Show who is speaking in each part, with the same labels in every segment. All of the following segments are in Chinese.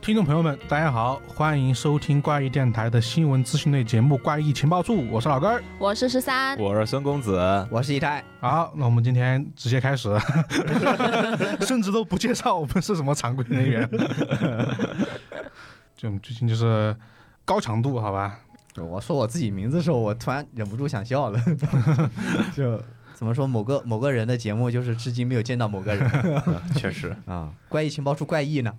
Speaker 1: 听众朋友们，大家好，欢迎收听怪异电台的新闻资讯类节目《怪异情报处》，我是老根儿。
Speaker 2: 我是十三，
Speaker 3: 我是孙公子，
Speaker 4: 我是一太，
Speaker 1: 好，那我们今天直接开始， 甚至都不介绍我们是什么常规人员。 就最近就是高强度，好吧？
Speaker 4: 我说我自己名字的时候，我突然忍不住想笑了。 就怎么说某个某个人的节目，就是至今没有见到某个人
Speaker 3: 确实，
Speaker 4: 啊。怪异情报处怪异呢，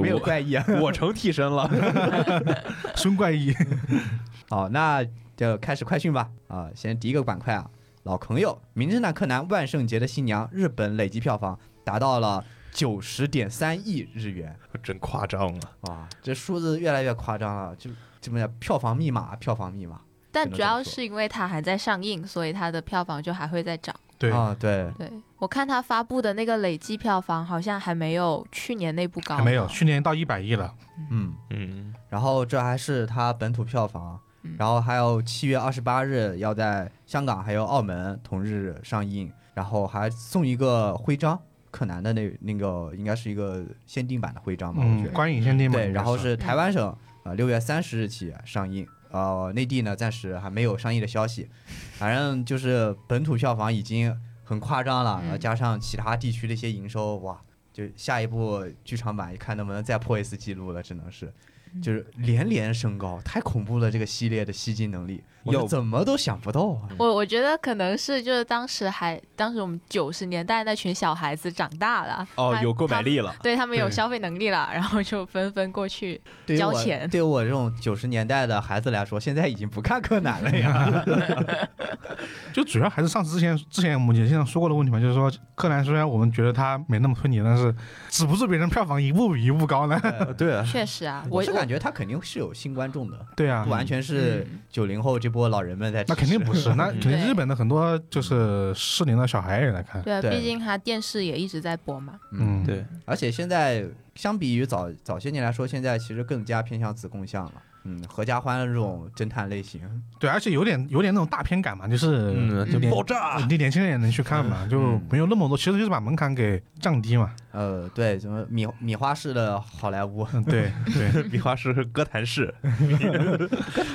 Speaker 4: 没有
Speaker 3: 我
Speaker 4: 怪异啊。
Speaker 3: 我成替身了。
Speaker 1: 孙怪异，
Speaker 4: 好，那就开始快讯吧。啊，先第一个板块啊，老朋友，《名侦探柯南：万圣节的新娘》日本累计票房达到了九十点三亿日元。
Speaker 3: 真夸张啊！
Speaker 4: 哇，这数字越来越夸张了，就怎么讲？票房密码，票房密码。
Speaker 2: 但
Speaker 4: 只能
Speaker 2: 主要
Speaker 4: 这么说
Speaker 2: 是因为它还在上映，所以它的票房就还会再涨。
Speaker 1: 对，
Speaker 4: 啊，对，
Speaker 2: 对我看它发布的那个累计票房好像还没有去年那部
Speaker 4: 啊
Speaker 2: 高，
Speaker 1: 还没有，去年到一百亿了。
Speaker 4: 嗯。
Speaker 3: 嗯，
Speaker 4: 然后这还是它本土票房
Speaker 2: 嗯，
Speaker 4: 然后还有七月二十八日要在香港还有澳门同日上映，然后还送一个徽章，柯南的那那个应该是一个限定版的徽章吧，我
Speaker 1: 嗯
Speaker 4: 觉，得。
Speaker 1: 观影限定嘛。应
Speaker 4: 对，
Speaker 1: 该
Speaker 4: 然后是台湾省呃六月三十日起上映，呃内地呢暂时还没有上映的消息，反正就是本土票房已经很夸张了，
Speaker 2: 嗯
Speaker 4: 然后加上其他地区的一些营收，哇，就下一部剧场版看能不能再破一次记录了，只能是。就是连连升高，太恐怖了！这个系列的吸金能力，我
Speaker 3: 要
Speaker 4: 是怎么都想不到啊！
Speaker 2: 我我觉得可能是就是当时还当时我们九十年代那群小孩子长大了，
Speaker 3: 哦，
Speaker 2: 他
Speaker 3: 有购买，力了
Speaker 2: 他，对他们有
Speaker 1: 对
Speaker 2: 消费能力了，然后就纷纷过去。
Speaker 4: 对于
Speaker 2: 交
Speaker 4: 我
Speaker 2: 钱
Speaker 4: 对于我这种九十年代的孩子来说，现在已经不看柯南了 呀。
Speaker 1: 就主要还是上次之前之前我们也经常说过的问题嘛，就是说柯南虽然我们觉得他没那么推理，但是止不住别人票房一步比一步高呢。
Speaker 3: 对啊，
Speaker 2: 确实啊，
Speaker 4: 我
Speaker 2: 我
Speaker 4: 是感觉他肯定是有新观众的，
Speaker 1: 对啊
Speaker 4: 不，完全是九零后这波老人们在支持。
Speaker 1: 那肯定不 是，那肯定
Speaker 2: 对
Speaker 1: 日本的很多就是适龄的小孩也来看。
Speaker 2: 对啊，
Speaker 4: 对
Speaker 2: 毕竟它电视也一直在播嘛。
Speaker 1: 嗯，
Speaker 3: 对，
Speaker 4: 而且现在相比于早早些年来说，现在其实更加偏向子贡向了。嗯，合家欢的这种侦探类型，
Speaker 1: 对，而且有点有点那种大片感嘛，就是
Speaker 3: 嗯，就
Speaker 1: 有点
Speaker 3: 爆 炸
Speaker 1: 你年轻人也能去看嘛，就没有那么多，其实就是把门槛给降低嘛。
Speaker 4: 呃，对，什么米米花式的好莱坞，
Speaker 1: 嗯，对对，
Speaker 3: 米花是哥谭市，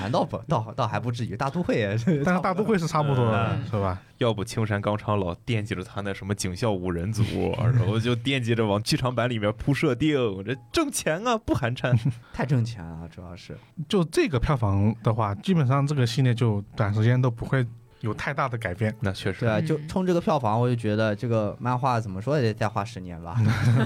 Speaker 4: 谈倒不倒倒还不至于，大都会也是
Speaker 1: 但是大都会是差不多的，是吧？
Speaker 3: 要不青山刚昌老惦记着他那什么警校五 人组，然后就惦记着往剧场版里面铺设定，这挣钱啊，不寒碜。
Speaker 4: 太挣钱了，主要是
Speaker 1: 就这个票房的话，基本上这个系列就短时间都不会有太大的改变。
Speaker 3: 那确实
Speaker 4: 对，啊，
Speaker 2: 嗯
Speaker 4: 就冲这个票房，我就觉得这个漫画怎么说也得再花十年吧。
Speaker 1: 嗯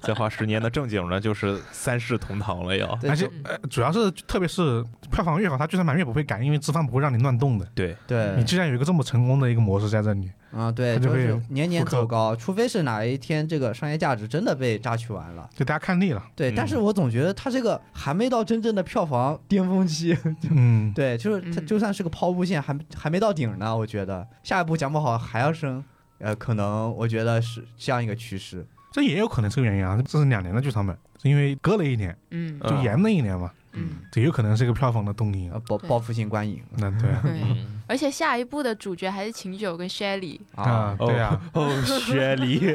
Speaker 3: 再花十年的正经呢，就是三世同堂了要。
Speaker 4: 对
Speaker 1: 而且
Speaker 2: 嗯
Speaker 1: 呃，主要是特别是票房越好，它剧场版越不会改，因为资方不会让你乱动的。
Speaker 3: 对，
Speaker 1: 你
Speaker 4: 对，
Speaker 1: 既然有一个这么成功的一个模式在这里，
Speaker 4: 嗯，对，
Speaker 1: 它就
Speaker 4: 就
Speaker 1: 会
Speaker 4: 是年年
Speaker 1: 复刻
Speaker 4: 走高，除非是哪一天这个商业价值真的被榨取完了。
Speaker 1: 就大家看腻了。
Speaker 4: 对，
Speaker 3: 嗯
Speaker 4: 但是我总觉得它这个还没到真正的票房巅峰期，
Speaker 1: 嗯，
Speaker 4: 对，就是它
Speaker 2: 嗯
Speaker 4: 就算是个抛物线，还还没到顶呢。我觉得下一步讲不好还要升，呃，可能我觉得是这样一个趋势。
Speaker 1: 这也有可能是个原因啊。这是两年的剧场版，是因为隔了一年，
Speaker 2: 嗯
Speaker 1: 就
Speaker 3: 嗯
Speaker 1: 延了一年嘛，
Speaker 2: 嗯，
Speaker 1: 这有可能是一个票房的动因
Speaker 4: 呃。，报报复性观影
Speaker 1: 那对啊
Speaker 2: 对。
Speaker 3: 嗯，
Speaker 2: 而且下一部的主角还是秦九跟 Shelly，
Speaker 1: 啊，
Speaker 4: 啊，
Speaker 1: 对 啊，
Speaker 3: 哦，雪梨，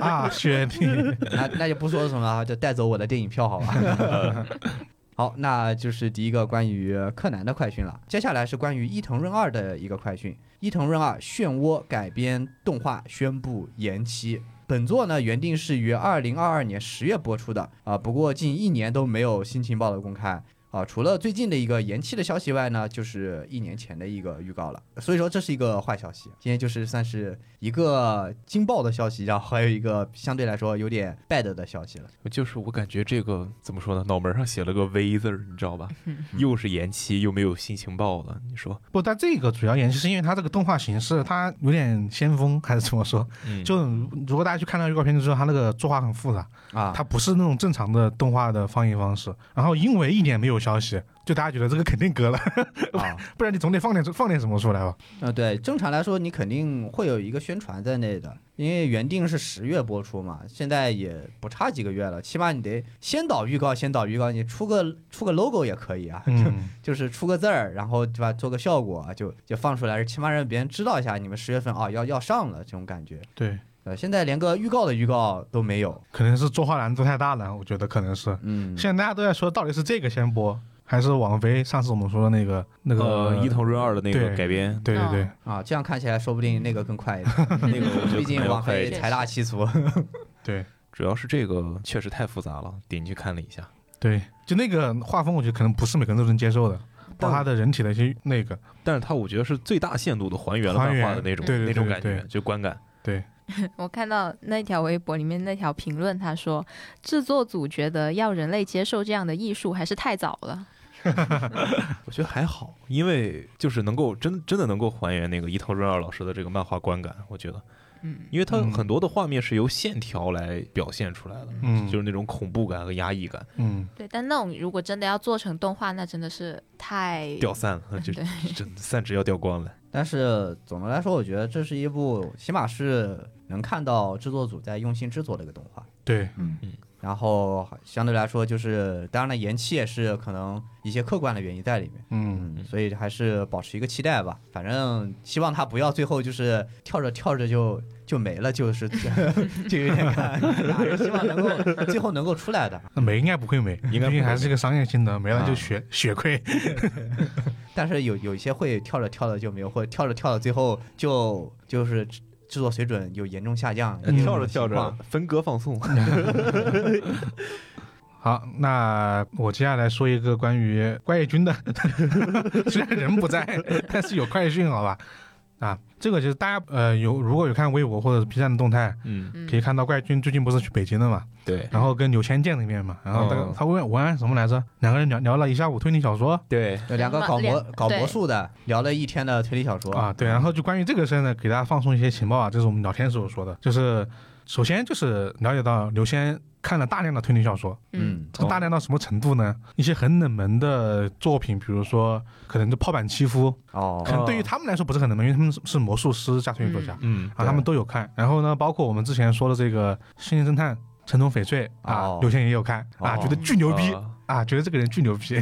Speaker 1: 啊，雪莉，
Speaker 4: 那那就不说什么了，就带走我的电影票好吧。 好，那就是第一个关于柯南的快讯了。接下来是关于伊藤润二的一个快讯。伊藤润二《漩涡》改编动画宣布延期。本作呢原定是于二零二二年十月播出的啊、不过近一年都没有新情报的公开啊、除了最近的一个延期的消息外呢，就是一年前的一个预告了。所以说这是一个坏消息。今天就是算是一个惊爆的消息，然后还有一个相对来说有点 bad 的消息了。
Speaker 3: 就是我感觉这个怎么说呢，脑门上写了个 V 字儿，你知道吧？
Speaker 1: 嗯
Speaker 3: 又是延期，又没有新情报了，你说，
Speaker 1: 不，但这个主要原因是因为它这个动画形式，它有点先锋，还是怎么说？
Speaker 3: 嗯
Speaker 1: 就如果大家去看那个预告片，就知道它那个作画很复杂，
Speaker 4: 啊，
Speaker 1: 它不是那种正常的动画的放映方式。然后因为一年没有消息，就大家觉得这个肯定割了，
Speaker 4: 啊，
Speaker 1: 不然你总得放点放点什么出来吧？
Speaker 4: 嗯，对，正常来说你肯定会有一个宣传在内的，因为原定是十月播出嘛，现在也不差几个月了，起码你得先导预告，先导预告，你出个出个 logo 也可以啊，
Speaker 1: 嗯，
Speaker 4: 就是出个字儿，然后对吧，做个效果就就放出来，起码让别人知道一下你们十月份啊、要要上了这种感觉。
Speaker 1: 对，
Speaker 4: 呃，现在连个预告的预告都没有。
Speaker 1: 可能是作画难度太大了，我觉得可能是。
Speaker 4: 嗯，
Speaker 1: 现在大家都在说，到底是这个先播，还是网飞上次我们说的那个那个
Speaker 3: 呃，伊藤润二的那个
Speaker 1: 对
Speaker 3: 改 编，
Speaker 1: 对对对，
Speaker 4: 啊，这样看起来说不定那个更快一点，
Speaker 3: 那个我觉得
Speaker 4: 毕
Speaker 3: 可
Speaker 4: 竟
Speaker 3: 能要
Speaker 4: 网
Speaker 3: 快一
Speaker 4: 飞
Speaker 3: 点。
Speaker 4: 财大气粗。
Speaker 1: 对
Speaker 3: 主要是这个确实太复杂了，点进去看了一下，
Speaker 1: 对，就那个画风，我觉得可能不是每个人都能接受的，包括
Speaker 3: 但
Speaker 1: 他的人体的一些那个，
Speaker 3: 但是它我觉得是最大限度的还原了
Speaker 1: 还
Speaker 3: 漫
Speaker 1: 原
Speaker 3: 画的那种
Speaker 1: 对对
Speaker 3: 那种
Speaker 1: 对
Speaker 3: 感觉，
Speaker 1: 对
Speaker 3: 就观感。
Speaker 1: 对
Speaker 2: 我看到那条微博里面那条评论，他说制作组觉得要人类接受这样的艺术还是太早了。
Speaker 3: 我觉得还好，因为就是能够真真的能够还原那个伊藤润二老师的这个漫画观感，我觉得，
Speaker 2: 嗯，
Speaker 3: 因为它
Speaker 1: 嗯
Speaker 3: 很多的画面是由线条来表现出来的，
Speaker 1: 嗯
Speaker 3: 就是那种恐怖感和压抑感，
Speaker 1: 嗯，
Speaker 2: 对，但那种如果真的要做成动画，那真的是太
Speaker 3: 掉散了，就
Speaker 2: 对
Speaker 3: 真散值要掉光了。
Speaker 4: 但是总的来说，我觉得这是一部起码是能看到制作组在用心制作的一个动画。
Speaker 1: 对
Speaker 4: 然后相对来说，就是当然了，延期也是可能一些客观的原因在里面。
Speaker 1: 嗯，
Speaker 4: 嗯，所以还是保持一个期待吧。反正希望他不要最后就是跳着跳着就就没了，就是 就有点看，还 是希望能够最后能够出来的。
Speaker 1: 那没应该不会没，
Speaker 3: 应该不会
Speaker 1: 毕竟还是个商业性的，没了
Speaker 4: 啊
Speaker 1: 就血血亏。
Speaker 4: 但是有有一些会跳着跳着就没有，或者跳着跳着最后就就是制制作水准有严重下降，
Speaker 3: 呃
Speaker 4: 有
Speaker 3: 跳着
Speaker 4: 这
Speaker 3: 跳着
Speaker 4: 种情况，
Speaker 3: 分割放 送，
Speaker 1: 好，那我接下来说一个关于怪异军的， 虽然人不在，但是有快讯，好吧？啊，这个就是大家呃有如果有看微博或者 B 站的动态，
Speaker 3: 嗯，
Speaker 2: 嗯
Speaker 1: 可以看到怪异军最近不是去北京了嘛，
Speaker 3: 对
Speaker 1: 然后跟刘谦见了一面嘛，然后他、
Speaker 3: 哦
Speaker 1: 他问文案什么来着，两个人聊聊了一下午推理小说
Speaker 3: 对，
Speaker 4: 有两个搞魔
Speaker 2: 嗯两
Speaker 4: 搞魔
Speaker 2: 对
Speaker 4: 术的聊了一天的推理小说
Speaker 1: 啊，对，然后就关于这个事儿呢，给大家放松一些情报啊，这是我们聊天时候说的，就是首先就是了解到刘谦看了大量的推理小说，
Speaker 2: 嗯
Speaker 4: 嗯
Speaker 1: 这个大量到什么程度呢？一些很冷门的作品，比如说可能就泡板七夫，
Speaker 4: 哦
Speaker 1: 可能对于他们来说不是很冷门，因为他们是是魔术师加推理作家，
Speaker 3: 嗯，
Speaker 1: 啊，他们都有看。然后呢，包括我们之前说的这个《心灵侦探》。城中翡翠啊
Speaker 4: 哦，
Speaker 1: 刘谦也有看啊，
Speaker 4: 哦
Speaker 1: 觉得巨牛逼
Speaker 3: 啊
Speaker 1: 啊，觉得这个人巨牛逼，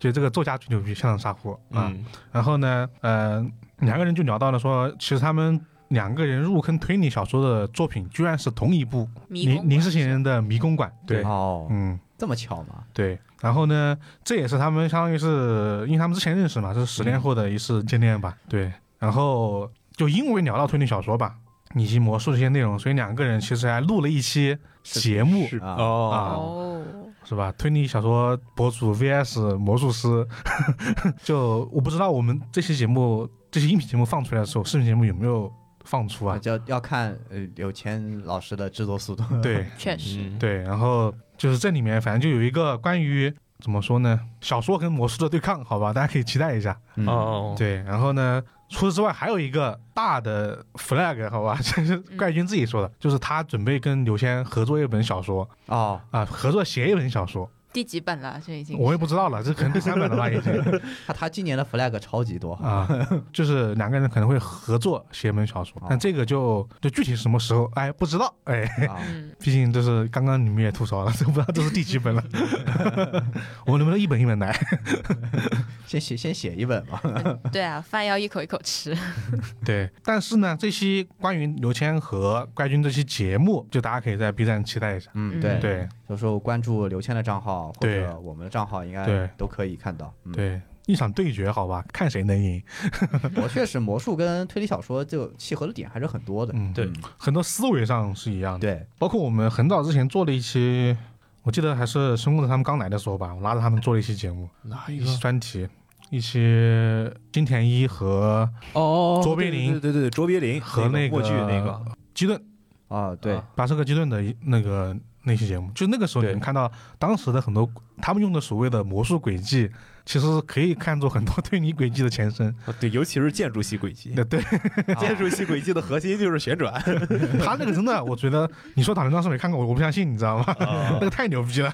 Speaker 1: 觉得这个作家巨牛逼，香港沙湖啊。
Speaker 3: 嗯
Speaker 1: 然后呢，呃，两个人就聊到了说，其实他们两个人入坑推理小说的作品，居然是同一部
Speaker 2: 嗯迷宫
Speaker 1: 林林氏行人的《迷宫馆》。
Speaker 3: 对
Speaker 4: 哦，
Speaker 1: 嗯，
Speaker 4: 这么巧吗？
Speaker 1: 对，然后呢，这也是他们相当于是因为他们之前认识嘛，这是十
Speaker 3: 嗯
Speaker 1: 年后的一次见面吧？对，然后就因为聊到推理小说吧，以及魔术这些内容，所以两个人其实还录了一期节目，
Speaker 3: 是
Speaker 4: 啊
Speaker 1: 啊
Speaker 3: 哦，
Speaker 2: 哦，
Speaker 1: 是吧？推理小说博主 VS 魔术师， 就我不知道我们这期节目这期音频节目放出来的时候，视频节目有没有放出啊？
Speaker 4: 要要看呃柳谦老师的制作速度。
Speaker 1: 对哦
Speaker 2: 确实，
Speaker 3: 嗯，
Speaker 1: 对，然后就是这里面反正就有一个关于怎么说呢，小说跟魔术的对抗，好吧，大家可以期待一下。
Speaker 4: 嗯，
Speaker 3: 哦，
Speaker 1: 对，然后呢，除此之外还有一个大的 flag，好吧， 这是
Speaker 2: 嗯
Speaker 1: 怪军自己说的，就是他准备跟刘谦合作一本小说
Speaker 4: 哦，
Speaker 1: 啊、合作写一本小说，
Speaker 2: 第几本了？这已经
Speaker 1: 我也不知道了，这可能第三本了吧已经
Speaker 4: 他他今年的 flag 超级多，
Speaker 1: 啊， 就是两个人可能会合作写一本小说，但这个就就具体什么时候，哎，不知道，哎，
Speaker 4: 啊
Speaker 2: 嗯，
Speaker 1: 毕竟就是刚刚你们也吐槽了， 这不知道这是第几本了， 我们能不能一本一本来？
Speaker 4: 先写先写一本吧。
Speaker 2: 对啊，饭要一口一口吃。
Speaker 1: 对，但是呢，这期关于刘谦和怪军这期节目，就大家可以在 B 站期待一下，
Speaker 4: 嗯，
Speaker 2: 嗯
Speaker 4: 对，
Speaker 1: 对。
Speaker 4: 有时候关注刘谦的账号或
Speaker 1: 对
Speaker 4: 者我们的账号，应该
Speaker 1: 对
Speaker 4: 都可以看到。嗯，
Speaker 1: 对，一场对决，好吧，看谁能赢。
Speaker 4: 我确实魔术跟推理小说就契合的点还是很多的。
Speaker 1: 嗯，
Speaker 3: 对
Speaker 4: 嗯
Speaker 1: 很多思维上是一样的。
Speaker 4: 对，
Speaker 1: 包括我们很早之前做了一期，我记得还是孙公子他们刚来的时候吧，我拉着他们做了一期节目，
Speaker 3: 哪
Speaker 1: 一期专题，一期金田一和
Speaker 3: 哦，
Speaker 1: 卓别林
Speaker 3: 对对对对，卓别林
Speaker 1: 和那
Speaker 3: 那
Speaker 1: 个
Speaker 3: 默剧那个，
Speaker 1: 基顿
Speaker 4: 啊，对
Speaker 3: 啊，
Speaker 1: 巴斯克基顿的一那个。那期节目，就那个时候你
Speaker 3: 对
Speaker 1: 能看到当时的很多他们用的所谓的魔术轨迹，其实可以看作很多推理轨迹的前 身。
Speaker 3: 啊对，尤其是建筑系轨迹，
Speaker 1: 那对
Speaker 4: 啊
Speaker 3: 建筑系轨迹的核心就是旋转，
Speaker 1: 他那个真的，我觉得你说打人当时没看过，我我不相信，你知道吗？那个太牛逼了。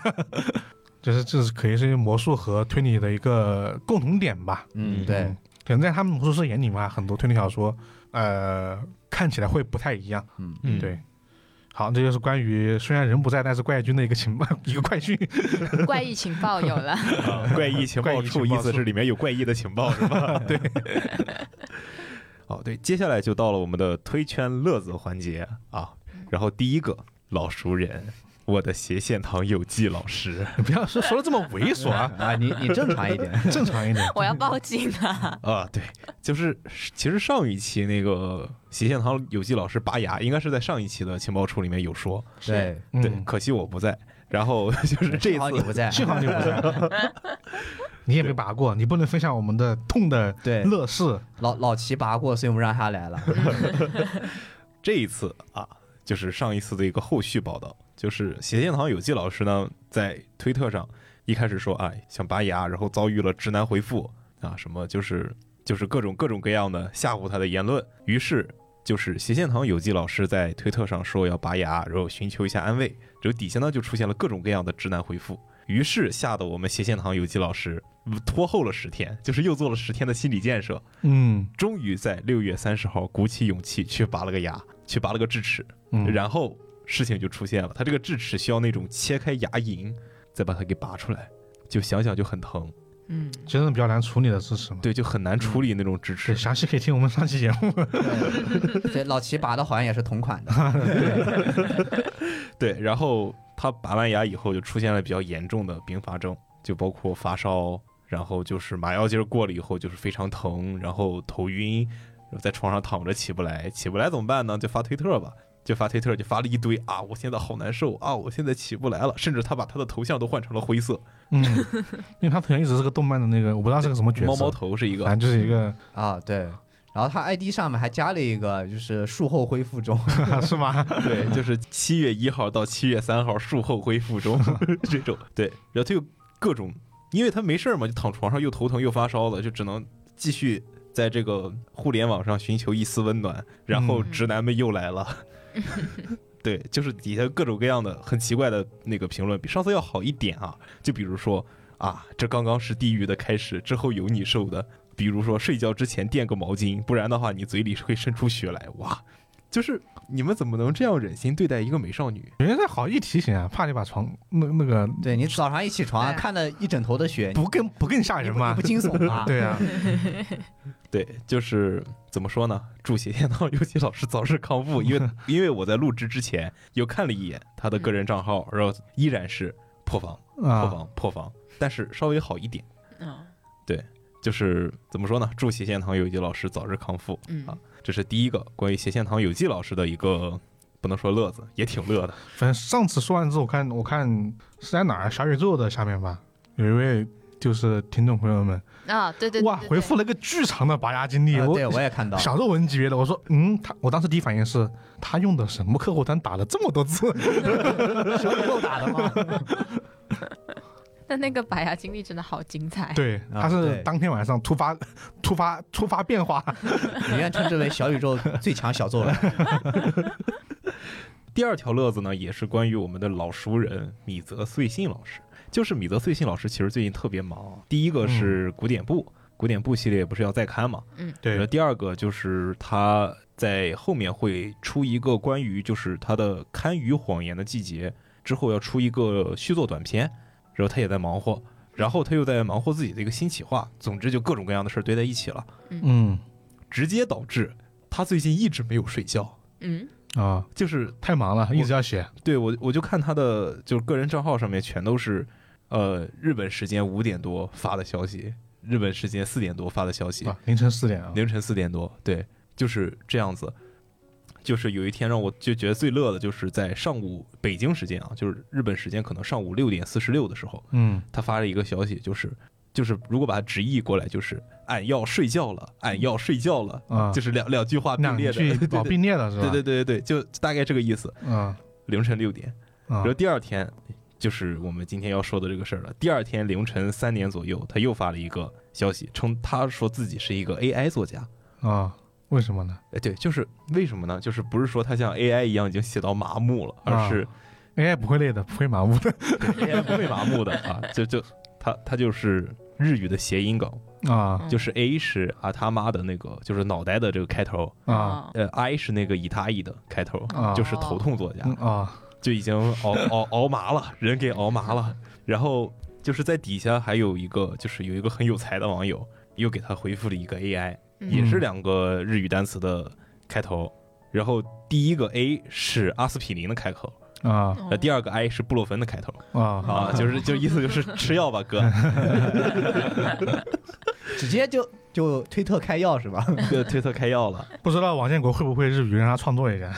Speaker 1: 就是这是可以是魔术和推理的一个共同点吧。
Speaker 4: 嗯，
Speaker 3: 嗯
Speaker 4: 对
Speaker 1: 嗯，，可能在他们魔术师眼里嘛，很多推理小说，呃，看起来会不太一样。
Speaker 4: 嗯，
Speaker 3: 嗯
Speaker 1: 对，好，这就是关于虽然人不在，但是怪军的一个情报， 一个快讯。
Speaker 2: 怪异情报有了，
Speaker 3: 啊 怪异情 报处，
Speaker 1: 怪异情报处
Speaker 3: 意思是里面有怪异的情报，是吧？ 对。哦，对，接下来就到了我们的推圈乐子环节啊。然后第一个老熟人，我的斜线堂有纪老师，
Speaker 1: 你不要说说的这么猥琐 啊，
Speaker 4: 啊，你你正常一点，
Speaker 1: 正常一点。
Speaker 2: 我要报警啊！
Speaker 3: 啊，对，就是其实上一期那个斜线堂有纪老师拔牙，应该是在上一期的情报处里面有说，
Speaker 4: 对，
Speaker 1: 嗯
Speaker 3: 对，可惜我不在。然后就是这
Speaker 4: 幸好你
Speaker 3: 次
Speaker 4: 不在，
Speaker 1: 幸好你不在， 你也没拔过，你不能分享我们的痛的
Speaker 4: 对
Speaker 1: 乐事。
Speaker 4: 老老齐拔过，所以我们让他来了。
Speaker 3: 这一次啊，就是上一次的一个后续报道，就是斜线堂有纪老师呢在推特上一开始说，哎，想拔牙，然后遭遇了直男回复啊，什么就是就是各种各种各样的吓唬他的言论，于是。就是斜线堂有纪老师在推特上说要拔牙，然后寻求一下安慰，然后底下呢就出现了各种各样的直男回复，于是吓得我们斜线堂有纪老师嗯拖后了十天，就是又做了十天的心理建设，
Speaker 1: 嗯
Speaker 3: 终于在六月三十号鼓起勇气去拔了个牙，去拔了个智齿，
Speaker 1: 嗯，
Speaker 3: 然后事情就出现了，他这个智齿需要那种切开牙龈再把它给拔出来，就想想就很疼，
Speaker 2: 嗯，
Speaker 1: 真的比较难处理的知识嘛。
Speaker 3: 对，就很难处理那种智齿
Speaker 1: 对，。详细可以听我们上期节目。
Speaker 4: 对，对老齐拔的好像也是同款的，
Speaker 3: 对，然后他拔完牙以后就出现了比较严重的并发症，就包括发烧，然后就是麻药劲儿过了以后就是非常疼，然后头晕，然后在床上躺着起不来，起不来怎么办呢？就发推特吧。就发推特，就发了一堆啊！我现在好难受啊！我现在起不来了，甚至他把他的头像都换成了灰色，
Speaker 1: 嗯，因为他好像一直是个动漫的那个，我不知道是个什么角色，
Speaker 3: 猫猫头是一个，
Speaker 1: 反正就是一 个，
Speaker 4: 啊，对。然后他 ID 上面还加了一个，就是术后恢复中，
Speaker 1: 是吗？
Speaker 3: 对，就是七月一号到七月三号术后恢复中这种，对，然后他又各种，因为他没事儿嘛，就躺床上又头疼又发烧的，就只能继续在这个互联网上寻求一丝温暖。然后
Speaker 2: 嗯
Speaker 3: 直男们又来了，对，就是底下各种各样的很奇怪的那个评论，比上次要好一点啊，就比如说啊，这刚刚是地狱的开始，之后有你受的。比如说睡觉之前垫个毛巾，不然的话你嘴里会渗出血来。哇，就是你们怎么能这样忍心对待一个美少女？
Speaker 1: 人家在好意提醒啊，怕你把床那那个
Speaker 4: 对你早上一起床
Speaker 2: 哎
Speaker 4: 看了一枕头的
Speaker 3: 哎
Speaker 4: 血，
Speaker 1: 不更不更吓
Speaker 4: 你
Speaker 1: 人
Speaker 4: 不你
Speaker 1: 吗
Speaker 4: 不？惊悚 吗？
Speaker 1: 对啊，
Speaker 3: 对，就是怎么说呢？祝斜线道尤其老师早日康复，因 为因为我在录制之前又看了一眼他的个人账号，然后依然是破防、破
Speaker 1: 啊，
Speaker 3: 防、破防，但是稍微好一点。
Speaker 2: 嗯
Speaker 3: 就是怎么说呢？祝斜线堂有纪老师早日康复。啊
Speaker 2: 嗯，
Speaker 3: 这是第一个关于斜线堂有纪老师的一个，不能说乐子，也挺乐的。
Speaker 1: 反正上次说完之后，我看我看是在哪儿小宇宙的下面吧，有一位就是听众朋友们
Speaker 2: 啊，对对对
Speaker 1: 哇
Speaker 2: 对
Speaker 1: 回复了一个巨长的拔牙经历，
Speaker 4: 啊
Speaker 1: 我
Speaker 4: 对我也看到，
Speaker 1: 小作文级别的，我说嗯，他我当时第一反应是他用的什么客户端打了这么多字，
Speaker 4: 手指够打的吗？
Speaker 2: 但那个拔牙经历真的好精彩。
Speaker 1: 对，
Speaker 4: 啊
Speaker 1: 他是
Speaker 4: 对
Speaker 1: 当天晚上突发 突发突发变化，
Speaker 4: 你愿称之为小宇宙最强小作文。
Speaker 3: 第二条乐子呢，也是关于我们的老熟人米泽穗信老师。就是米泽穗信老师，其实最近特别忙啊。第一个是古典部，古典部系列不是要再刊嘛？然后，第二个就是他在后面会出一个关于就是他的堪舆谎言的季节之后要出一个续作短片，然后他也在忙活，然后他又在忙活自己的一个新企划，总之就各种各样的事儿堆在一起了，
Speaker 1: 嗯
Speaker 3: 直接导致他最近一直没有睡觉，
Speaker 2: 嗯，
Speaker 1: 啊，
Speaker 3: 就是
Speaker 1: 太忙了，一直要写，
Speaker 3: 对我我就看他的就是个人账号上面全都是，呃，日本时间五点多发的消息，日本时间四点多发的消息，
Speaker 1: 啊，凌晨四点啊，
Speaker 3: 凌晨四点多，对，就是这样子。就是有一天让我就觉得最乐的，就是在上午北京时间啊，就是日本时间可能上午六点四十六的时候，
Speaker 1: 嗯，
Speaker 3: 他发了一个消息，就是就是如果把它直译过来，就是俺要睡觉了，俺要睡觉了，
Speaker 1: 啊
Speaker 3: 就是两两句话并
Speaker 1: 两
Speaker 3: 列的，对
Speaker 1: 句
Speaker 3: 对
Speaker 1: 老哦并列了是吧？
Speaker 3: 对对对对，就大概这个意思。
Speaker 1: 对，啊
Speaker 3: 凌晨六点，
Speaker 1: 啊
Speaker 3: 然后第二天就是我们今天要说的这个事儿了。第二天凌晨三点左右，他又发了一个消息，称他说自己是一个 AI 作家。
Speaker 1: 啊，为什么呢
Speaker 3: 哎，对，就是为什么呢？就是不是说他像 AI 一样已经写到麻木了，而
Speaker 1: 啊
Speaker 3: 是
Speaker 1: ？AI 不会累的，不会麻木的
Speaker 3: AI 不会麻木的啊， 就就他他就是日语的谐音梗，
Speaker 1: 啊
Speaker 2: 嗯
Speaker 3: 就是 A 是啊他妈的那个，就是脑袋的这个开头，
Speaker 1: 啊
Speaker 2: 哦，
Speaker 3: 呃，I 是那个以他意的开头，
Speaker 1: 啊
Speaker 3: 就是头痛作家
Speaker 1: 嗯，啊
Speaker 3: 就已经熬 熬熬麻了，人给熬麻了。然后就是在底下还有一个，就是有一个很有才的网友又给他回复了一个 AI，
Speaker 2: 嗯
Speaker 3: 也是两个日语单词的开头，然后第一个 A 是阿司匹林的开口，
Speaker 1: 啊
Speaker 3: 那
Speaker 2: 哦嗯
Speaker 3: 第二个 I 是布洛芬的开头
Speaker 1: 啊
Speaker 3: 啊，就是就意思就是吃药吧，哥，
Speaker 4: 直接就就推特开药是吧？
Speaker 3: 就推特开药了。
Speaker 1: 不知道王建国会不会日语，让他创作一下。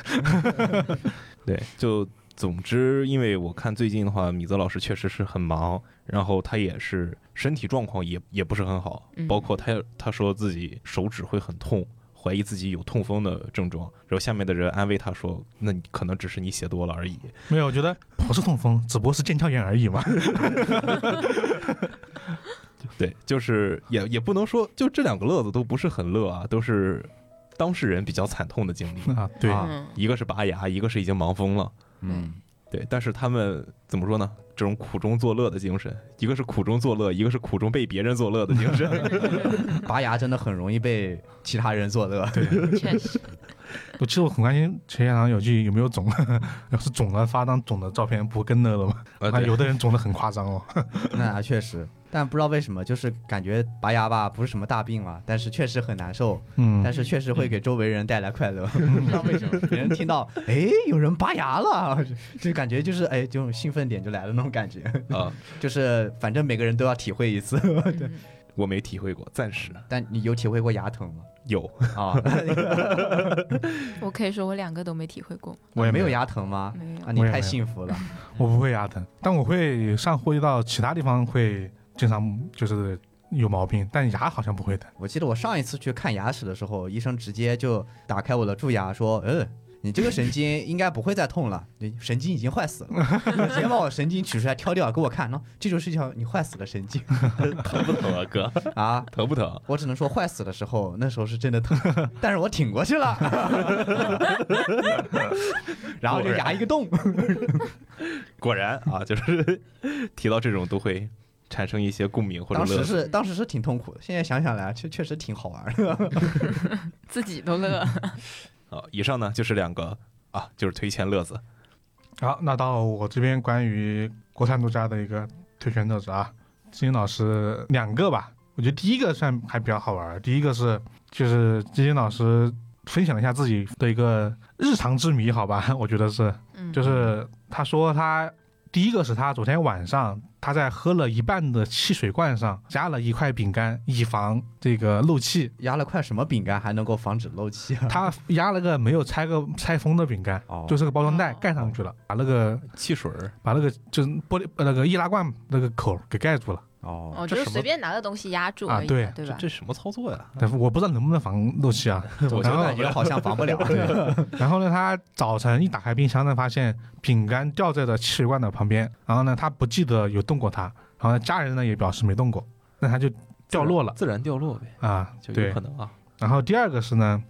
Speaker 3: 对，就总之，因为我看最近的话，米泽老师确实是很忙，然后他也是身体状况也也不是很好，
Speaker 2: 嗯
Speaker 3: 包括他他说自己手指会很痛，怀疑自己有痛风的症状，然后下面的人安慰他说，那你可能只是你写多了而已。
Speaker 1: 没有，我觉得不是痛风，只不过是腱鞘炎而已嘛。
Speaker 3: 对，就是也也不能说，就这两个乐子都不是很乐啊，都是当事人比较惨痛的经 历，
Speaker 1: 啊，对，
Speaker 4: 啊
Speaker 2: 嗯
Speaker 3: 一个是拔牙，一个是已经忙疯了。对，但是他们怎么说呢？这种苦中作乐的精神，一个是苦中作乐，一个是苦中被别人作乐的 精神。 啊
Speaker 4: 拔牙真的很容易被其他人作乐。对，
Speaker 2: 确实，
Speaker 1: 我其实我很关心前两堂有句有没有肿， 要是肿了发张肿的照片，不更乐了吗？
Speaker 3: 啊
Speaker 1: 啊，有的人肿的很夸张哦。
Speaker 4: 那确实，但不知道为什么，就是感觉拔牙吧不是什么大病嘛，但是确实很难受，
Speaker 1: 嗯
Speaker 4: 但是确实会给周围人带来快乐。不知道为什么， 别人听到哎有人拔牙了， 就感觉就是哎这种兴奋点就来了那种感觉，
Speaker 3: 啊，
Speaker 4: 就是反正每个人都要体会一次。
Speaker 2: 嗯
Speaker 3: 我没体会过，暂 时
Speaker 4: 但你有体会过牙疼吗？
Speaker 3: 有
Speaker 4: 啊，
Speaker 2: 我可以说我两个都没体会过，
Speaker 1: 我也没
Speaker 4: 没有
Speaker 1: 有
Speaker 4: 牙疼吗？
Speaker 2: 没有
Speaker 4: 啊，
Speaker 1: 我
Speaker 4: 你
Speaker 1: 也没
Speaker 4: 太
Speaker 1: 有
Speaker 4: 幸福了。
Speaker 1: 我不会牙疼，但我会上呼吸道其他地方会经常就是有毛病，但牙好像不会的。
Speaker 4: 我记得我上一次去看牙齿的时候，医生直接就打开我的蛀牙，说：“嗯，你这个神经应该不会再痛了，你神经已经坏死了。”直接把我神经取出来挑掉给我看，喏，这就是一条你坏死的神经
Speaker 3: 疼不疼啊，哥？
Speaker 4: 啊！
Speaker 3: 疼不疼？
Speaker 4: 我只能说坏死的时候，那时候是真的疼，但是我挺过去了，然后就牙一个洞。
Speaker 3: 果然啊，就是 提到这种都会产生一些共鸣或者
Speaker 4: 当
Speaker 3: 乐
Speaker 4: 时
Speaker 3: 子。
Speaker 4: 是当时是挺痛苦的，现在想想来，确确实挺好玩的。
Speaker 2: 自己都乐。
Speaker 3: 啊。以上呢就是两个啊，就是推荐乐子。
Speaker 1: 好，那到我这边关于国产作家的一个推荐作者啊，金英老师两个吧。我觉得第一个算还比较好玩儿，第一个是就是金英老师分享了一下自己的一个日常之谜，好吧， 我觉得是，
Speaker 2: 嗯，
Speaker 1: 就是他说他第一个是他昨天晚上他在喝了一半的汽水罐上加了一块饼干，以防这个漏气，
Speaker 4: 压了块什么饼干还能够防止漏气 啊？
Speaker 1: 他压了个没有拆个拆封的饼干，
Speaker 4: 哦
Speaker 1: 就是个包装袋
Speaker 2: 哦
Speaker 1: 盖上去了，把那个
Speaker 3: 汽水儿
Speaker 1: 把那个就是玻璃呃那个易拉罐那个口给盖住了。
Speaker 4: 哦，
Speaker 2: 我
Speaker 3: 这
Speaker 2: 就是
Speaker 3: 什么
Speaker 2: 随便拿个东西压住
Speaker 1: 啊
Speaker 2: 而已
Speaker 1: 对
Speaker 2: 嘛，对吧？
Speaker 3: 这什么操作呀？
Speaker 1: 但是我不知道能不能防漏气啊。
Speaker 3: 嗯 我
Speaker 1: 然
Speaker 3: 觉
Speaker 1: 后
Speaker 3: 得
Speaker 4: 感觉好像防不了。
Speaker 1: 然后呢，他早晨一打开冰箱呢，发现饼干掉在了汽水罐的旁边。然后呢，他不记得有动过它，然后呢家人呢也表示没动过，那他就掉落了
Speaker 3: 自然掉落呗，
Speaker 1: 啊。
Speaker 3: 就有
Speaker 1: 对
Speaker 3: 可。能啊。
Speaker 1: 然后第二个是呢，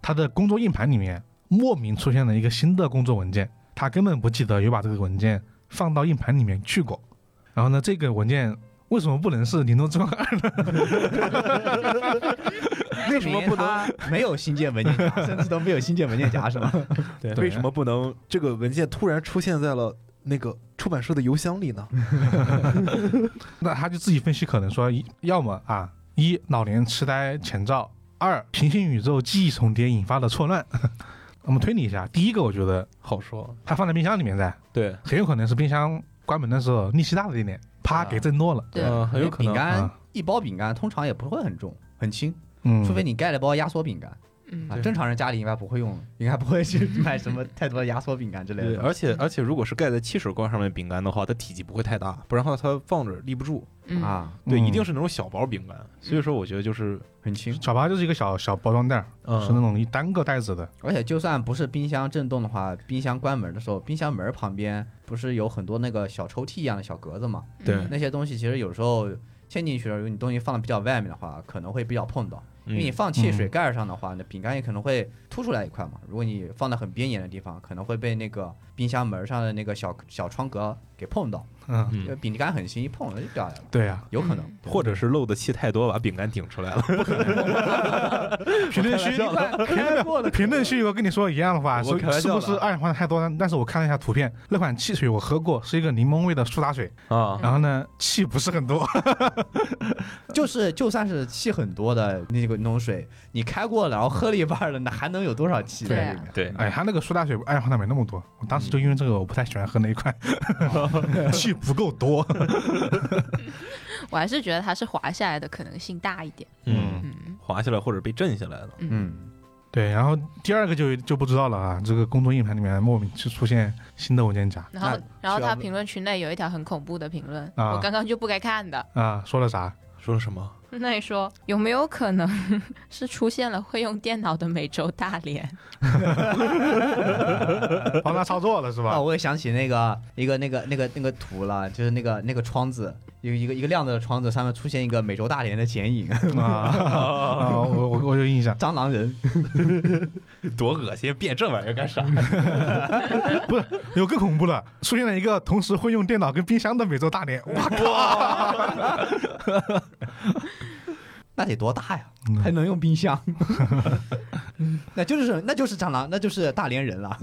Speaker 1: 他的工作硬盘里面莫名出现了一个新的工作文件，他根本不记得有把这个文件放到硬盘里面去过。然后呢，这个文件为什么不能是《灵动之光二》
Speaker 4: 为
Speaker 3: 什么不能
Speaker 4: 没有新建文件夹，甚至都没有新建文件夹是吗？
Speaker 1: 对
Speaker 3: 为什么不能这个文件突然出现在了那个出版社的邮箱里呢？
Speaker 1: 那他就自己分析，可能说，一要么啊，一老年痴呆前兆，二平行宇宙记忆重叠引发的错乱。 我们推理一下，第一个我觉得
Speaker 3: 好说，
Speaker 1: 他放在冰箱里面在，
Speaker 3: 对，
Speaker 1: 很有可能是冰箱关门的时候力气大了一点，啪
Speaker 4: 啊
Speaker 1: 给震落了。
Speaker 2: 对
Speaker 3: 呃 很有可
Speaker 4: 饼
Speaker 3: 能。
Speaker 4: 干
Speaker 1: 啊
Speaker 4: 一包饼干通常也不会很重，很轻，
Speaker 1: 嗯，
Speaker 4: 除非你盖了包压缩饼干
Speaker 2: 嗯
Speaker 4: 啊。
Speaker 3: 对
Speaker 4: 正常人家里应该不会用， 应该不会去买什么太多的压缩饼干之类
Speaker 3: 对，
Speaker 4: 的。
Speaker 3: 而且而且，如果是盖在汽水罐上面的饼干的话，它体积不会太大，不然的话它放着立不住。
Speaker 2: 嗯，
Speaker 4: 啊，
Speaker 1: 嗯
Speaker 3: 对，一定是那种小包饼干。所以说，我觉得就是，
Speaker 4: 很轻，
Speaker 1: 小巴就是一个小小包装袋，
Speaker 4: 啊
Speaker 1: 是那
Speaker 3: 嗯，
Speaker 1: 种一单个袋子的。
Speaker 4: 而且就算不是冰箱震动的话，冰箱关门的时候，冰箱门旁边不是有很多那个小抽屉一样的小格子嘛？
Speaker 2: 嗯
Speaker 3: 对
Speaker 4: 那些东西其实有时候嵌进去了，如果你东西放的比较外面的话，可能会比较碰到。因为你
Speaker 3: 嗯
Speaker 4: 放汽水盖儿上的话，那饼干也可能会凸出来一块嘛。如果你放到很边沿的地方，可能会被那个冰箱门上的那个小小窗格给碰到，
Speaker 1: 嗯，
Speaker 3: 嗯
Speaker 4: 就饼干很轻，一碰就掉下来了，
Speaker 1: 对呀、
Speaker 4: 有可能。
Speaker 3: 或者是漏的气太多，把饼干顶出来了。
Speaker 1: 评论区
Speaker 4: 我开玩笑
Speaker 1: 评论
Speaker 4: 的
Speaker 1: 评论区有个跟你说的一样的话，
Speaker 3: 我
Speaker 1: 说
Speaker 3: 开玩
Speaker 1: 是
Speaker 4: 啊
Speaker 1: 不
Speaker 3: 笑的
Speaker 1: 是二氧化碳太多呢？但是我看了一下图片，那款汽水我喝过，是一个柠檬味的苏打水，
Speaker 3: 啊
Speaker 1: 然后呢气不是很多，
Speaker 4: 就是就算是气很多的那个那种水，你开过了，然后喝了一半了，那还能有多少气在里面？
Speaker 3: 对
Speaker 1: 哎，它那个苏打水二氧化碳没那么多，我当时就因为这个我不太喜欢喝那一款， 气不够多，
Speaker 2: 我还是觉得它是滑下来的可能性大一点。
Speaker 3: 嗯，
Speaker 2: 嗯
Speaker 3: 滑下来或者被震下来了。
Speaker 2: 嗯，
Speaker 4: 嗯，
Speaker 1: 对，然后第二个就就不知道了啊，这个工作硬盘里面莫名就出现新的文件夹
Speaker 2: 然后然后
Speaker 4: 需要
Speaker 2: 他评论区内有一条很恐怖的评论，
Speaker 1: 啊
Speaker 2: 我刚刚就不该看 的。
Speaker 1: 啊，说了啥？
Speaker 3: 说什么？
Speaker 2: 那你说有没有可能 是出现了会用电脑的美洲大脸？
Speaker 1: 帮他操作了是
Speaker 4: 啊，
Speaker 1: 吧？
Speaker 3: 哦
Speaker 4: 我也想起那个一个那个那个那个图了，就是那个那个窗子，有一个一个亮的窗子，上面出现一个美洲大蠊的剪影，
Speaker 1: 啊，啊我我我有印象，
Speaker 4: 蟑螂人。
Speaker 3: 多恶心！变这玩意儿干啥？
Speaker 1: 不是有更恐怖了，出现了一个同时会用电脑跟冰箱的美洲大脸，哇，
Speaker 4: 那得多大呀
Speaker 1: 嗯？
Speaker 4: 还能用冰 箱？那就是那就是蟑螂，那就是大连人 了。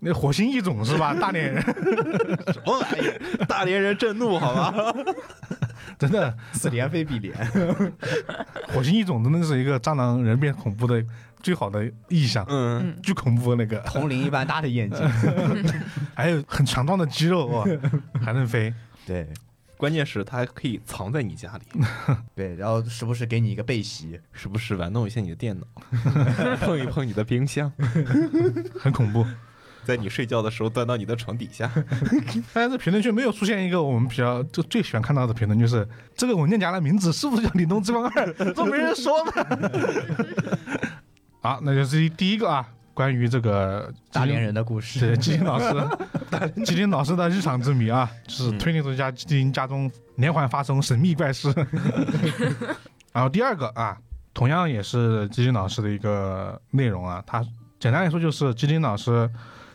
Speaker 1: 那火星异种是吧？大脸人
Speaker 3: 什么玩意儿？大连人震怒，好吧？
Speaker 1: 真的，
Speaker 4: 此连非彼连，
Speaker 1: 火星异种真的是一个蟑螂人变恐怖的最好的意象，
Speaker 3: 嗯，
Speaker 1: 巨恐怖那个，
Speaker 4: 铜铃一般大的眼睛。
Speaker 1: 还有很强壮的肌肉哇，还能飞，
Speaker 4: 对
Speaker 3: 关键是它还可以藏在你家里，
Speaker 4: 对，然后时不时给你一个背袭，
Speaker 3: 时不时玩弄一下你的 电脑，碰一碰你的冰箱，
Speaker 1: 很恐怖。
Speaker 3: 在你睡觉的时候钻到你的床底下。
Speaker 1: 但是评论区没有出现一个我们比较就最喜欢看到的评论，就是这个文件夹的名字是不是叫《凛冬之光二》？都没人说呢。 好，那就是第一个啊，关于这个
Speaker 4: 大连人的故事。
Speaker 1: 是基金老师，基金老师的日常之谜啊，就是推理作家基金家中连环发生神秘怪事。 然后第二个啊，同样也是基金老师的一个内容啊，他简单来说就是基金老师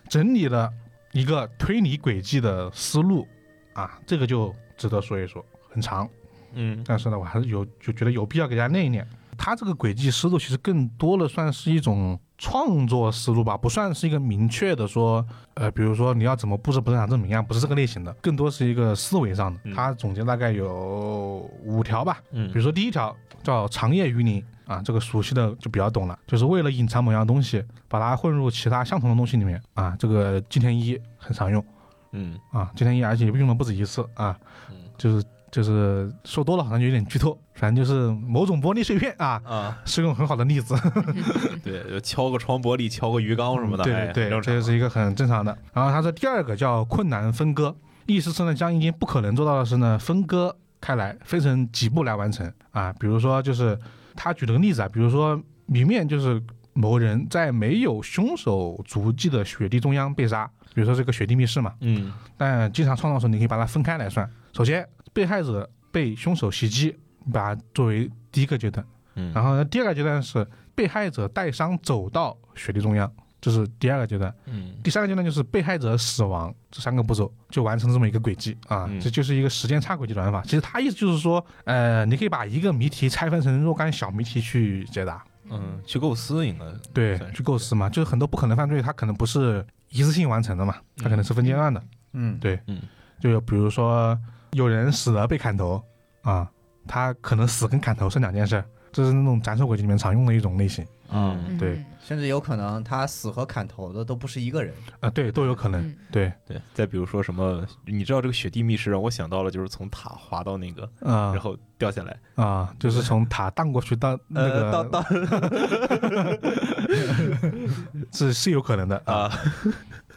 Speaker 1: 整理了一个推理轨迹的思路啊，这个就值得说一说，很长。
Speaker 3: 嗯
Speaker 1: 但是呢，我还是有就觉得有必要给大家念一念。他这个轨迹思路其实更多的算是一种创作思路吧，不算是一个明确的说，呃，比如说你要怎么布置不正常证明啊，不是这个类型的，更多是一个思维上的
Speaker 3: 嗯。
Speaker 1: 他总结大概有五条吧，比
Speaker 3: 嗯
Speaker 1: 如说第一条叫长夜鱼鳞啊，这个熟悉的就比较懂了，就是为了隐藏某样东西，把它混入其他相同的东西里面啊，这个金田一很常用。
Speaker 3: 嗯
Speaker 1: 啊，今天一而且用了不止一次啊，
Speaker 3: 嗯
Speaker 1: 就是就是说多了好像有点剧透，反正就是某种玻璃碎片啊，
Speaker 3: 啊，
Speaker 1: 是一种很好的例子，
Speaker 3: 对，就敲个窗玻璃，敲个鱼缸什 么的，哎
Speaker 1: 对对对，这
Speaker 3: 很正
Speaker 1: 就
Speaker 3: 常。
Speaker 1: 是一个很正常的。然后他说第二个叫困难分割，意思是呢将一件不可能做到的事呢分割开来，分成几步来完成啊，比如说就是他举了个例子啊，比如说明面就是某人在没有凶手足迹的雪地中央被杀，比如说这个雪地密室嘛，
Speaker 3: 嗯
Speaker 1: 但经常创造的时候，你可以把它分开来算。首先，被害者被凶手袭击，你把它作为第一个阶段。
Speaker 3: 嗯，
Speaker 1: 然后呢，第二个阶段是被害者带伤走到雪地中央，这是第二个阶段。
Speaker 3: 嗯
Speaker 1: 第三个阶段就是被害者死亡，这三个步骤就完成这么一个轨迹啊
Speaker 3: 嗯，
Speaker 1: 这就是一个时间差轨迹的玩法。其实它意思就是说，呃，你可以把一个谜题拆分成若干小谜题去解答。
Speaker 3: 嗯，去构思应该
Speaker 1: 对
Speaker 3: 算，是
Speaker 1: 去构思嘛，就是很多不可能犯罪，它可能不是一次性完成的嘛，它可能是分阶段的。
Speaker 4: 嗯，
Speaker 1: 对，
Speaker 3: 嗯，
Speaker 1: 就比如说有人死了被砍头啊，他可能死跟砍头是两件事，这是那种斩首轨迹里面常用的一种类型
Speaker 3: 嗯
Speaker 2: 嗯
Speaker 1: 对，
Speaker 4: 甚至有可能他死和砍头的都不是一个人。
Speaker 1: 啊，对，都有可能，
Speaker 2: 嗯
Speaker 1: 对，
Speaker 3: 对。再比如说什么，你知道这个雪地密室让我想到了，就是从塔滑到那个，
Speaker 1: 啊
Speaker 3: 然后掉下来，
Speaker 1: 啊、就是从塔荡过去到那个，
Speaker 3: 呃，到到
Speaker 1: 是是有可能的啊。
Speaker 3: 啊，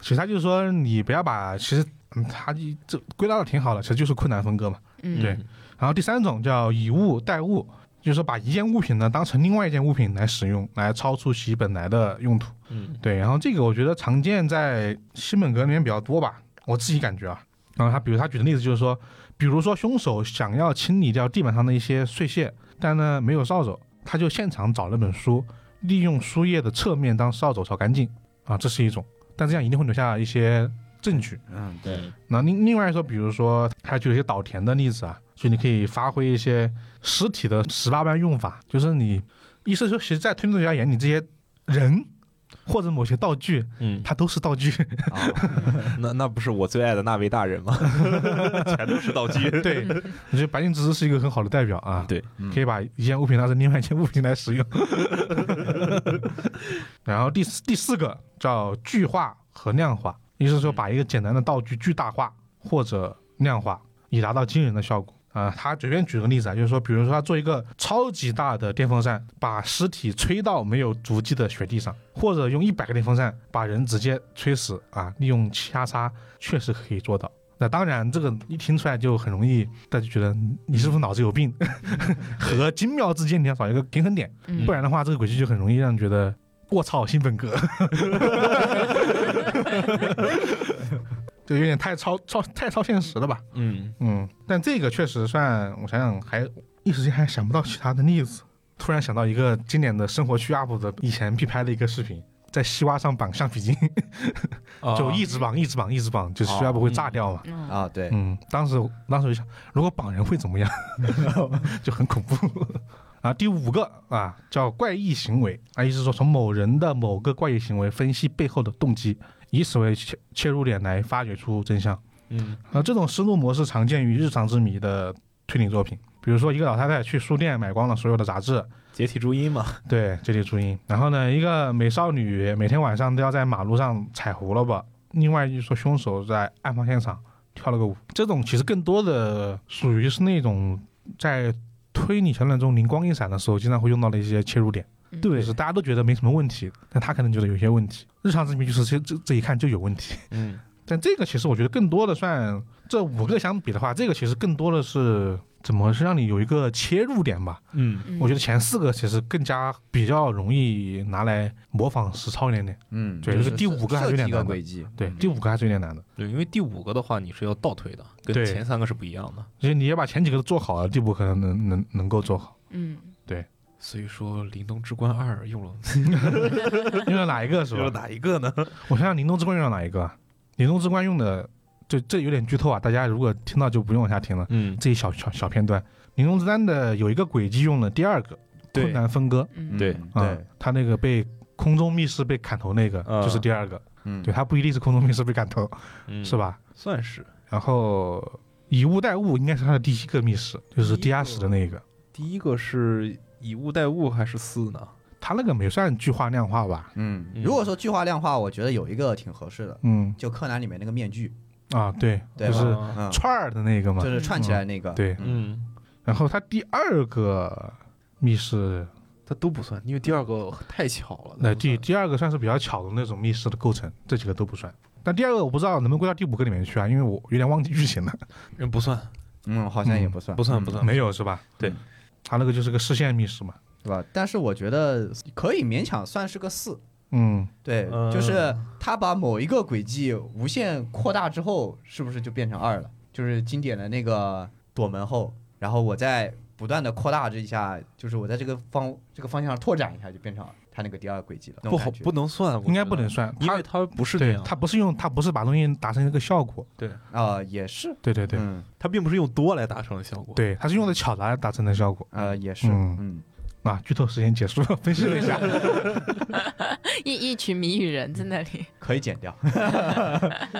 Speaker 1: 其实他就是说，你不要把其实。嗯，他就这归纳的挺好的，其实就是困难分割嘛。
Speaker 2: 嗯
Speaker 1: 对然后第三种叫以物代物，就是说把一件物品呢当成另外一件物品来使用，来超出其本来的用途。
Speaker 3: 嗯，
Speaker 1: 对，然后这个我觉得常见在西本格里面比较多吧，我自己感觉啊。然后他比如他举的例子就是说，比如说凶手想要清理掉地板上的一些碎屑，但呢没有扫帚，他就现场找了本书，利用书页的侧面当扫帚扫干净啊，这是一种，但这样一定会留下一些证据。
Speaker 4: 嗯，对，
Speaker 1: 那另另外说，比如说还就有一些岛田的例子啊，所以你可以发挥一些实体的十八般用法，就是你意思说，其实，在推动学家眼里，这些人或者某些道具，
Speaker 3: 嗯，
Speaker 1: 它都是道具。
Speaker 4: 啊，
Speaker 3: 那那不是我最爱的那位 大人吗？ 全都是道具。
Speaker 1: 对，我觉得白金之子是一个很好的代表啊。
Speaker 3: 对，
Speaker 4: 嗯
Speaker 1: 可以把一件物品当成另外一件物品来使用。 然后第四第四个叫具化和量化，也就是说把一个简单的道具巨大化或者量化，以达到惊人的效果。啊、他随便举个例子啊，就是说，比如说他做一个超级大的电风扇，把尸体吹到没有足迹的雪地上，或者用一百个电风扇把人直接吹死啊，利用掐杀确实可以做到。那当然，这个一听出来就很容易，大家就觉得你是不是脑子有病？ 和精妙之间你要找一个平衡点，
Speaker 2: 嗯
Speaker 1: 不然的话，这个轨迹就很容易让你觉得我操新本格， 就有点太超超太超现实了吧？
Speaker 3: 嗯，
Speaker 1: 嗯，但这个确实算，我想想还一时间还想不到其他的例子。突然想到一个经典的生活区 UP 的以前必拍的一个视频，在西瓜上绑橡皮筋，就一直绑一直绑一直绑，就是西瓜不会炸掉嘛。
Speaker 2: 哦嗯
Speaker 4: 啊，对，
Speaker 1: 嗯，当时当时我就想，如果绑人会怎么样， 就很恐怖。啊，第五个啊叫怪异行为啊，意思是说从某人的某个怪异行为分析背后的动机，以此为切切入点来发掘出真相。
Speaker 3: 嗯
Speaker 1: 啊，这种思路模式常见于日常之谜的推理作品，比如说一个老太太去书店买光了所有的杂志，
Speaker 3: 解体注 音嘛，
Speaker 1: 对，这里注音。然后呢，一个美少女每天晚上都要在马路上采胡萝卜。另外就是说，凶手在案发现场跳了个舞。这种其实更多的属于是那种在推理小论中灵光一闪的时候，经常会用到的一些切入点。
Speaker 2: 嗯
Speaker 1: 就是大家都觉得没什么问题，但他可能觉得有些问题。日常之谜就是这这这一看就有问题。
Speaker 3: 嗯
Speaker 1: 但这个其实我觉得更多的算这五个相比的话，这个其实更多的是怎么是让你有一个切入点吧。
Speaker 3: 嗯
Speaker 2: 嗯
Speaker 1: 我觉得前四个其实更加比较容易拿来模仿实操一点点，
Speaker 4: 嗯，
Speaker 1: 对就
Speaker 4: 就
Speaker 1: 是第五个还是有点
Speaker 4: 设计一个
Speaker 1: 难的
Speaker 4: 轨迹，
Speaker 1: 对，第五个还是有点难的，
Speaker 3: 对，因为第五个的话你是要倒推的，跟
Speaker 1: 对
Speaker 3: 前三个是不一样的，
Speaker 1: 所以你也把前几个都做好了，第五个可能能能能够做好。
Speaker 2: 嗯
Speaker 3: 所以说《灵动之关二》用了
Speaker 1: 用了哪一个是
Speaker 3: 用了
Speaker 1: 吧？
Speaker 3: 哪一个呢？
Speaker 1: 我想想，灵动之冠用了哪一个啊？灵动之冠用的，这这有点剧透啊，大家如果听到就不用往下听了，
Speaker 3: 嗯，
Speaker 1: 这一小小小片段。灵动之丹的有一个轨迹用了第二个
Speaker 3: 对
Speaker 1: 困难分割，
Speaker 2: 嗯
Speaker 3: 对
Speaker 4: 嗯
Speaker 1: 啊
Speaker 4: 对，，啊
Speaker 1: 他那个被空中密室被砍头那个
Speaker 3: 嗯
Speaker 1: 就是第二个，
Speaker 4: 嗯，
Speaker 1: 对，他不一定是空中密室被砍头，是？吧？
Speaker 3: 算是
Speaker 1: 然后以物代物应该是他的第一个密室，就是
Speaker 3: 第
Speaker 1: 地
Speaker 3: 一
Speaker 1: 下
Speaker 3: 个
Speaker 1: 室的那个。
Speaker 3: 第一个是以物代物还是四呢？
Speaker 1: 他那个没算具化量化吧？
Speaker 4: 嗯，
Speaker 3: 嗯
Speaker 4: 如果说具化量化，我觉得有一个挺合适的，
Speaker 1: 嗯
Speaker 4: 就柯南里面那个面具，
Speaker 1: 啊，对，
Speaker 4: 对
Speaker 1: 就
Speaker 4: 吧
Speaker 1: 是
Speaker 3: 啊
Speaker 4: 嗯，
Speaker 1: 串儿的那个嘛
Speaker 4: 就。是串起来那个，
Speaker 1: 对，
Speaker 3: 嗯，
Speaker 1: 然后他第二个密室，
Speaker 3: 它都不算，因为第二个太巧了。
Speaker 1: 那第第二个算是比较巧的那种密室的构成，这几个都不算。但第二个我不知道能不能归到第五个里面去啊，因为我有点忘记剧情了。
Speaker 3: 人不算，
Speaker 4: 嗯，好像也不算，
Speaker 3: 不算，不算，
Speaker 1: 没有是吧？
Speaker 3: 嗯对，
Speaker 1: 他那个就是个视线密室嘛。
Speaker 4: 对吧？但是我觉得可以勉强算是个四，
Speaker 1: 嗯，
Speaker 4: 对，
Speaker 3: 嗯
Speaker 4: 就是他把某一个轨迹无限扩大之后，是不是就变成二了？就是经典的那个躲门后，然后我再不断的扩大这一下，就是我在这个方这个方向上拓展一下，就变成他那个第二轨迹了。那
Speaker 3: 不
Speaker 4: 种
Speaker 3: 好，
Speaker 4: 感觉
Speaker 3: 不能算，我
Speaker 1: 应该
Speaker 3: 觉得
Speaker 1: 不能，算。
Speaker 3: 嗯因为
Speaker 1: 他
Speaker 3: 它不是这
Speaker 1: 对
Speaker 3: 样，
Speaker 1: 他不是用他不是把东西达成一个效果。
Speaker 4: 啊、也是，
Speaker 1: 对对对
Speaker 4: 嗯，
Speaker 3: 它并不是用多来达成的效果。，
Speaker 1: 对，他是用的巧来达成的效果。
Speaker 4: 呃，也是，
Speaker 1: 嗯
Speaker 4: 嗯，
Speaker 1: 啊，剧透时间结束了， 分析了一下。
Speaker 2: 一一群谜语人在那里，
Speaker 4: 可以 剪掉，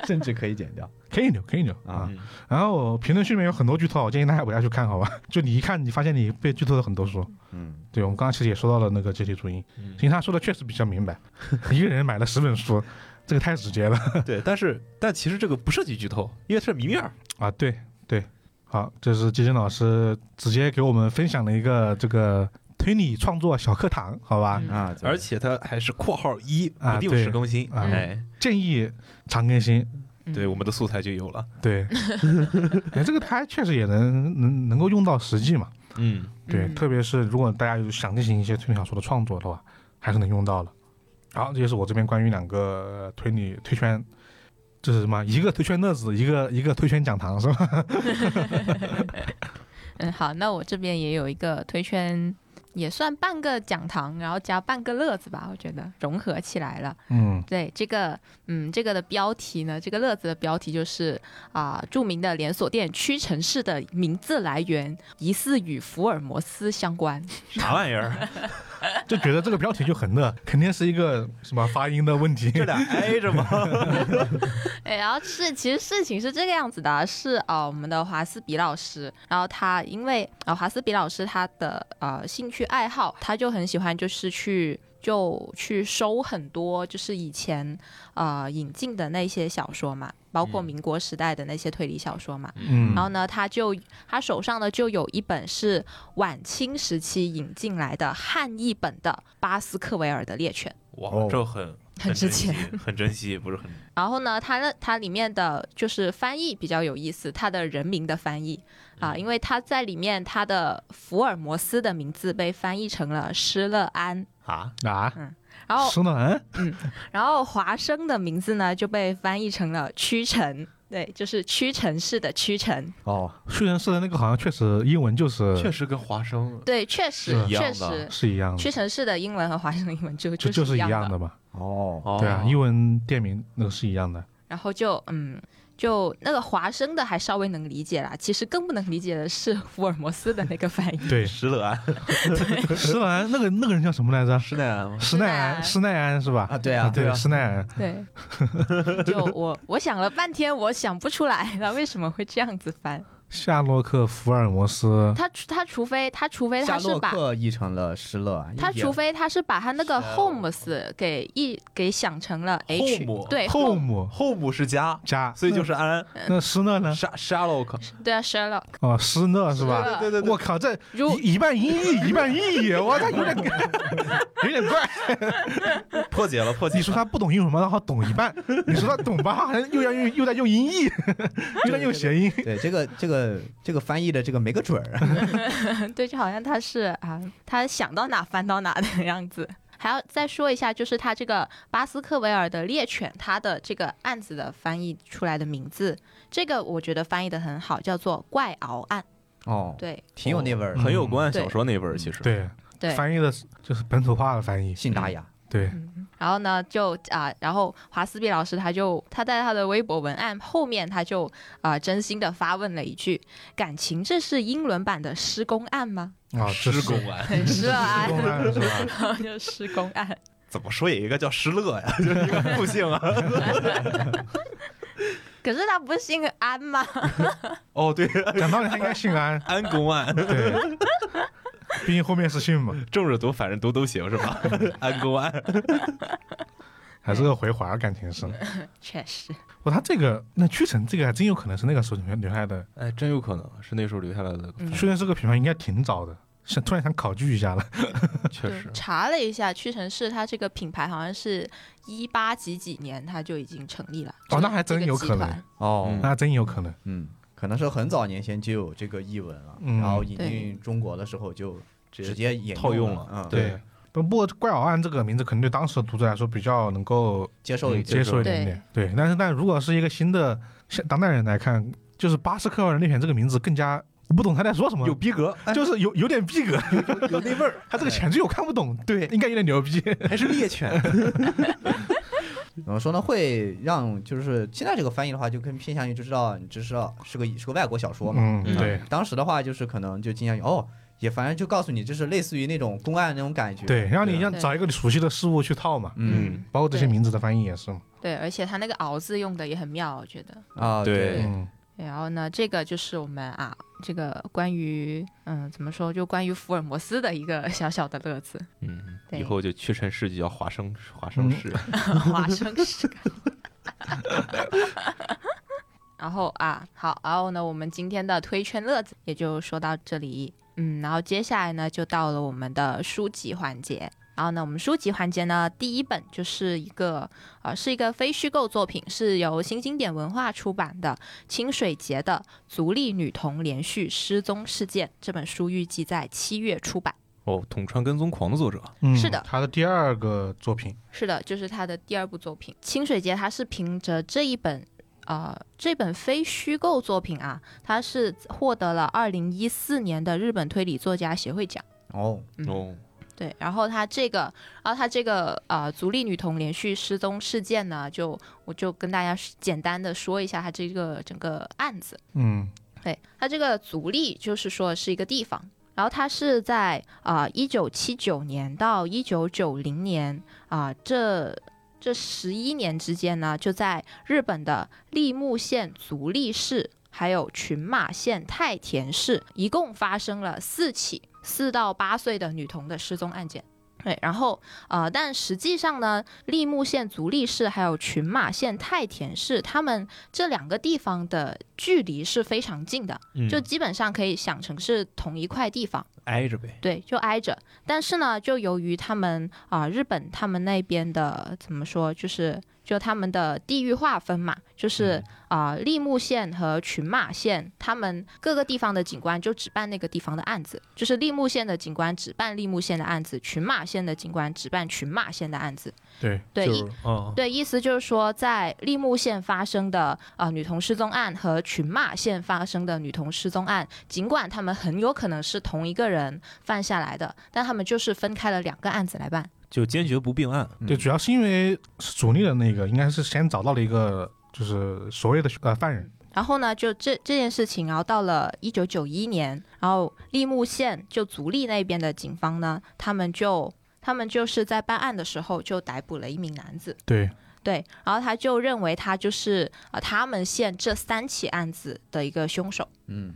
Speaker 4: 甚至可以剪掉
Speaker 1: 可以扭，可以扭
Speaker 4: 啊
Speaker 1: 啊！然后评论区里面有很多剧透，我建议大家不要去看，好吧？就你一看，你发现你被剧透的很多书。
Speaker 4: 嗯，
Speaker 1: 对，我们刚刚其实也说到了那个阶梯注音，
Speaker 3: 嗯
Speaker 1: 其实他说的确实比较明白，一个人买了十本书，这个太直接了
Speaker 3: 对，但是但其实这个不涉及剧透，因为它是谜面儿。
Speaker 1: 啊！对对，好，这是基金老师直接给我们分享了一个这个推理创作小课堂，好吧？
Speaker 2: 嗯
Speaker 4: 啊，
Speaker 3: 而且它还是括号一
Speaker 1: 啊
Speaker 3: 不定
Speaker 1: 对
Speaker 3: 时更新，
Speaker 1: 啊
Speaker 3: 哎，
Speaker 1: 建议常更新，
Speaker 2: 嗯
Speaker 3: 对，我们的素材就有了。
Speaker 1: 对， 哎，这个它确实也能能能够用到实际嘛。
Speaker 3: 嗯，
Speaker 1: 对，
Speaker 2: 嗯
Speaker 1: 特别是如果大家有想进行一些推理小说的创作的话，还是能用到的。好，这就是我这边关于两个呃推理推圈，这是什么？ 一个推圈乐子，一个一个推圈讲堂，是吧？
Speaker 2: 嗯，好，那我这边也有一个推圈也算半个讲堂，然后加半个乐子吧，我觉得融合起来了。
Speaker 1: 嗯，
Speaker 2: 对这个，嗯，这个的标题呢，这个乐子的标题就是啊、著名的连锁店屈臣氏的名字来源疑似与福尔摩斯相关。
Speaker 3: 啥玩意儿？
Speaker 1: 就觉得这个标题就很乐，肯定是一个什么发音的问题。
Speaker 3: 这俩挨着吗？
Speaker 2: 哎，然后是其实事情是这个样子的啊，是啊、呃我们的华斯比老师，然后他因为啊、呃华斯比老师他的呃兴趣爱好，他就很喜欢就是去。就去收很多，就是以前呃引进的那些小说嘛，包括
Speaker 3: 嗯
Speaker 2: 民国时代的那些推理小说嘛。
Speaker 1: 嗯
Speaker 2: 然后呢，他就他手上呢就有一本是晚清时期引进来的汉译本的巴斯克维尔的猎犬。
Speaker 3: 哇
Speaker 1: 哦，
Speaker 3: 这很
Speaker 2: 很值
Speaker 3: 珍惜，很珍惜，不是很
Speaker 2: 然后呢，它呢它里面的就是翻译比较有意思，它的人名的翻译啊，因为它在里面它的福尔摩斯的名字被翻译成了施乐安，
Speaker 3: 啊？
Speaker 1: 啊，
Speaker 2: 然后
Speaker 1: 施暖，
Speaker 2: 然后华生的名字呢就被翻译成了屈臣，对，就是屈臣氏的屈臣，
Speaker 4: 哦，
Speaker 1: 屈臣氏的那个好像确实英文就是
Speaker 3: 确实跟华生
Speaker 2: 对，确实
Speaker 1: 是
Speaker 3: 一样
Speaker 2: 确
Speaker 3: 的
Speaker 2: 实
Speaker 1: 是一样
Speaker 2: 屈
Speaker 1: 的，
Speaker 2: 臣氏的英文和华生的英文就
Speaker 1: 就就是
Speaker 2: 一
Speaker 1: 一样
Speaker 2: 的
Speaker 1: 的嘛。
Speaker 4: 哦，
Speaker 3: 哦
Speaker 1: 对啊，英文店名那个是一样的。
Speaker 2: 然后就嗯，就那个华生的还稍微能理解啦，其实更不能理解的是福尔摩斯的那个翻译。
Speaker 1: 对，
Speaker 3: 石乐安，
Speaker 1: 施暖那个那个人叫什么来着？
Speaker 3: 石乐安吗？
Speaker 1: 施耐庵，施耐庵是吧？
Speaker 4: 啊对啊对
Speaker 1: 对，
Speaker 4: 啊
Speaker 1: 施耐庵。
Speaker 2: 对，就我我想了半天，我想不出来他为什么会这样子翻。
Speaker 1: 夏洛克·福尔摩斯，
Speaker 2: 他他除非他除非
Speaker 4: 夏
Speaker 2: 哎他是
Speaker 4: 洛
Speaker 2: 把
Speaker 4: 克译成了施乐啊，
Speaker 2: 他
Speaker 4: 也
Speaker 2: 除非他是把他那个
Speaker 3: 夏洛克
Speaker 2: Holmes 给一给想成了 H
Speaker 3: Home
Speaker 2: 对
Speaker 1: o m
Speaker 3: 后母是家，
Speaker 1: 加，
Speaker 3: 所以就是安安
Speaker 1: 那施乐 呢？
Speaker 3: 沙沙洛克，
Speaker 2: 对啊 Sherlock
Speaker 1: 哦，施乐是吧？
Speaker 2: 对
Speaker 3: 对对对
Speaker 1: 我靠，这
Speaker 2: 如
Speaker 1: 一一半音译一半意译，我操，有点有点怪。
Speaker 3: 破解了，破解了。嗯
Speaker 1: 你说他不懂英文吗？他好像懂一半。你说他懂吧，好像又要用又在用音译，又在用谐音。
Speaker 4: 对这个这个这个翻译的这个没个准 儿， 啊
Speaker 2: 对，就好像他是啊，他想到哪翻到哪的样子。还要再说一下，就是他这个巴斯克维尔的猎犬，他的这个案子的翻译出来的名字，这个我觉得翻译的很好，叫做“怪獒案
Speaker 4: 哦”。，
Speaker 2: 对
Speaker 4: 挺有那味儿啊的，
Speaker 3: 很有公案小
Speaker 2: 对
Speaker 3: 说那味儿，其实，
Speaker 1: 对，
Speaker 2: 对。
Speaker 1: 翻译的就是本土化的翻译。
Speaker 4: 信达雅。
Speaker 1: 对，
Speaker 2: 然后呢，就啊、然后华斯比老师他就他在他的微博文案后面，他就啊、真心的发问了一句：“感情这是英伦版的施工案吗
Speaker 1: 啊，这是啊
Speaker 3: 施公安？”
Speaker 2: 施啊乐
Speaker 1: 施
Speaker 2: 案
Speaker 1: 工，案是吧？
Speaker 2: 然后就施工案。
Speaker 3: 怎么说也应该叫施乐呀， 就是一个复姓啊。
Speaker 2: 可是他不是姓安吗？
Speaker 3: 哦，对，
Speaker 1: 讲道理他应该姓安，
Speaker 3: 安公案，
Speaker 1: 对，毕竟后面是姓嘛，
Speaker 3: 正着读反着读都行是吧？ 安公案，
Speaker 1: 还是个回环儿感情是。
Speaker 2: 确实，
Speaker 1: 哇，他这个那屈臣这个还真有可能是那个时候留留下来的，
Speaker 3: 哎，真有可能是那时候留下来的，
Speaker 2: 嗯
Speaker 1: 屈臣这个品牌应该挺早的。想突然想考据一下了，
Speaker 4: 嗯
Speaker 3: 确
Speaker 2: 就
Speaker 3: 实。
Speaker 2: 查了一下，屈臣氏它这个品牌好像是一八几几年它就已经成立了。
Speaker 1: 哦那还真
Speaker 2: 这个
Speaker 1: 有
Speaker 2: 集
Speaker 1: 可能
Speaker 2: 团。
Speaker 4: 哦
Speaker 3: 嗯
Speaker 1: 那真有可能。
Speaker 4: 嗯，可能是很早年前就有这个译文了，
Speaker 1: 嗯
Speaker 4: 然后引
Speaker 2: 对
Speaker 4: 进中国的时候就直接引
Speaker 3: 套用
Speaker 4: 了，嗯，
Speaker 3: 对，
Speaker 1: 不过“怪老案”这个名字可能对当时的读者来说比较能够
Speaker 4: 接受一
Speaker 1: 嗯
Speaker 4: 点
Speaker 1: 接受一点点，对。但是，但如果是一个新的现当代人来看，就是巴斯克人内选这个名字更加我不懂他在说什么，
Speaker 4: 逼格，哎
Speaker 1: 就是有有点逼格，
Speaker 4: 有那味儿，
Speaker 1: 他这个前缀我看不 懂，对，应该有点牛逼。
Speaker 4: 还是猎犬。怎么说呢？会让就是现在这个翻译的话，就更偏向于就知道你知道是个是个外国小说嘛。
Speaker 1: 嗯，
Speaker 3: 嗯
Speaker 1: 对
Speaker 4: 当时的话就是可能就倾向于哦，也反正就告诉你，就是类似于那种公案那种感觉。
Speaker 1: 对，让你
Speaker 4: 对啊
Speaker 1: 让
Speaker 2: 对
Speaker 1: 找一个你熟悉的事物去套嘛，
Speaker 4: 嗯
Speaker 1: 包括这些
Speaker 2: 对
Speaker 1: 名字的翻译也是嘛。
Speaker 2: 对，而且它那个“熬”字用的也很妙，我觉得。
Speaker 4: 啊
Speaker 3: 对
Speaker 1: 嗯，
Speaker 2: 然后呢，这个就是我们啊，这个关于嗯怎么说，就关于福尔摩斯的一个小小的乐子。
Speaker 3: 嗯，
Speaker 2: 对嗯
Speaker 3: 以后就屈臣氏就叫华生华生氏，
Speaker 2: 华生石。然后啊，好，然后呢，我们今天的推圈乐子也就说到这里。嗯，然后接下来呢，就到了我们的书籍环节。然后呢，我们书籍环节呢，第一本就是一个呃，是一个非虚构作品，是由新经典文化出版的清水节的《足利女童连续失踪事件》这本书，预计在七月出版。
Speaker 3: 哦，统川跟踪狂的作者，
Speaker 1: 嗯
Speaker 2: 是的
Speaker 1: 他的第二个作品，
Speaker 2: 是的，就是他的第二部作品《清水节》，他是凭着这一本。呃，这本非虚构作品啊，它是获得了二零一四年的日本推理作家协会奖。
Speaker 4: 哦，
Speaker 2: 嗯
Speaker 3: 哦，
Speaker 2: 对，然后他这个，然后他这个呃，足利女童连续失踪事件呢，就我就跟大家简单的说一下他这个整个案子。
Speaker 1: 嗯
Speaker 2: 对，它这个足利就是说是一个地方，然后它是在啊一九七九年到一九九零年啊、这这十一年之间呢，就在日本的立木县足利市还有群马县太田市，一共发生了四起四到八岁的女童的失踪案件。对，然后呃，但实际上呢，立木县足利市还有群马县太田市，他们这两个地方的距离是非常近的，
Speaker 3: 嗯
Speaker 2: 就基本上可以想成是同一块地方，
Speaker 3: 挨着呗，
Speaker 2: 对，就挨着。但是呢，就由于他们啊、日本他们那边的怎么说，就是就他们的地域划分嘛，
Speaker 3: 嗯
Speaker 2: 就是啊、立木县和群马县，他们各个地方的警官就只办那个地方的案子，就是立木县的警官只办立木县的案子，群马县的警官只办群马县的案子。
Speaker 1: 对，
Speaker 2: 对，
Speaker 3: 就
Speaker 2: 一
Speaker 3: 是嗯，
Speaker 2: 对，意思就是说，在立木县发生的呃女童失踪案和群马县发生的女童失踪案，尽管他们很有可能是同一个人犯下来的，但他们就是分开了两个案子来办。
Speaker 3: 就坚决不并案，
Speaker 1: 对，主要是因为是主力的那个应该是先找到了一个就是所谓的呃犯人，
Speaker 2: 然后呢，就这这件事情，然后到了一九九一年，然后立木县就足利那边的警方呢，他们就他们就是在办案的时候就逮捕了一名男子，
Speaker 1: 对，
Speaker 2: 对，然后他就认为他就是呃他们县这三起案子的一个凶手。
Speaker 4: 嗯，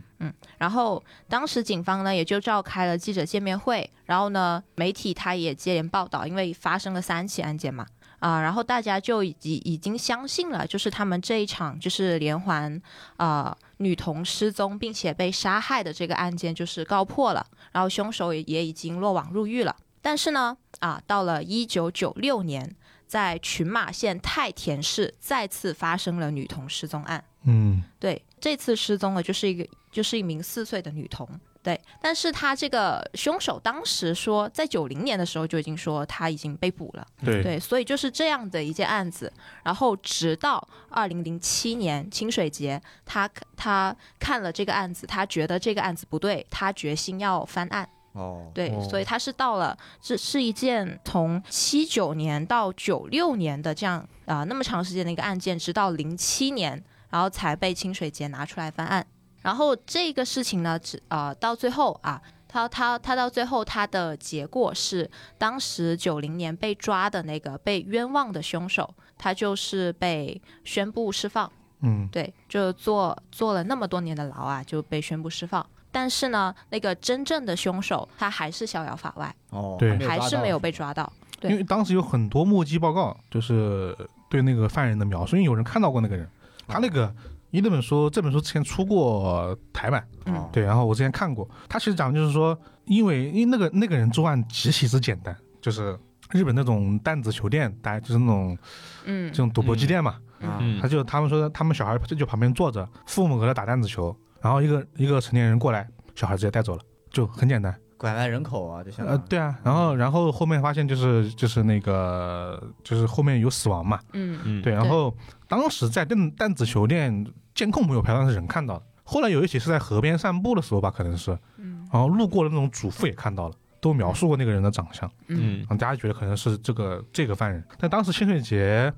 Speaker 2: 然后当时警方呢也就召开了记者见面会，然后呢媒体他也接连报道，因为发生了三起案件嘛。啊、然后大家就已已已经相信了，就是他们这一场就是连环啊女童失踪并且被杀害的这个案件就是告破了，然后凶手也也已经落网入狱了。但是呢，啊，到了一九九六年，在群马县太田市再次发生了女童失踪案。
Speaker 1: 嗯
Speaker 2: 对，这次失踪的就是一个就是一名四岁的女童。对，但是他这个凶手当时说，在九零年的时候就已经说他已经被捕了。
Speaker 1: 对
Speaker 2: 对，所以就是这样的一件案子，然后直到二零零七年清水节，他他看了这个案子，他觉得这个案子不对，他决心要翻案。
Speaker 4: 哦，
Speaker 2: 对，
Speaker 1: 哦
Speaker 2: 所以他是到了这是一件从七九年到九六年的这样啊、那么长时间的一个案件，直到零七年，然后才被清水节拿出来翻案。然后这个事情呢，只啊到最后啊，他他他到最后他的结果是，当时九零年被抓的那个被冤枉的凶手，他就是被宣布释放。
Speaker 1: 嗯
Speaker 2: 对，就坐坐了那么多年的牢啊，就被宣布释放。但是呢，那个真正的凶手他还是逍遥法外，
Speaker 4: 哦，
Speaker 1: 对
Speaker 2: 还是没有被
Speaker 4: 抓
Speaker 2: 抓到。对
Speaker 1: 因为当时有很多目击报告，就是对那个犯人的描述，因为有人看到过那个人，他那个。伊那本书这本书之前出过台版，
Speaker 4: 到是吧，
Speaker 2: 嗯
Speaker 4: 哦，
Speaker 1: 对，然后我之前看过，他其实讲的就是说，因为因为那个那个人作案极其之简单，就是日本那种弹子球店，大家就是那种
Speaker 2: 嗯
Speaker 1: 这种赌博机店嘛，
Speaker 4: 啊
Speaker 3: 嗯
Speaker 1: 他就他们说他们小孩就就旁边坐着，父母和他打弹子球，然后一个一个成年人过来，小孩直接带走了，就很简单。
Speaker 4: 拐卖人口啊，就相
Speaker 1: 呃
Speaker 3: 嗯
Speaker 4: 当，于
Speaker 1: 对啊，然后然后后面发现就是就是那个就是后面有死亡嘛，
Speaker 2: 嗯
Speaker 3: 嗯
Speaker 1: 对，然后当时在弹弹子球店监控没有拍到，但是人看到了。后来有一起是在河边散步的时候吧，可能是，
Speaker 2: 嗯
Speaker 1: 然后路过的那种主妇也看到了，都描述过那个人的长相，
Speaker 2: 嗯
Speaker 1: 然后大家觉得可能是这个这个犯人。但当时清水节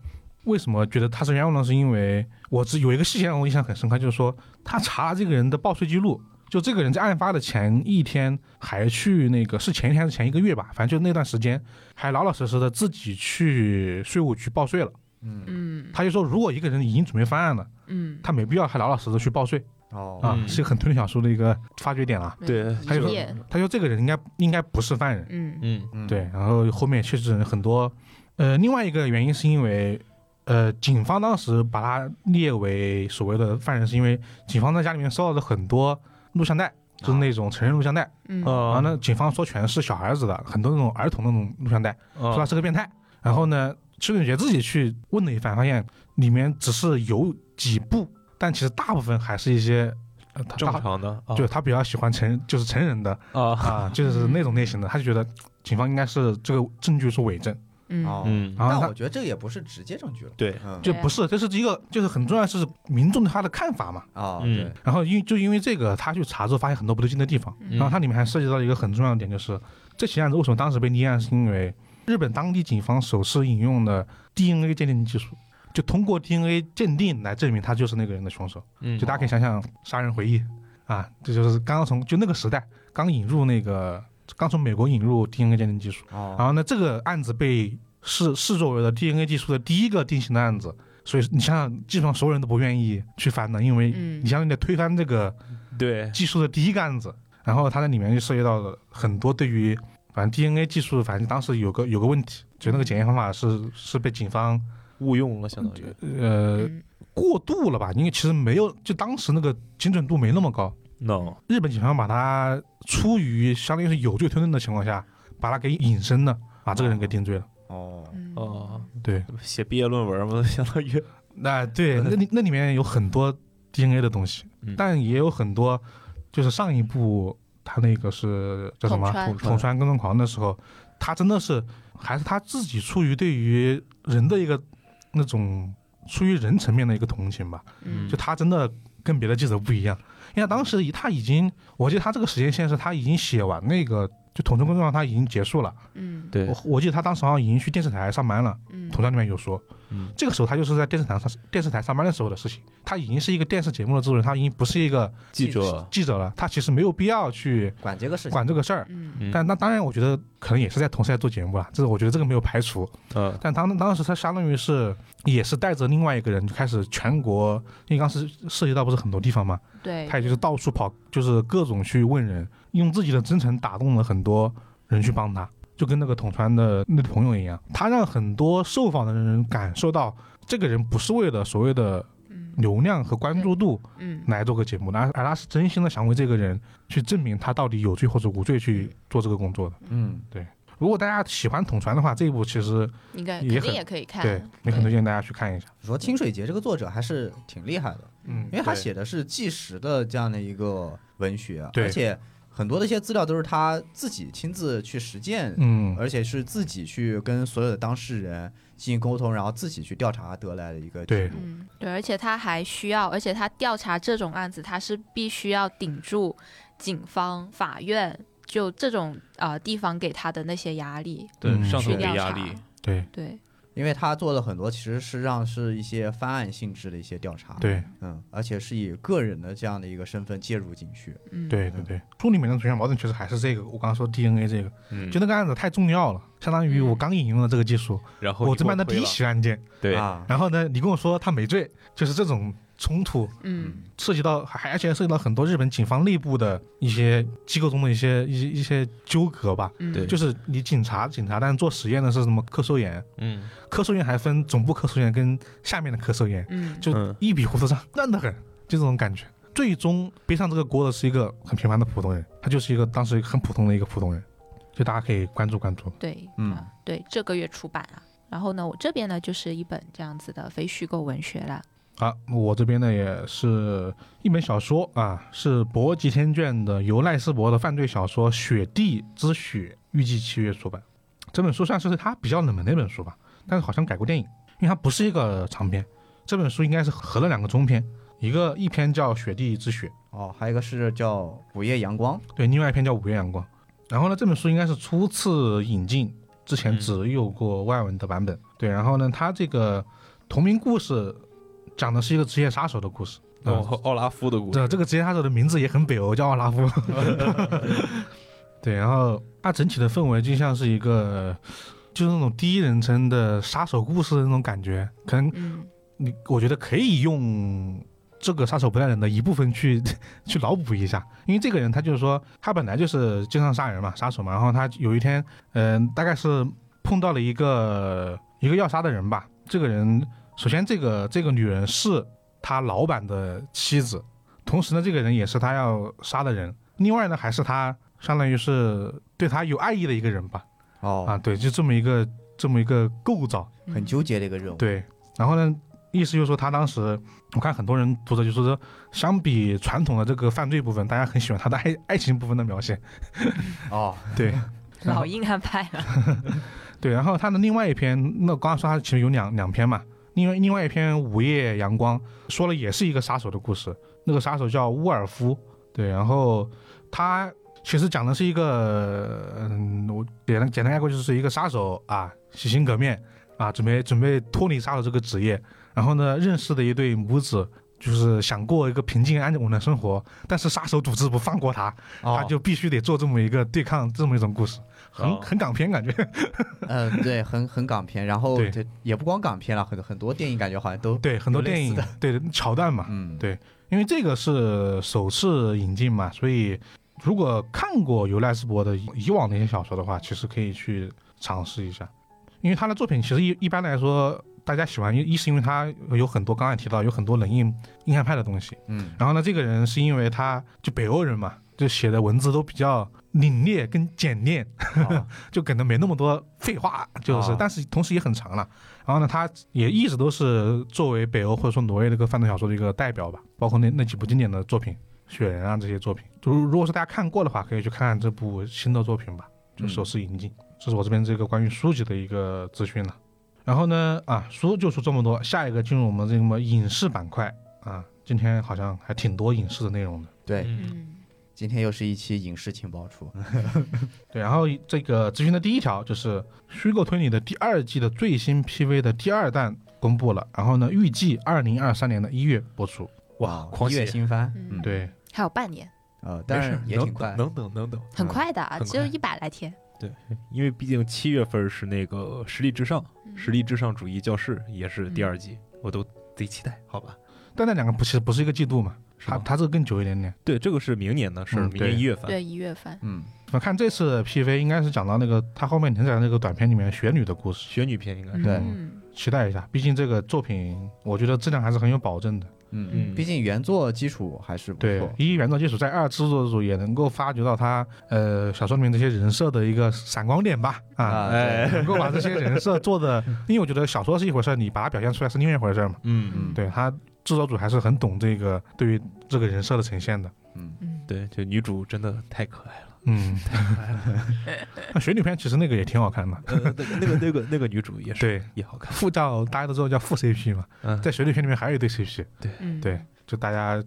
Speaker 1: 为什么觉得他是冤枉呢？是因为我只有一个细节让我印象很深刻，就是说他查这个人的报税记录，就这个人在案发的前一天还去那个是前一天还是前一个月吧，反正就那段时间还老老实实的自己去税务局报税了。
Speaker 4: 嗯，
Speaker 2: 嗯
Speaker 1: 他就说，如果一个人已经准备翻案了，
Speaker 2: 嗯，
Speaker 1: 他没必要还老老实实地去报税
Speaker 4: 哦，
Speaker 1: 啊，
Speaker 3: 嗯
Speaker 1: 是一个很推理小说的一个发掘点啊。
Speaker 3: 对
Speaker 1: 他就
Speaker 2: 职
Speaker 1: 说
Speaker 2: 业，
Speaker 1: 他说这个人应该应该不是犯人，
Speaker 2: 嗯
Speaker 3: 嗯
Speaker 4: 嗯
Speaker 1: 对，，然后后面确实很多，呃，另外一个原因是因为，呃，警方当时把他列为所谓的犯人，是因为警方在家里面收到了很多录像带，就是那种成人录像带，
Speaker 2: 嗯
Speaker 1: 然后
Speaker 3: 啊
Speaker 1: 呢，警方说全是小孩子的，很多那种儿童那种录像带，说他
Speaker 3: 那
Speaker 1: 是个变态。然后呢，邱俊杰自己去问了一番，发现里面只是有几部，但其实大部分还是一些。呃他
Speaker 3: 正
Speaker 1: 他
Speaker 3: 常的啊
Speaker 1: 就他比较喜欢成就是成人的
Speaker 3: 啊
Speaker 1: 啊，就是那种类型的，他就觉得警方应该是这个证据是伪证，
Speaker 2: 嗯，
Speaker 4: 哦
Speaker 3: 嗯
Speaker 1: 然后
Speaker 4: 但
Speaker 1: 他
Speaker 4: 我觉得这个也不是直接证据了。
Speaker 3: 对
Speaker 4: 嗯
Speaker 1: 就不是，这是一个就是很重要的是民众对他的看法嘛。
Speaker 4: 啊，
Speaker 3: 嗯
Speaker 4: 对，
Speaker 1: 然后因就因为这个，他去查之后发现很多不对劲的地方。
Speaker 2: 嗯
Speaker 1: 然后它里面还涉及到一个很重要的点，就是这起案子为什么当时被立案，是因为日本当地警方首次引用的 DNA 鉴定技术，就通过 DNA 鉴定来证明他就是那个人的凶手。
Speaker 3: 嗯
Speaker 1: 就大家可以想想《杀人回忆》啊，这就是刚刚从就那个时代刚引入那个刚从美国引入 DNA 鉴定技术。然
Speaker 4: 哦，
Speaker 1: 后呢，这个案子被视视作为了 DNA 技术的第一个定型的案子，所以你想想，基本上所有人都不愿意去翻的，因为
Speaker 2: 嗯
Speaker 1: 你想你得推翻这个
Speaker 3: 对，
Speaker 1: 技术的第一个案子，然后它在里面就涉及到了很多对于反正 DNA 技术，反正当时有个有个问题，就那个检验方法是是被警方
Speaker 3: 误用了相当于，
Speaker 1: 呃
Speaker 2: 嗯
Speaker 1: 过度了吧，因为其实没有就当时那个精准度没那么高，
Speaker 3: no，
Speaker 1: 日本警方把他出于相当于是有罪推论的情况下，把他给隐身了，把这个人给定罪了。
Speaker 4: 哦，
Speaker 2: 嗯
Speaker 3: 哦，
Speaker 1: 对，
Speaker 3: 写毕业论文嘛，相当于，
Speaker 1: 那哎对，那里那里面有很多 DNA 的东西，
Speaker 3: 嗯
Speaker 1: 但也有很多就是上一部他那个是叫什么
Speaker 2: 捅穿
Speaker 1: 《捅穿跟踪狂》的时候，他真的是还是他自己出于对于人的一个那种出于人层面的一个同情吧，
Speaker 2: 嗯
Speaker 1: 就他真的跟别的记者不一样，因为他当时已他已经，我记得他这个时间线是他已经写完那个。就统称工作上他已经结束了，
Speaker 2: 嗯
Speaker 3: 对
Speaker 1: 我我记得他当时好像已经去电视台上班了，
Speaker 2: 嗯
Speaker 1: 统战里面有说，
Speaker 3: 嗯
Speaker 1: 这个时候他就是在电视台上电视台上班的时候的事情，他已经是一个电视节目的制作人，他已经不是一个
Speaker 3: 记者，
Speaker 1: 记者了，他其实没有必要去
Speaker 4: 管这个事情，
Speaker 1: 管这个事儿。
Speaker 2: 嗯
Speaker 3: 嗯
Speaker 1: 但那当然，我觉得可能也是在同时在做节目啦，这我觉得这个没有排除。
Speaker 3: 嗯
Speaker 1: 但当当时他相当于是也是带着另外一个人就开始全国，因为当时涉及到不是很多地方嘛，
Speaker 2: 对，
Speaker 1: 他也就是到处跑，就是各种去问人，用自己的真诚打动了很多人去帮他，就跟那个统川的那个朋友一样，他让很多受访的人感受到，这个人不是为了所谓的
Speaker 2: 嗯
Speaker 1: 流量和关注度
Speaker 2: 嗯
Speaker 1: 来做个节目的，而而他是真心的想为这个人去证明他到底有罪或者无罪去做这个工作的。
Speaker 4: 嗯，
Speaker 1: 如果大家喜欢统传的话，这一部其实
Speaker 2: 应该
Speaker 1: 也
Speaker 2: 肯定
Speaker 1: 很
Speaker 2: 也可以看，
Speaker 1: 对，也很推荐大家去看一下。
Speaker 4: 说清水节这个作者还是挺厉害的，
Speaker 1: 嗯
Speaker 4: 因为他
Speaker 3: 对
Speaker 4: 写的是纪实的这样的一个文学，啊
Speaker 1: 对
Speaker 4: 而且很多的一些资料都是他自己亲自去实践，
Speaker 1: 嗯，
Speaker 4: 而且是自己去跟所有的当事人进行沟通，然后自己去调查得来的一个
Speaker 1: 对
Speaker 4: 记录
Speaker 2: 嗯，对，而且他还需要，而且他调查这种案子，他是必须要顶住警方、法院就这种呃地方给他的那些压力，
Speaker 3: 对，
Speaker 1: 嗯
Speaker 3: 上头
Speaker 2: 去
Speaker 3: 给
Speaker 2: 调
Speaker 3: 压
Speaker 2: 查。
Speaker 3: 力，
Speaker 1: 对
Speaker 2: 对，
Speaker 4: 因为他做了很多其实是让是一些翻案性质的一些调查，，
Speaker 1: 对
Speaker 4: 嗯，而且是以个人的这样的一个身份介入进去，
Speaker 2: 嗯，
Speaker 1: 对对对，书里面的主要矛盾其实还是这个，我刚刚说 DNA 这个。
Speaker 3: 嗯
Speaker 1: 就那个案子太重要了，相当于我刚引用了这个技术，
Speaker 3: 然后
Speaker 1: 我
Speaker 3: 你
Speaker 1: 这
Speaker 3: 给
Speaker 1: 办的
Speaker 3: 推
Speaker 1: 第一
Speaker 3: 了
Speaker 1: 起案件。
Speaker 3: 对，
Speaker 4: 啊，
Speaker 1: 然后呢，你跟我说他没罪，就是这种冲突
Speaker 2: 嗯
Speaker 1: 涉及到，还而且涉及到很多日本警方内部的一些机构中的一些一些一些纠葛吧。
Speaker 2: 嗯，
Speaker 3: 对
Speaker 1: 就是你警察警察，但是做实验的是什么科搜研，
Speaker 3: 嗯
Speaker 1: 科搜研还分总部科搜研跟下面的科搜研，
Speaker 2: 嗯
Speaker 1: 就
Speaker 3: 嗯
Speaker 1: 一笔糊涂账，乱得很，就这种感觉。最终背上这个锅的是一个很平凡的普通人，他就是一个当时很普通的一个普通人，就大家可以关注关注。
Speaker 2: 对，
Speaker 4: 嗯
Speaker 2: 啊，对，这个月出版啊。然后呢，我这边呢就是一本这样子的非虚构文学啦。
Speaker 1: 啊，我这边呢也是一本小说啊，是博吉天卷的由赖斯伯的犯罪小说《雪地之雪》，预计七月出版。这本书算是他比较冷门的一本书吧，但是好像改过电影，因为它不是一个长篇。这本书应该是合了两个中篇，一个一篇叫《雪地之雪
Speaker 4: 哦，还有一个是叫《午夜阳光》，》，
Speaker 1: 对，另外一篇叫《午夜阳光》。然后呢，这本书应该是初次引进，之前只有过外文的版本。对，然后呢，它这个同名故事讲的是一个职业杀手的故事。
Speaker 3: 然
Speaker 1: 嗯
Speaker 3: 后奥拉夫的故事，
Speaker 1: 对，这个职业杀手的名字也很北欧，叫奥拉夫。 对，然后它整体的氛围就像是一个，就是那种第一人称的杀手故事的那种感觉。可能
Speaker 2: 嗯
Speaker 1: 你，我觉得可以用这个杀手不太冷的一部分去去脑补一下，因为这个人他就是说，他本来就是经常杀人嘛，杀手嘛。然后他有一天，嗯、大概是碰到了一个一个要杀的人吧。这个人，首先这个这个女人是他老板的妻子，同时呢，这个人也是他要杀的人。另外呢，还是他相当于是对他有爱意的一个人吧。啊，
Speaker 4: 哦，
Speaker 1: 对，就这么一个这么一个构造。
Speaker 2: 嗯
Speaker 4: 很纠结的一个任务，
Speaker 1: 对，然后呢，意思就是说他当时，我看很多人读者就说说，相比 传统的这个犯罪部分，大家很喜欢他的爱爱情部分的描写。
Speaker 4: 哦，
Speaker 1: 对，
Speaker 2: 老硬汉派了。
Speaker 1: 对，然后他的另外一篇，那我刚刚说他其实有两两篇嘛，另外另外一篇《午夜阳光》说了也是一个杀手的故事，那个杀手叫沃尔夫，对，然后他其实讲的是一个，嗯，我简单简单概括就是一个杀手啊，洗心革面啊，准备准备脱离杀手这个职业，然后呢，认识的一对母子。就是想过一个平静安稳的生活，但是杀手组织不放过他，他就必须得做这么一个对抗，这么一种故事，很、
Speaker 3: 哦
Speaker 1: 很港片感觉。
Speaker 4: 嗯、对，很很港片，然后
Speaker 1: 对
Speaker 4: 这也不光港片了，很很多电影感觉好像都
Speaker 1: 对，很多
Speaker 4: 有类
Speaker 1: 电
Speaker 4: 似
Speaker 1: 影
Speaker 4: 的
Speaker 1: 对桥段嘛，
Speaker 4: 嗯
Speaker 1: 对因为这个是首次引进嘛，所以如果看过尤赖斯伯的以以往那些小说的话，其实可以去尝试一下，因为他的作品其实一一般来说大家喜欢，一一是因为他有很多刚才提到有很多冷硬硬汉派的东西，
Speaker 4: 嗯
Speaker 1: 然后呢，这个人是因为他就北欧人嘛，就写的文字都比较凛冽跟简练，
Speaker 4: 好
Speaker 1: 就可能没那么多废话，就是，
Speaker 4: 啊
Speaker 1: 但是同时也很长了。然后呢，他也一直都是作为北欧或者说挪威的一个范本小说的一个代表吧，包括那那几部经典的作品《雪人》啊这些作品。就如如果是大家看过的话，可以去看看这部新的作品吧，就首次引进。这是我这边这个关于书籍的一个资讯了。然后呢，啊，书就说这么多，下一个进入我们这个影视板块啊，今天好像还挺多影视的内容的。
Speaker 4: 对，
Speaker 3: 嗯
Speaker 2: 嗯，
Speaker 4: 今天又是一期影视情报处，
Speaker 1: 对，然后这个咨询的第一条就是虚构推理的第二季的最新 PV 的第二弹公布了，然后呢，预计二零二三年的一月播出。
Speaker 3: 哇，
Speaker 4: 一
Speaker 3: 狂
Speaker 4: 月
Speaker 3: 喜，
Speaker 4: 哦新番，
Speaker 2: 嗯
Speaker 4: 嗯，
Speaker 1: 对，
Speaker 2: 还有半年，
Speaker 4: 呃，
Speaker 3: 没
Speaker 4: 但
Speaker 3: 事
Speaker 4: 是也
Speaker 3: 能
Speaker 4: 挺快，
Speaker 3: 能等能等，
Speaker 2: 很快的啊，
Speaker 3: 很快
Speaker 2: 只有一百来天。
Speaker 3: 因为毕竟七月份是那个实力至上，
Speaker 2: 嗯
Speaker 3: 实力至上主义教室也是第
Speaker 4: 嗯
Speaker 3: 二季，我都贼期待，好吧？
Speaker 1: 但那两个不其实不是一个季度嘛，
Speaker 3: 是
Speaker 1: 它
Speaker 3: 吧？
Speaker 1: 它这个更久一点点。
Speaker 3: 对，这个是明年的事儿，
Speaker 1: 嗯
Speaker 3: 明年
Speaker 1: 对
Speaker 3: 一月份。
Speaker 2: 对，一月份。
Speaker 4: 嗯，
Speaker 1: 我看这次 PV 应该是讲到那个他后面连载的那个短片里面雪女的故事，
Speaker 3: 雪女篇应该是
Speaker 4: 对
Speaker 2: 嗯
Speaker 1: 期待一下，毕竟这个作品我觉得质量还是很有保证的。
Speaker 4: 嗯，
Speaker 3: 嗯
Speaker 4: 毕竟原作基础还是不
Speaker 1: 对
Speaker 4: 错，，
Speaker 1: 一原作基础在二制作组也能够发掘到他呃小说里面这些人设的一个闪光点吧，啊，
Speaker 4: 啊，
Speaker 3: 哎
Speaker 4: 对
Speaker 1: 能够把这些人设做的，因为我觉得小说是一回事，你把它表现出来是另外一回事嘛。
Speaker 3: 嗯，
Speaker 4: 嗯
Speaker 1: 对他制作组还是很懂这个对于这个人设的呈现的。
Speaker 4: 嗯，
Speaker 2: 嗯，
Speaker 3: 对，就女主真的太可爱了，
Speaker 1: 嗯，那雪女篇其实那个也挺好看的，
Speaker 3: 呃那个那个那个那个女主也是
Speaker 1: 对，
Speaker 3: 也好看，
Speaker 1: 副叫大家都知道叫副 CP 嘛，
Speaker 3: 嗯，
Speaker 1: 在雪女篇里面还有一对 CP，
Speaker 2: 嗯
Speaker 1: 对，就大家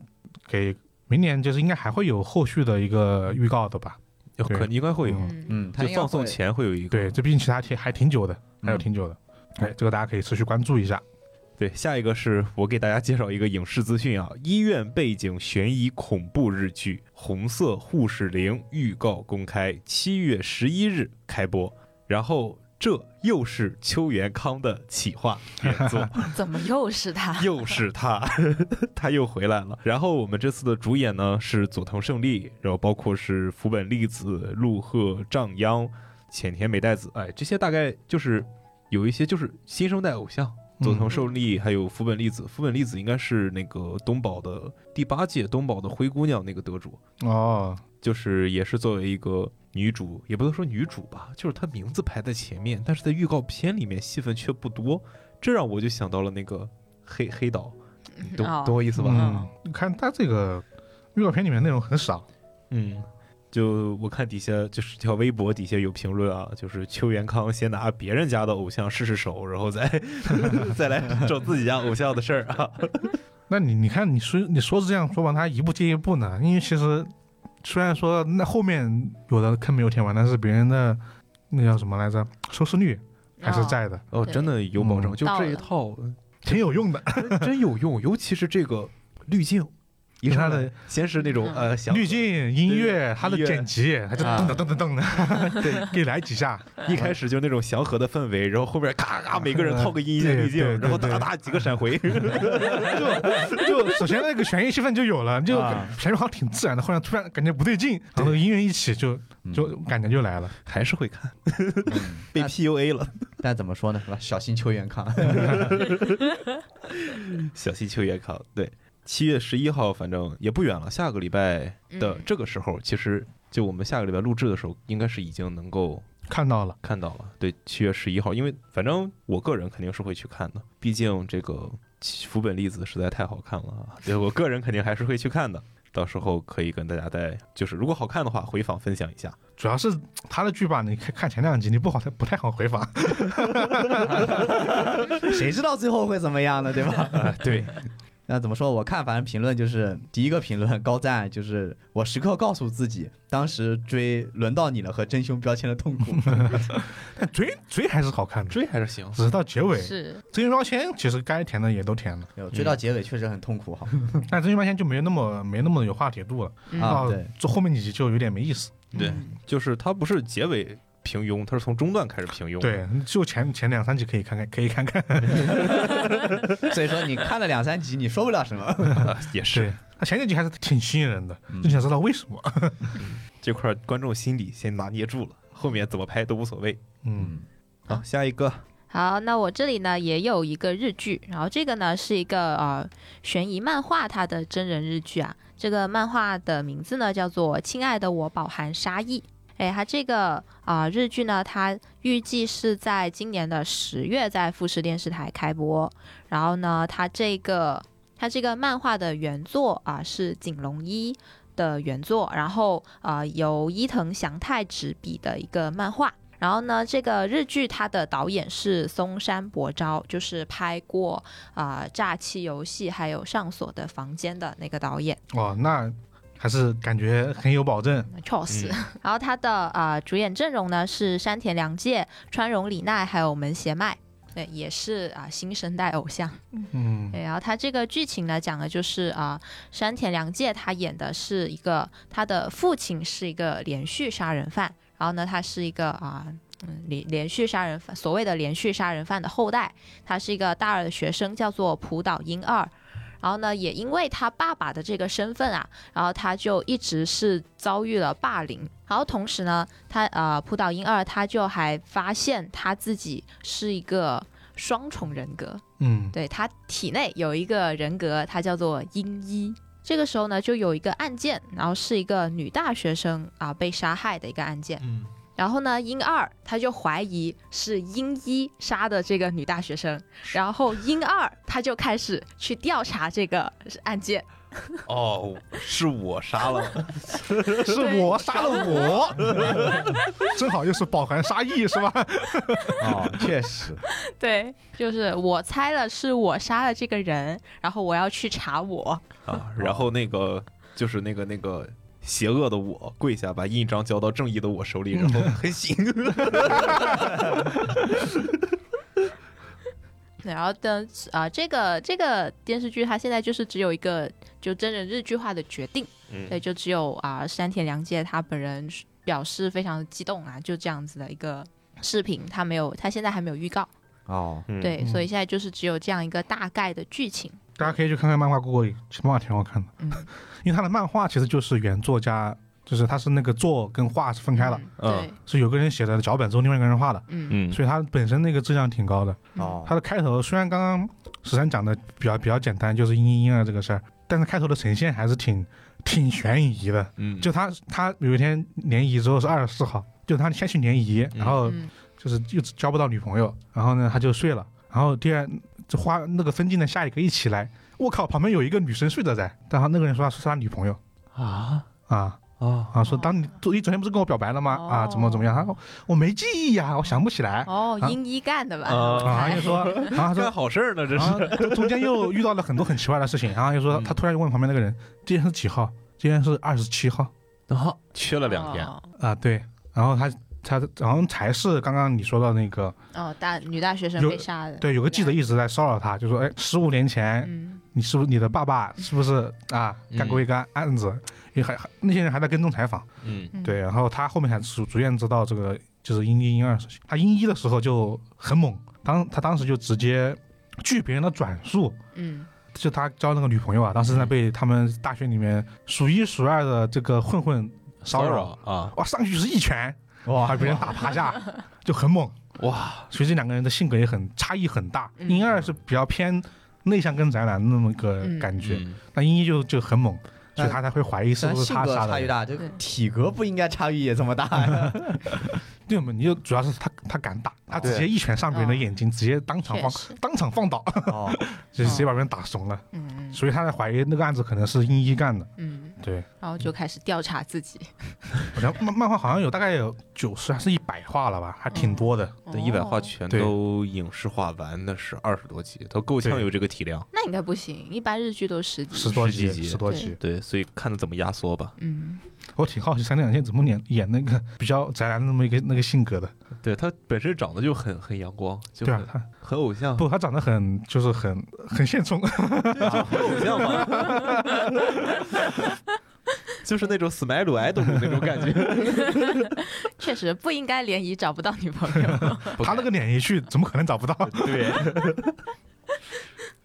Speaker 1: 可以明年就是应该还会有后续的一个预告的吧？
Speaker 3: 有可应该会有，
Speaker 1: 嗯
Speaker 2: 嗯
Speaker 4: 嗯，他
Speaker 3: 就
Speaker 4: 应该
Speaker 3: 放送
Speaker 4: 会，
Speaker 3: 前会有一个。
Speaker 1: 对，这毕竟其他挺还挺久的，还有
Speaker 4: 嗯
Speaker 1: 挺久的，哎，这个大家可以持续关注一下。
Speaker 3: 对，下一个是我给大家介绍一个影视资讯啊，医院背景悬疑恐怖日剧《红色护士零》预告公开，七月十一日开播。然后这又是邱元康的企划原作，
Speaker 2: 怎么又是 他？
Speaker 3: 又是他， 他又回来了。然后我们这次的主演呢是佐藤胜利，然后包括是福本莉子、陆鹤丈央、浅田美代子，哎，这些大概就是有一些就是新生代偶像。
Speaker 1: 嗯
Speaker 3: 佐藤胜利还有福本莉子，福本莉子应该是那个东宝的第八届东宝的灰姑娘那个得主，
Speaker 1: 哦，
Speaker 3: 就是也是作为一个女主，也不能说女主吧，就是她名字排在前面，但是在预告片里面戏份却不多，这让我就想到了那个黑黑岛，你懂
Speaker 2: 哦
Speaker 3: 懂我意思吧？
Speaker 1: 嗯，看他这个预告片里面内容很少。
Speaker 3: 嗯，就我看底下就是这条微博底下有评论啊，就是邱元康先拿别人家的偶像试试手，然后再 再来整自己家偶像的事儿啊。
Speaker 1: 那你你看，你说你说是这样说吧，他一步接一步呢。因为其实虽然说那后面有的坑没有填完，但是别人的那叫什么来着，收视率
Speaker 2: 啊
Speaker 1: 还是在的，
Speaker 3: 哦，
Speaker 2: 对
Speaker 3: 真的有保证，
Speaker 1: 嗯
Speaker 3: 就
Speaker 2: 到
Speaker 3: 这一
Speaker 2: 了
Speaker 3: 套
Speaker 1: 挺有用的。
Speaker 3: 真有用，尤其是这个滤镜，一
Speaker 1: 你
Speaker 3: 上
Speaker 1: 看
Speaker 3: 来
Speaker 1: 的
Speaker 3: 嗯 先是那种
Speaker 2: 嗯
Speaker 3: 呃想
Speaker 1: 滤，镜、音
Speaker 3: 对
Speaker 1: 乐、他的
Speaker 3: 音乐
Speaker 1: 剪辑，他就
Speaker 4: 啊
Speaker 1: 噔噔噔噔噔的，
Speaker 3: 对，
Speaker 1: 给来几下。
Speaker 3: 一开始就那种祥和的氛围，然后后面咔咔每个人套个音乐
Speaker 1: 对
Speaker 3: 滤镜
Speaker 1: 对，对
Speaker 3: 然后哒
Speaker 1: 对
Speaker 3: 哒几个闪回，
Speaker 1: 就就首先那个悬疑气氛就有了，就
Speaker 3: 啊
Speaker 1: 前面好像挺自然的，后来突然感觉不对劲，然后那个音乐一起就就感觉就来了。
Speaker 3: 还是会看，
Speaker 4: 嗯
Speaker 3: 被
Speaker 4: 那
Speaker 3: PUA 了，
Speaker 4: 但怎么说呢，是吧？小心邱元康，
Speaker 3: 小溪秋元康，对，七月十一号，反正也不远了，下个礼拜的
Speaker 2: 嗯
Speaker 3: 这个时候，其实就我们下个礼拜录制的时候，应该是已经能够
Speaker 1: 看到了，
Speaker 3: 看到了。对，七月十一号，因为反正我个人肯定是会去看的，毕竟这个福本粒子实在太好看了啊，对我个人肯定还是会去看的。到时候可以跟大家再就是如果好看的话回访分享一下。
Speaker 1: 主要是他的剧吧，你看看前两集，你不好不太好回访。
Speaker 4: 谁知道最后会怎么样呢？对吧？
Speaker 3: 啊，对，
Speaker 4: 那怎么说？我看反正评论就是第一个评论高赞，就是我时刻告诉自己，当时追《轮到你了》和《真凶标签》的痛 苦。
Speaker 1: 但追追还是好看的，
Speaker 3: 追还是行。
Speaker 1: 只是到结尾，
Speaker 2: 是
Speaker 1: 真凶标签其实该填的也都填了，
Speaker 4: 没有追到结尾确实很痛苦哈。
Speaker 1: 但真凶标签就没那么没那么有话题度了。
Speaker 2: 嗯
Speaker 4: 啊
Speaker 1: 到
Speaker 4: 对
Speaker 1: 这后面几集就有点没意思。
Speaker 3: 对，就是它不是结尾平庸，它是从中段开始平庸。，
Speaker 1: 对，就前前两三集可以看看，可以看看。
Speaker 4: 所以说你看了两三集，你说不了什么。
Speaker 3: 也
Speaker 1: 对
Speaker 3: 是，
Speaker 1: 他前几集还是挺吸引人的，就想知道为什么。
Speaker 3: 这块观众心理先拿捏住了，后面怎么拍都无所谓。
Speaker 1: 嗯，
Speaker 3: 好，下一个
Speaker 2: 好，那我这里呢也有一个日剧，然后这个呢是一个呃悬疑漫画，它的真人日剧啊。这个漫画的名字呢叫做《亲爱的我饱含杀意》。哎，它这个啊、日剧呢，它预计是在今年的十月在富士电视台开播。然后呢，它这个它这个漫画的原作啊、是井龙一的原作，然后呃由伊藤祥太执笔的一个漫画。然后呢，这个日剧它的导演是松山博昭，就是拍过啊、诈欺游戏》还有《上锁的房间》的那个导演。
Speaker 1: 哦，那还是感觉很有保证。
Speaker 2: 确实。 然后他的呃主演阵容呢是山田凉介、川荣李奈还有门胁麦。对，也是啊、新生代偶像。
Speaker 1: 嗯，
Speaker 2: 对，然后他这个剧情呢，讲的就是啊、山田凉介他演的是一个他的父亲是一个连续杀人犯，然后呢，他是一个啊。嗯，连连续杀人犯，所谓的连续杀人犯的后代，他是一个大二的学生，叫做浦岛英二。然后呢，也因为他爸爸的这个身份啊，然后他就一直是遭遇了霸凌。然后同时呢，他呃浦岛英二他就还发现他自己是一个双重人格，
Speaker 1: 嗯，
Speaker 2: 对他体内有一个人格，它叫做英一。这个时候呢，就有一个案件，然后是一个女大学生啊、被杀害的一个案件。
Speaker 3: 嗯，
Speaker 2: 然后呢，英二他就怀疑是英一杀的这个女大学生，然后英二他就开始去调查这个案件。
Speaker 3: 哦，是我 杀 了，
Speaker 1: 是我杀了 我，正好又是饱含杀意是吧？
Speaker 4: 哦，确实，
Speaker 2: 对，就是我猜了是我杀了这个人，然后我要去查我。
Speaker 1: 哦
Speaker 3: 啊，然后那个就是那个那个邪恶的我跪下，把印章交到正义的我手里，然
Speaker 1: 嗯
Speaker 3: 后很行。
Speaker 2: 对然后的啊、这个这个电视剧它现在就是只有一个就真人日剧化的决定。
Speaker 3: 嗯
Speaker 2: 对，就只有啊、山田凉介他本人表示非常激动啊，就这样子的一个视频，他没有，他现在还没有预告，
Speaker 4: 哦，
Speaker 3: 嗯
Speaker 2: 对，所以现在就是只有这样一个大概的剧情。
Speaker 1: 大家可以去看看漫画过过瘾，其实漫画挺好看的。
Speaker 2: 嗯
Speaker 1: 因为他的漫画其实就是原作家，就是他是那个作跟画是分开的，
Speaker 2: 嗯
Speaker 3: 嗯
Speaker 2: 对，
Speaker 1: 是有个人写的脚本之后，另外一个人画的，
Speaker 2: 嗯
Speaker 3: 嗯，啊
Speaker 1: 所以他本身那个质量挺高的。
Speaker 4: 哦，
Speaker 1: 它的开头虽然刚刚十三讲的比较比较简单，就是阴阴啊这个事儿，但是开头的呈现还是挺挺悬疑的。
Speaker 3: 嗯，
Speaker 1: 就他他有一天联谊之后是二十四号，就他先去联谊，
Speaker 3: 嗯
Speaker 1: 然后
Speaker 2: 嗯
Speaker 1: 就是又交不到女朋友，然后呢他就睡了，然后第二这花那个分镜的下一个一起来，我靠，旁边有一个女生睡着在，然后那个人说他是他女朋友
Speaker 3: 啊
Speaker 1: 啊。
Speaker 3: 啊，
Speaker 1: 啊，说当你昨你昨天不是跟我表白了吗？啊，怎么怎么样？他说我没记忆呀、我想不起来。
Speaker 2: 哦
Speaker 1: 啊，
Speaker 2: 英一干的吧？
Speaker 3: 啊
Speaker 1: 啊，然后就 说，然后他说啊
Speaker 3: 干好事儿呢，这
Speaker 1: 然
Speaker 3: 是
Speaker 1: 后中中间又遇到了很多很奇怪的事情，然后又说
Speaker 3: 嗯
Speaker 1: 他突然就问旁边那个人，今天是几号？今天是二十七号
Speaker 3: 啊， 缺了两天，
Speaker 2: 哦，
Speaker 1: 啊，对。然后他他然后才是刚刚你说到那个，
Speaker 2: 哦大女大学生
Speaker 1: 有
Speaker 2: 被杀的，
Speaker 1: 对，有个记者一直在骚扰他，就说，哎，十五年前
Speaker 2: 嗯，
Speaker 1: 你是不是你的爸爸是不是啊干过一个案子？也还还那些人还在跟踪采访，
Speaker 3: 嗯
Speaker 2: 嗯
Speaker 1: 对。然后他后面才逐逐渐知道这个就是英一英二的事情。他英一的时候就很猛，当他当时就直接据别人的转述，
Speaker 2: 嗯
Speaker 1: 就他交那个女朋友啊，当时在被他们大学里面数一数二的这个混混骚扰，
Speaker 3: 啊，
Speaker 1: 哇，上去是一拳把
Speaker 4: 哇，
Speaker 1: 别人打趴下，就很猛。
Speaker 3: 哇，
Speaker 1: 所以这两个人的性格也很差异很大，
Speaker 2: 嗯
Speaker 1: 英二是比较偏内向跟宅男的那么个
Speaker 2: 嗯
Speaker 1: 感觉，
Speaker 3: 嗯
Speaker 1: 那英一就就很猛，所以
Speaker 4: 那
Speaker 1: 他才会怀疑是
Speaker 4: 虽然
Speaker 1: 不是
Speaker 4: 性
Speaker 1: 他
Speaker 4: 格
Speaker 1: 杀
Speaker 4: 差
Speaker 1: 的
Speaker 4: 异
Speaker 1: 人。
Speaker 4: 大，这
Speaker 2: 对
Speaker 4: 体格不应该差异也这么 大嗯呀。
Speaker 1: 对嘛，你就主要是他他敢打，他直接一拳上别人的眼睛，直接当场
Speaker 2: 啊确
Speaker 1: 放
Speaker 2: 实，啊
Speaker 1: 当场放倒，
Speaker 4: 哦，
Speaker 1: 就直接把别人打怂了。
Speaker 2: 嗯
Speaker 1: 所以他才怀疑那个案子可能是英一干的。
Speaker 2: 嗯
Speaker 1: 对，
Speaker 2: 然后就开始调查自己，
Speaker 1: 我像漫漫画好像有大概有九十还是一百话了吧，还挺多的。
Speaker 3: 等一百话
Speaker 2: 哦
Speaker 3: 全
Speaker 1: 对
Speaker 3: 都影视化完，那是二十多集，都够呛
Speaker 1: 对
Speaker 3: 有这个体量。
Speaker 2: 那应该不行，一般日剧都十
Speaker 1: 十
Speaker 2: 几。
Speaker 1: 多
Speaker 3: 嗯十几
Speaker 1: 集，
Speaker 3: 集
Speaker 1: 十多集，
Speaker 3: 对，所以看怎么压缩吧。
Speaker 2: 嗯，
Speaker 1: 我挺好奇三两线怎么演演那个比较宅男的那么一个那个性格的，
Speaker 3: 对他本身长得就很很阳光，就嗯
Speaker 1: 对
Speaker 3: 很、
Speaker 1: 啊，他
Speaker 3: 很偶像，
Speaker 1: 不，他长得很就是很很现充，
Speaker 3: 很偶像嘛， 就是那种 smile idol 那种感觉。
Speaker 2: 确实不应该联谊找不到女朋友。
Speaker 1: 他那个脸一去，怎么可能找不到？
Speaker 3: 对，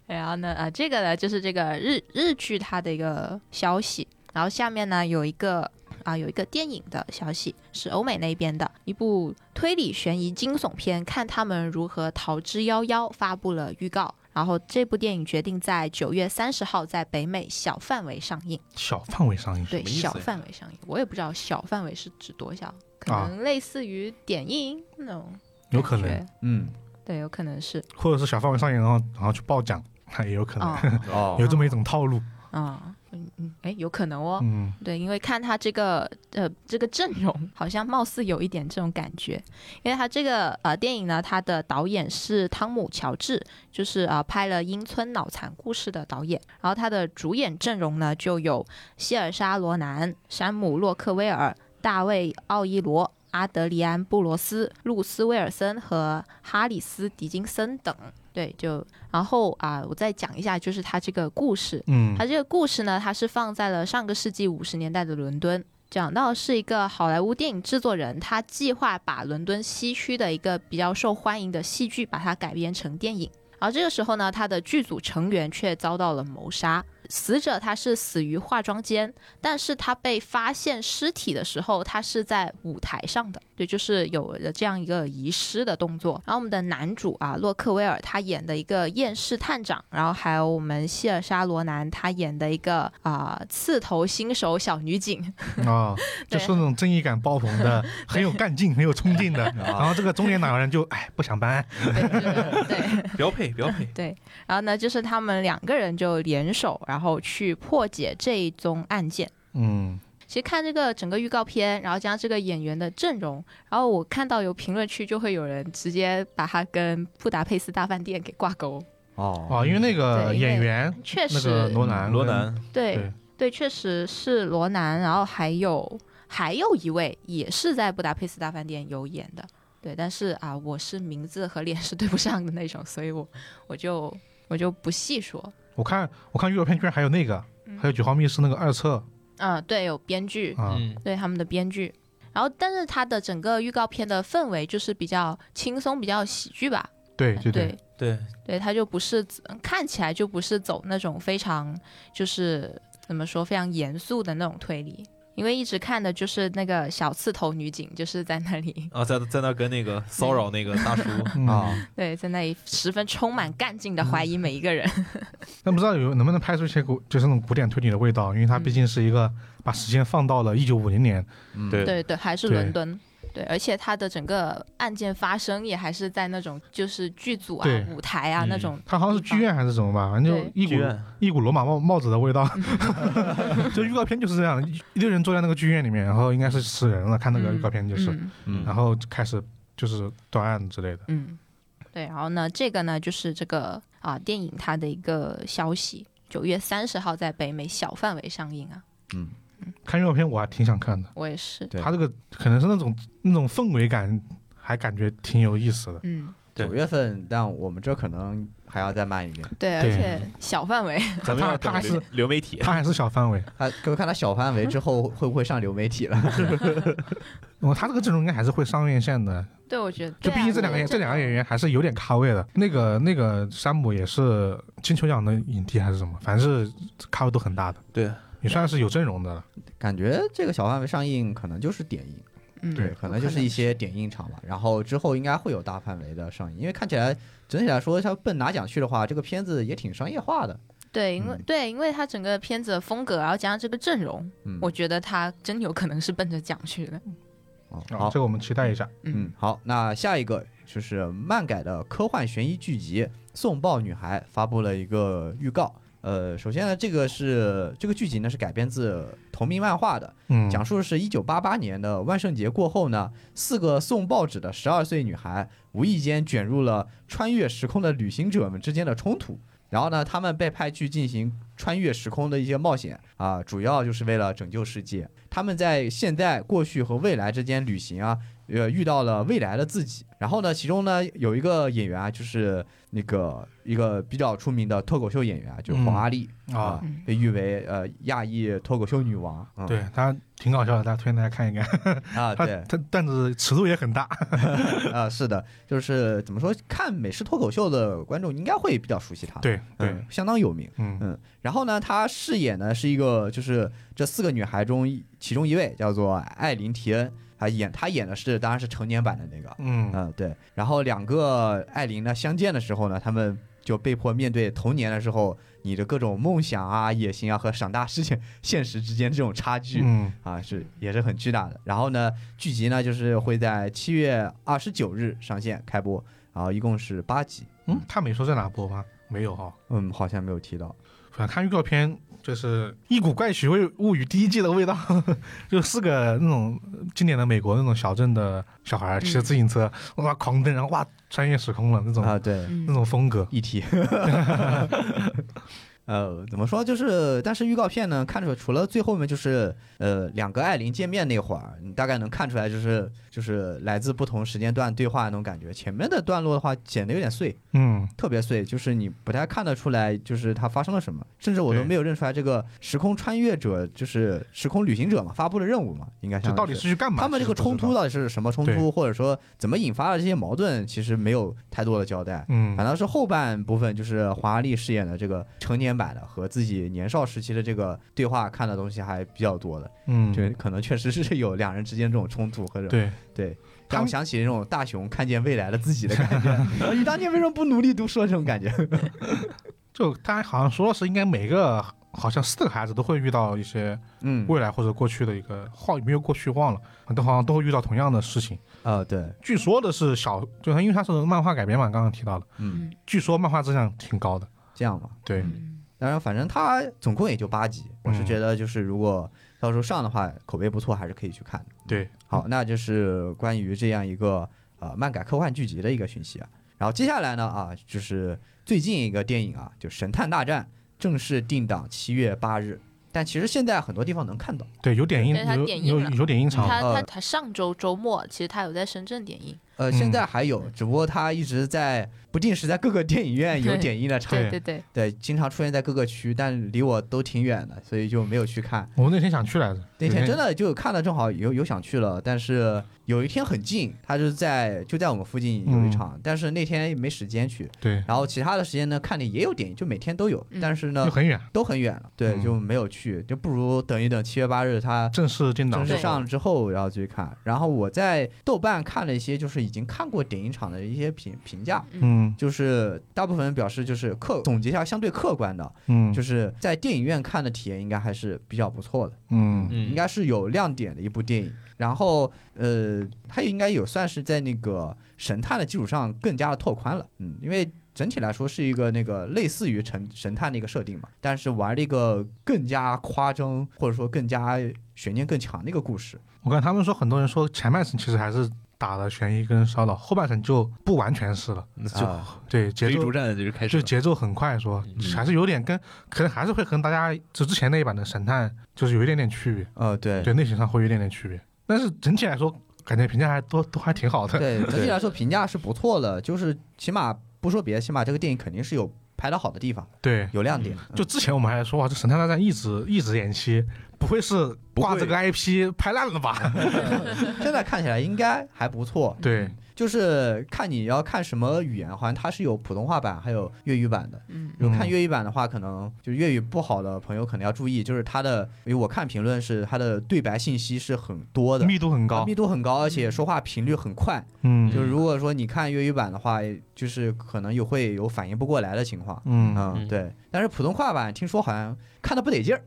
Speaker 2: 然后呢，啊，这个呢就是这个日日剧它的一个消息，然后下面呢有一个啊有一个电影的消息，是欧美那边的一部推理悬疑惊悚片，看他们如何逃之夭夭，发布了预告。然后这部电影决定在九月三十号在北美小范围上映，
Speaker 1: 小范围上映，
Speaker 2: 对，
Speaker 3: 么意思
Speaker 2: 小
Speaker 3: 呀
Speaker 2: 范围上映，我也不知道小范围是指多小，可
Speaker 1: 啊
Speaker 2: 能类似于点映那种，
Speaker 1: 有可能，，
Speaker 4: 嗯，
Speaker 2: 对，有可能是，
Speaker 1: 或者是小范围上映，然后然后去报奖，也有可能，
Speaker 2: 啊
Speaker 4: 哦
Speaker 1: 有这么一种套路。
Speaker 2: 啊，嗯嗯，哎，有可能哦，
Speaker 1: 嗯，
Speaker 2: 对，因为看他这个呃这个阵容，好像貌似有一点这种感觉，因为他这个呃电影呢，他的导演是汤姆·乔治，就是啊、呃拍了《英村脑残故事》的导演，然后他的主演阵容呢就有希尔莎·罗南、山姆·洛克威尔、大卫·奥伊罗。阿德里安·布罗斯、露丝·威尔森和哈里斯·狄金森等，对，就然后啊、我再讲一下，就是他这个故事，
Speaker 1: 嗯
Speaker 2: 它这个故事呢，它是放在了上个世纪五十年代的伦敦，讲到是一个好莱坞电影制作人，他计划把伦敦西区的一个比较受欢迎的戏剧，把它改编成电影。而这个时候呢，他的剧组成员却遭到了谋杀，死者他是死于化妆间，但是他被发现尸体的时候，他是在舞台上的，对，就是有了这样一个遗失的动作。然后我们的男主啊，洛克威尔他演的一个厌世探长，然后还有我们希尔莎罗南他演的一个啊、刺头新手小女警，
Speaker 1: 啊，就
Speaker 2: 对
Speaker 1: 是那种正义感爆棚 的，很有干劲，很有冲劲
Speaker 2: 啊
Speaker 1: 的。然后这个中年党人就哎不想搬，
Speaker 2: 对就是对。
Speaker 3: 标配标 配。
Speaker 2: 然后呢，就是他们两个人就联手，然后去破解这一宗案件。
Speaker 1: 嗯，
Speaker 2: 其实看这个整个预告片，然后加上这个演员的阵容，然后我看到有评论区就会有人直接把它跟《布达佩斯大饭店》给挂钩，
Speaker 4: 哦，
Speaker 1: 哦，因为那个
Speaker 2: 对因为
Speaker 1: 演员
Speaker 2: 确
Speaker 1: 那
Speaker 2: 实，
Speaker 1: 个罗南，
Speaker 3: 罗南，
Speaker 2: 对
Speaker 1: 对
Speaker 2: 对确实是罗南，然后还有还有一位也是在《布达佩斯大饭店》有演的，对，但是啊，我是名字和脸是对不上的那种，所以我我就我就不细说。
Speaker 1: 我看我看预告片居然还有那个，还有九号密室那个二册
Speaker 2: 嗯，对，有编剧，
Speaker 1: 啊，
Speaker 3: 嗯，
Speaker 2: 对他们的编剧。然后，但是它的整个预告片的氛围就是比较轻松，比较喜剧吧。
Speaker 1: 对对对，
Speaker 3: 对，
Speaker 2: 对，它就不是嗯看起来就不是走那种非常就是怎么说非常严肃的那种推理，因为一直看的就是那个小刺头女警，就是在那里，
Speaker 3: 啊，在在那跟那个骚扰那个大叔，
Speaker 1: 嗯
Speaker 4: 啊，
Speaker 2: 对，在那里十分充满干劲的怀疑每一个人。
Speaker 1: 但不知道有能不能拍出一些古就是那种古典推理的味道，因为它毕竟是一个把时间放到了一九五零年，
Speaker 4: 嗯
Speaker 3: 对
Speaker 2: 对对，还是
Speaker 1: 对
Speaker 2: 伦敦。对，而且它的整个案件发生也还是在那种就是剧组啊
Speaker 1: 对、
Speaker 2: 舞台啊、那
Speaker 3: 嗯
Speaker 2: 种
Speaker 1: 它好像是剧院还是什么吧，反正就
Speaker 2: 对
Speaker 1: 一
Speaker 3: 剧
Speaker 1: 股
Speaker 3: 院
Speaker 1: 一股罗马帽帽子的味道。
Speaker 2: 嗯
Speaker 1: 就预告片就是这样，一一堆人坐在那个剧院里面，然后应该是死人了，看那个预告片就是，
Speaker 2: 嗯
Speaker 1: 然后就开始就是断案之类的。
Speaker 2: 嗯，对，然后呢，这个呢就是这个啊电影它的一个消息，九月三十号在北美小范围上映啊，
Speaker 1: 看预告片我还挺想看的，
Speaker 2: 我也是，
Speaker 4: 对
Speaker 1: 它这个可能是那种那种氛围感，还感觉挺有意思的。
Speaker 2: 嗯，
Speaker 3: 对
Speaker 4: 九月份，但我们这可能还要再慢一点。
Speaker 2: 对，而
Speaker 1: 对
Speaker 2: 且小范围，
Speaker 3: 咱们要
Speaker 1: 他他还
Speaker 3: 等流流媒体。
Speaker 1: 它还是小范围，
Speaker 4: 他各位看他小范围之 后会不会上流媒体了？
Speaker 1: 我哦它这个阵容应该还是会上院线的，
Speaker 2: 对啊我觉得，
Speaker 1: 就毕竟这两个演、这两个演员还是有点咖位的。那个那个山姆也是金球奖的影帝还是什么，反正是咖位都很大的，
Speaker 3: 对，
Speaker 1: 也算是有阵容的了。
Speaker 4: 感觉这个小范围上映可能就是点映，
Speaker 2: 嗯，
Speaker 1: 对
Speaker 4: 可能就是一些点映场吧。然后之后应该会有大范围的上映，因为看起来整体来说，像奔拿奖去的话，这个片子也挺商业化的。
Speaker 2: 对，因为、
Speaker 4: 嗯
Speaker 2: 对，因为它整个片子的风格，然后加上这个阵容，
Speaker 4: 嗯，
Speaker 2: 我觉得它真有可能是奔着奖去的，
Speaker 4: 哦
Speaker 1: 啊
Speaker 4: 好
Speaker 1: 这，个我们期待一下。
Speaker 4: 嗯，好，那下一个就是漫改的科幻悬疑剧集《送报女孩》发布了一个预告。呃，首先呢，这个是这个剧集呢是改编自同名漫画的，
Speaker 1: 嗯，
Speaker 4: 讲述的是一九八八年的万圣节过后呢，四个送报纸的十二岁女孩无意间卷入了穿越时空的旅行者们之间的冲突。然后呢，他们被派去进行穿越时空的一些冒险啊，主要就是为了拯救世界。他们在现在、过去和未来之间旅行啊，呃，遇到了未来的自己。然后呢，其中呢有一个演员啊，就是那个一个比较出名的脱口秀演员啊，就是黄阿丽、
Speaker 1: 嗯
Speaker 4: 啊
Speaker 2: 嗯，
Speaker 4: 被誉为呃亚裔脱口秀女王。嗯、
Speaker 1: 对他挺搞笑的，大家推荐大家看一看。
Speaker 4: 啊，
Speaker 1: 他
Speaker 4: 对，
Speaker 1: 他段子尺度也很大，
Speaker 4: 啊，是的，就是怎么说，看美式脱口秀的观众应该会比较熟悉他，，
Speaker 1: 对对，
Speaker 4: 嗯，相当有名。
Speaker 1: 嗯
Speaker 4: 嗯，然后呢，他饰演呢是一个，就是这四个女孩中一其中一位叫做艾琳·提恩，她演她演的是当然是成年版的那个，
Speaker 1: 嗯
Speaker 4: 嗯，对。然后两个艾琳呢相见的时候呢，他们就被迫面对童年的时候你的各种梦想啊、野心啊和长大事情 现实之间这种差距，
Speaker 1: 嗯
Speaker 4: 啊，是也是很巨大的。然后呢，剧集呢就是会在七月二十九日上线开播，然后一共是八集。
Speaker 1: 嗯，他没说在哪播吗？没有哈、
Speaker 4: 嗯，好像没有提到。
Speaker 1: 反正看预告片就是一股《怪奇味物语》第一季的味道， 就四个那种经典的美国那种小镇的小孩儿骑着自行车，哇狂奔，然后哇穿越时空了那种、
Speaker 4: 嗯啊，对，
Speaker 1: 那
Speaker 2: 嗯
Speaker 1: 种风格。
Speaker 4: 一提。呃，怎么说？就是，但是预告片呢，看出来除了最后面就是，呃，两个艾琳见面那会儿，你大概能看出来，就是就是来自不同时间段对话那种感觉。前面的段落的话，剪的有点碎，
Speaker 1: 嗯
Speaker 4: 特别碎，就是你不太看得出来，就是它发生了什么，甚至我都
Speaker 1: 对
Speaker 4: 没有认出来这个时空穿越者就是时空旅行者嘛，发布的任务嘛，应该
Speaker 1: 这
Speaker 4: 相
Speaker 1: 到
Speaker 4: 当于
Speaker 1: 底是去干嘛？
Speaker 4: 他们这个
Speaker 1: 其实
Speaker 4: 冲
Speaker 1: 不知道
Speaker 4: 突，到底是什么冲突，
Speaker 1: 对
Speaker 4: 或者说怎么引发了这些矛盾，其实没有太多的交代。
Speaker 1: 嗯
Speaker 4: 反倒是后半部分，就是黄阿丽饰演的这个成年版的和自己年少时期的这个对话看的东西还比较多的，
Speaker 1: 嗯，
Speaker 4: 就可能确实是有两人之间这种冲突或者
Speaker 1: 对，
Speaker 4: 对，
Speaker 1: 他
Speaker 4: 让我
Speaker 1: 们
Speaker 4: 想起那种大雄看见未来的自己的 感觉。你当年为什么不努力读书的这种感觉？
Speaker 1: 就他好像说是应该每个好像四个孩子都会遇到一些
Speaker 4: 嗯，
Speaker 1: 未来或者过去的一个忘有没有过去忘了，都好像都会遇到同样的事情。
Speaker 4: 啊，对，
Speaker 1: 据说的是小，就它因为它是漫画改编嘛，刚刚提到了，
Speaker 4: 嗯，
Speaker 1: 据说漫画质量挺高的，
Speaker 4: 这样吧。
Speaker 1: 对，
Speaker 4: 当然，反正它总共也就八集，我是
Speaker 1: 嗯
Speaker 4: 觉得就是如果到时候上的话，口碑不错，还是可以去看的。
Speaker 1: 对，
Speaker 4: 好，那就是关于这样一个呃漫改科幻剧集的一个讯息啊。然后接下来呢啊，就是最近一个电影啊，就《神探大战》正式定档七月八日，但其实现在很多地方能看到。
Speaker 1: 对，有点映
Speaker 2: 对它
Speaker 1: 有
Speaker 2: 点映
Speaker 1: 有
Speaker 2: 了
Speaker 1: 有点啊映场，
Speaker 2: 他
Speaker 4: 呃
Speaker 2: 他他上周周末其实他有在深圳点映，
Speaker 4: 呃，
Speaker 1: 嗯
Speaker 4: 现在还有，只不过它一直在不定时在各个电 影院有
Speaker 2: 对
Speaker 4: 点映的场，
Speaker 1: 对
Speaker 2: 对对对，
Speaker 4: 对，经常出现在各个区，但离我都挺远的，所以就没有去看。
Speaker 1: 我那天想去来着，
Speaker 4: 那天真
Speaker 1: 的，
Speaker 4: 的就看了，正好有有想去了，但是有一天很近，他就在就在我们附近
Speaker 1: 嗯
Speaker 4: 有一场，但是那天没时间去。
Speaker 1: 对，
Speaker 4: 然后其他的时间呢，看的也有电影，就每天都有，
Speaker 2: 嗯
Speaker 4: 但是呢
Speaker 1: 就很远，
Speaker 4: 都很远了，对，
Speaker 1: 嗯
Speaker 4: 就没有去，就不如等一等七月八日他
Speaker 1: 正式定档
Speaker 4: 正
Speaker 1: 之
Speaker 4: 式
Speaker 1: 后
Speaker 4: 嗯上之后，然后去看。然后我在豆瓣看了一些就是已经看过点映场的一些评评价。
Speaker 1: 嗯
Speaker 4: 就是大部分人表示，就是客总结一下相对客观的，
Speaker 1: 嗯，
Speaker 4: 就是是在电影院看的体验应该还是比较不错的。
Speaker 1: 嗯
Speaker 3: 嗯
Speaker 4: 应该是有亮点的一部电影。然后，呃，它应该有算是在那个神探的基础上更加的拓宽了，嗯，因为整体来说是一个那个类似于神神探的一个设定嘛，但是玩了一个更加夸张或者说更加悬念更强的一个故事。
Speaker 1: 我看他们说很多人说前半程其实还是打了悬疑跟烧脑，后半程就不完全是了，
Speaker 3: 那就
Speaker 4: 啊，
Speaker 1: 对，节
Speaker 3: 追
Speaker 1: 奏
Speaker 3: 逐战就开始
Speaker 1: 就
Speaker 3: 了，
Speaker 1: 节奏很快说，
Speaker 3: 嗯
Speaker 1: 还是有点跟可能还是会跟大家就之前那一版的神探就是有一点点区别。
Speaker 4: 呃，对
Speaker 1: 对，类型上会有一点点区别，但是整体来说，感觉评价还都都还挺好的。
Speaker 4: 对，整体来说评价是不错的，就是起码不说别的，起码这个电影肯定是有拍的好的地方，
Speaker 1: 对，
Speaker 4: 有亮点。嗯
Speaker 1: 就之前我们还说哇，这《神探大战》一直一直延期，不会是挂
Speaker 3: 不会
Speaker 1: 这个 IP 拍烂了吧？
Speaker 4: 嗯 现在看起来应该还不错，
Speaker 1: 对，
Speaker 4: 就是看你要看什么语言，好像它是有普通话版还有粤语版的。
Speaker 2: 嗯
Speaker 4: 如果看
Speaker 1: 嗯
Speaker 4: 粤语版的话，可能就是粤语不好的朋友可能要注意，就是它的，因为我看评论是它的对白信息 是很多的，
Speaker 1: 密度很
Speaker 4: 啊
Speaker 1: 高
Speaker 4: 密。度很高，而且说话频率很快。
Speaker 1: 嗯
Speaker 4: 就是如果说你看粤语版的话，就是可能有会有反应不过来的情况。
Speaker 1: 嗯，
Speaker 4: 嗯，
Speaker 3: 嗯
Speaker 4: 对。但是普通话版听说好像看的不得劲儿。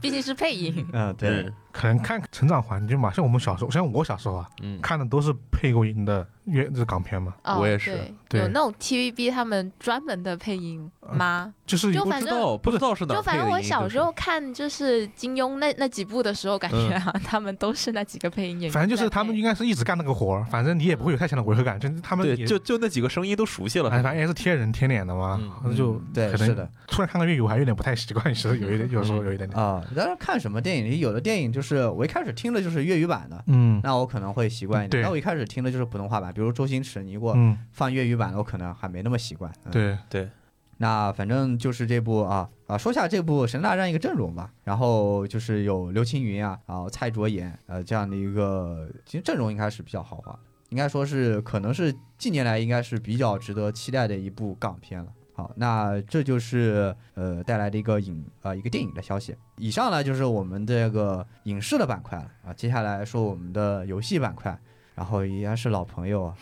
Speaker 2: 毕竟是配音，
Speaker 4: 嗯， 对。
Speaker 1: 可能看成长环境吧，像我们小时候，像我小时候啊，
Speaker 3: 嗯，
Speaker 1: 看的都是配过音的粤这是港片嘛，
Speaker 2: 哦，
Speaker 3: 我也是
Speaker 1: 对
Speaker 2: 对有那种 TVB 他们专门的配音吗？
Speaker 1: 就是
Speaker 2: 就
Speaker 1: 不
Speaker 2: 反
Speaker 3: 不知
Speaker 2: 正
Speaker 3: 道不知道是哪
Speaker 2: 就
Speaker 3: 儿
Speaker 2: 反
Speaker 3: 配的
Speaker 2: 正我
Speaker 3: 音
Speaker 2: 小时候看就是金庸那那几部的时候，感觉啊，他们都是那几个配音演员在配。
Speaker 1: 反正就是他们应该是一直干那个活儿，反正你也不会有太强的违和感，就是他们
Speaker 3: 对，
Speaker 1: 也
Speaker 3: 就就那几个声音都熟悉了，
Speaker 1: 哎反正也是贴人贴脸的嘛
Speaker 3: 嗯，
Speaker 1: 那就
Speaker 4: 嗯对
Speaker 1: 可
Speaker 4: 是
Speaker 1: 能
Speaker 4: 的
Speaker 1: 突然看到粤语我还有点不太习惯，是有一点有时候有一点点，
Speaker 4: 啊。当然看什么电影，有的电影就是我一开始听的就是粤语版的，
Speaker 1: 嗯
Speaker 4: 那我可能会习惯一
Speaker 1: 对
Speaker 4: 点。那我一开始听的就是普通话版，比如周星驰，你给我
Speaker 1: 嗯，
Speaker 4: 放粤语版的，我可能还没那么习惯。嗯，
Speaker 1: 对，
Speaker 3: 对，
Speaker 4: 那反正就是这部啊啊，说下这部《神大战》一个阵容吧，然后就是有刘青云啊，然后蔡卓妍呃这样的一个，其实阵容应该是比较豪华的，应该说是可能是近年来应该是比较值得期待的一部港片了。好，那这就是呃带来的一个影呃一个电影的消息。以上呢就是我们这个影视的板块了啊，接下来说我们的游戏板块。然后依然是老朋友啊，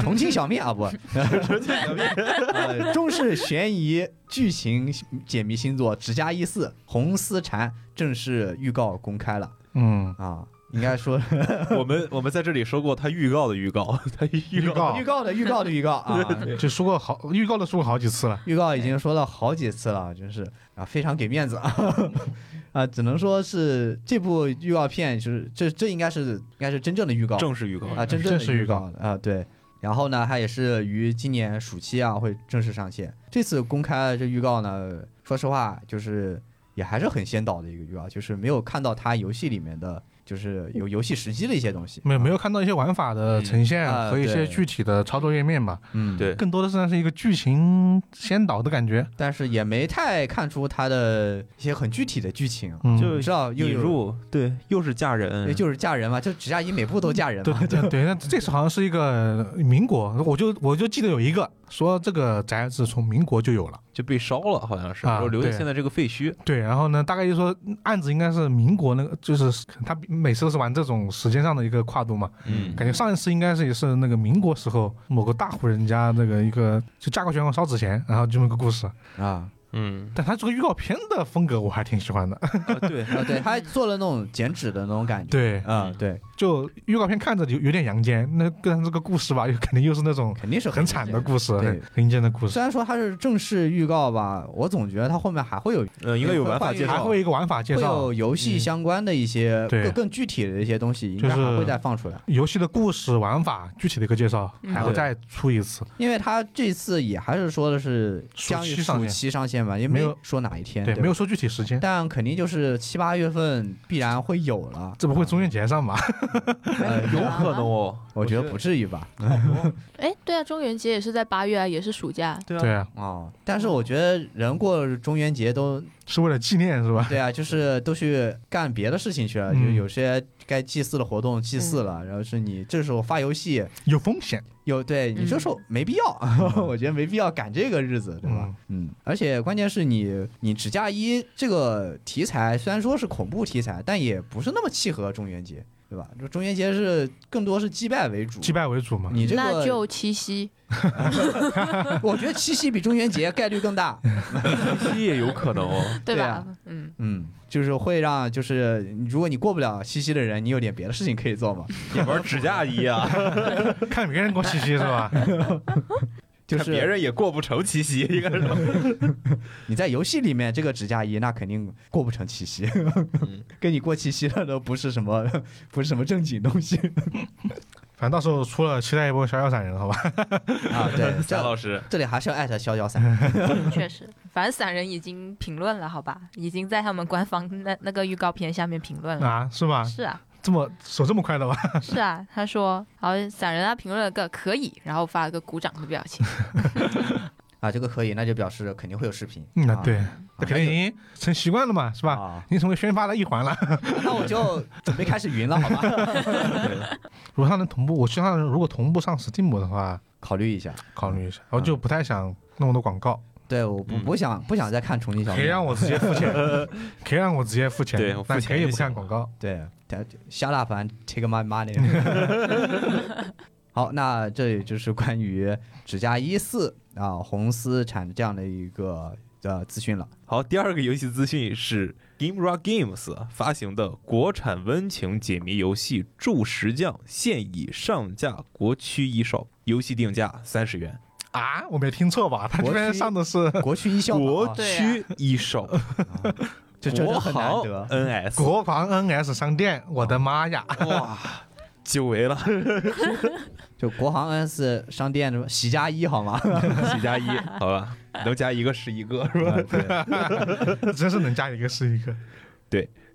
Speaker 4: 重庆小面啊不， 呃， 中式悬疑剧情解谜星座《只加一四》红丝蝉正式预告公开了
Speaker 1: 嗯，
Speaker 4: 啊，应该说
Speaker 3: 哎我们我们在这里说过他预告的预告，他预
Speaker 1: 预
Speaker 3: 告
Speaker 1: 告
Speaker 4: 预告的预告的预告啊，
Speaker 1: 就说过好预告都说过好几次了，
Speaker 4: 预告已经说了好几次了，真是啊，非常给面子啊。 啊，只能说是这部预告片，就是这这应该是应该是真正的预告，
Speaker 3: 正式预告，
Speaker 4: 啊，真
Speaker 1: 哦正
Speaker 4: 正
Speaker 1: 式
Speaker 4: 的
Speaker 1: 预告
Speaker 4: 告啊，对。然后呢，它也是于今年暑期啊会正式上线。这次公开的这预告呢，说实话就是也还是很先导的一个预告，就是没有看到它游戏里面的就是有游戏实际的一些东西。啊
Speaker 1: 没有没有看到一些玩法的呈现
Speaker 4: 嗯啊
Speaker 1: 和一些
Speaker 4: 对
Speaker 1: 具体的操作页面吧，
Speaker 4: 嗯，
Speaker 3: 对
Speaker 1: 更多的是是一个剧情先导的感觉，
Speaker 4: 但是也没太看出它的一些很具体的剧情啊，
Speaker 1: 嗯，
Speaker 3: 就
Speaker 4: 知道又
Speaker 3: 引
Speaker 4: 有
Speaker 3: 入，对，又是嫁人，
Speaker 4: 对，就是嫁人嘛，就只嫁一每部都嫁人
Speaker 1: 对
Speaker 4: 嘛。
Speaker 1: 对对，那这次好像是一个民国，我就我就记得有一个说这个宅是从民国就有了，
Speaker 3: 就被烧了，好像是，
Speaker 1: 啊
Speaker 3: 然后留下
Speaker 1: 对
Speaker 3: 现在这个废墟，
Speaker 1: 对，然后呢，大概就说嗯案子应该是民国那个，就是他每次都是玩这种时间上的一个跨度嘛，
Speaker 3: 嗯
Speaker 1: 感觉上一次应该是也是那个民国时候某个大户人家那个一个就嫁过去然后烧纸钱，然后这么一个故事，
Speaker 4: 啊
Speaker 3: 嗯，
Speaker 1: 但他这个预告片的风格我还挺喜欢的，
Speaker 3: 啊对，
Speaker 4: 啊，对，他还做了那种剪纸的那种感觉。
Speaker 1: 对，
Speaker 4: 啊，对，
Speaker 1: 就预告片看着有有点阳间，那跟这个故事吧，又肯定又是那种
Speaker 4: 肯定是
Speaker 1: 很惨的
Speaker 4: 明显
Speaker 1: 故事，
Speaker 4: 对
Speaker 1: 很很阴间的故事。
Speaker 4: 虽然说它是正式预告吧，我总觉得它后面还会有
Speaker 3: 呃，应该有玩法介
Speaker 1: 还
Speaker 3: 绍，
Speaker 1: 会一个玩法介
Speaker 4: 会
Speaker 1: 绍，嗯
Speaker 4: 有游戏
Speaker 3: 嗯
Speaker 4: 相关的一些
Speaker 1: 对
Speaker 4: 更更具体的一些东西，应该
Speaker 1: 就是
Speaker 4: 还会再放出来。
Speaker 1: 游戏的故事、玩法具体的一个介绍，
Speaker 2: 嗯
Speaker 1: 还会再出一次。
Speaker 4: 因为它这次也还是说的是
Speaker 1: 暑
Speaker 4: 将于
Speaker 1: 期上
Speaker 4: 暑
Speaker 1: 线
Speaker 4: 期上线嘛，也
Speaker 1: 没
Speaker 4: 没
Speaker 1: 有
Speaker 4: 说哪一天，
Speaker 1: 对，
Speaker 4: 对吧，
Speaker 1: 没有说具体时间，
Speaker 4: 但肯定就是七八月份必然会有了。
Speaker 1: 这不会中元节上吧？
Speaker 4: 呃
Speaker 3: 有可能哦，
Speaker 4: 我觉得不至于吧？
Speaker 2: 哎，对啊，中元节也是在八月啊，也是暑假。
Speaker 3: 对
Speaker 1: 对
Speaker 3: 啊，
Speaker 1: 啊，
Speaker 4: 哦，但是我觉得人过中元节都
Speaker 1: 是为了纪念是吧？
Speaker 4: 对啊，就是都去干别的事情去了，就
Speaker 1: 嗯
Speaker 4: 有些该祭祀的活动祭祀了，然后是你这时候发游戏，
Speaker 1: 有风险，
Speaker 4: 有对你这时候没必要， 我觉得没必要赶这个日子，对吧？嗯，而且关键是你你只嫁衣这个题材虽然说是恐怖题材，但也不是那么契合中元节，对吧？就中元节是更多是祭拜为主，
Speaker 1: 祭拜为主嘛。
Speaker 4: 你这
Speaker 2: 那
Speaker 4: 个
Speaker 2: 就七夕，
Speaker 4: 我觉得七夕比中元节概率更大，
Speaker 3: 七啊也有可能 哦，
Speaker 2: 对
Speaker 4: 对
Speaker 2: 吧？
Speaker 4: 啊
Speaker 2: 嗯，
Speaker 4: 嗯，就是会让就是如果你过不了七夕的人，你有点别的事情可以做嘛，
Speaker 3: 也玩指甲仪啊，
Speaker 1: 看别人过七夕是吧？
Speaker 4: 就
Speaker 3: 看别
Speaker 4: 是
Speaker 3: 人也过不成七夕，应该是，
Speaker 4: 你在游戏里面这个只嫁衣那肯定过不成七夕。
Speaker 3: 嗯
Speaker 4: 跟你过七夕了都不是什么， 不是什么正经东西
Speaker 1: 反正到时候出了，期待一波小小闪人，好吧？
Speaker 4: 啊。对，
Speaker 3: 贾
Speaker 4: 这
Speaker 3: 老师，
Speaker 4: 这里还是要艾特逍遥散。
Speaker 2: 嗯确实，反正散人已经评论了，好吧，已经在他们官方那那个预告片下面评论了。
Speaker 1: 啊，是吧？
Speaker 2: 是啊，
Speaker 1: 这么手这么快的吗？
Speaker 2: 是啊，他说，然后散人啊评论了个可以，然后发了个鼓掌的表情。
Speaker 4: 啊，这个可以，那就表示肯定会有视频。
Speaker 1: 嗯，那
Speaker 4: 啊
Speaker 1: 对，这肯定已经成习惯了嘛，是吧？
Speaker 4: 啊，
Speaker 1: 已经成为宣发的一环了。
Speaker 4: 那我就准备开始云了，好吧？
Speaker 1: 如果它能同步，我希望如果同步上 Steam 的话，
Speaker 4: 考虑一下。
Speaker 1: 考虑一下。我就不太想那么多广告，
Speaker 4: 对，我不
Speaker 3: 嗯
Speaker 4: 不想不想再看重庆小
Speaker 1: 可以让
Speaker 4: 面。
Speaker 1: 我直接付钱，可以让我直接付钱
Speaker 3: 对我，付
Speaker 1: 但
Speaker 3: 钱
Speaker 1: 可以
Speaker 3: 就
Speaker 1: 不看
Speaker 3: 行
Speaker 1: 广告。
Speaker 4: 对，他 shut up and take my money 。好，那这也就是关于《指甲一四》啊，《红丝产》这样的一个呃资讯了。
Speaker 3: 好，第二个游戏资讯是 GameRa Games 发行的国产温情解谜游戏《铸石匠》现已上架国区 eShop，游戏定价三十元。
Speaker 1: 啊，我没听错吧？他这边上的是
Speaker 4: 国区一校吧
Speaker 3: 国
Speaker 4: 啊
Speaker 3: 区 eShop，
Speaker 4: 这真
Speaker 3: 国
Speaker 4: 的很难
Speaker 3: 行
Speaker 4: 得。
Speaker 3: NS，
Speaker 1: 国防 NS 商店，我的妈呀！
Speaker 3: 哇， 久违了，
Speaker 4: 就国行 NS 商店什么喜加一好吗？
Speaker 3: 几加一，好吧，能加一个是一个，是吧？
Speaker 1: 真是能加一个是一个。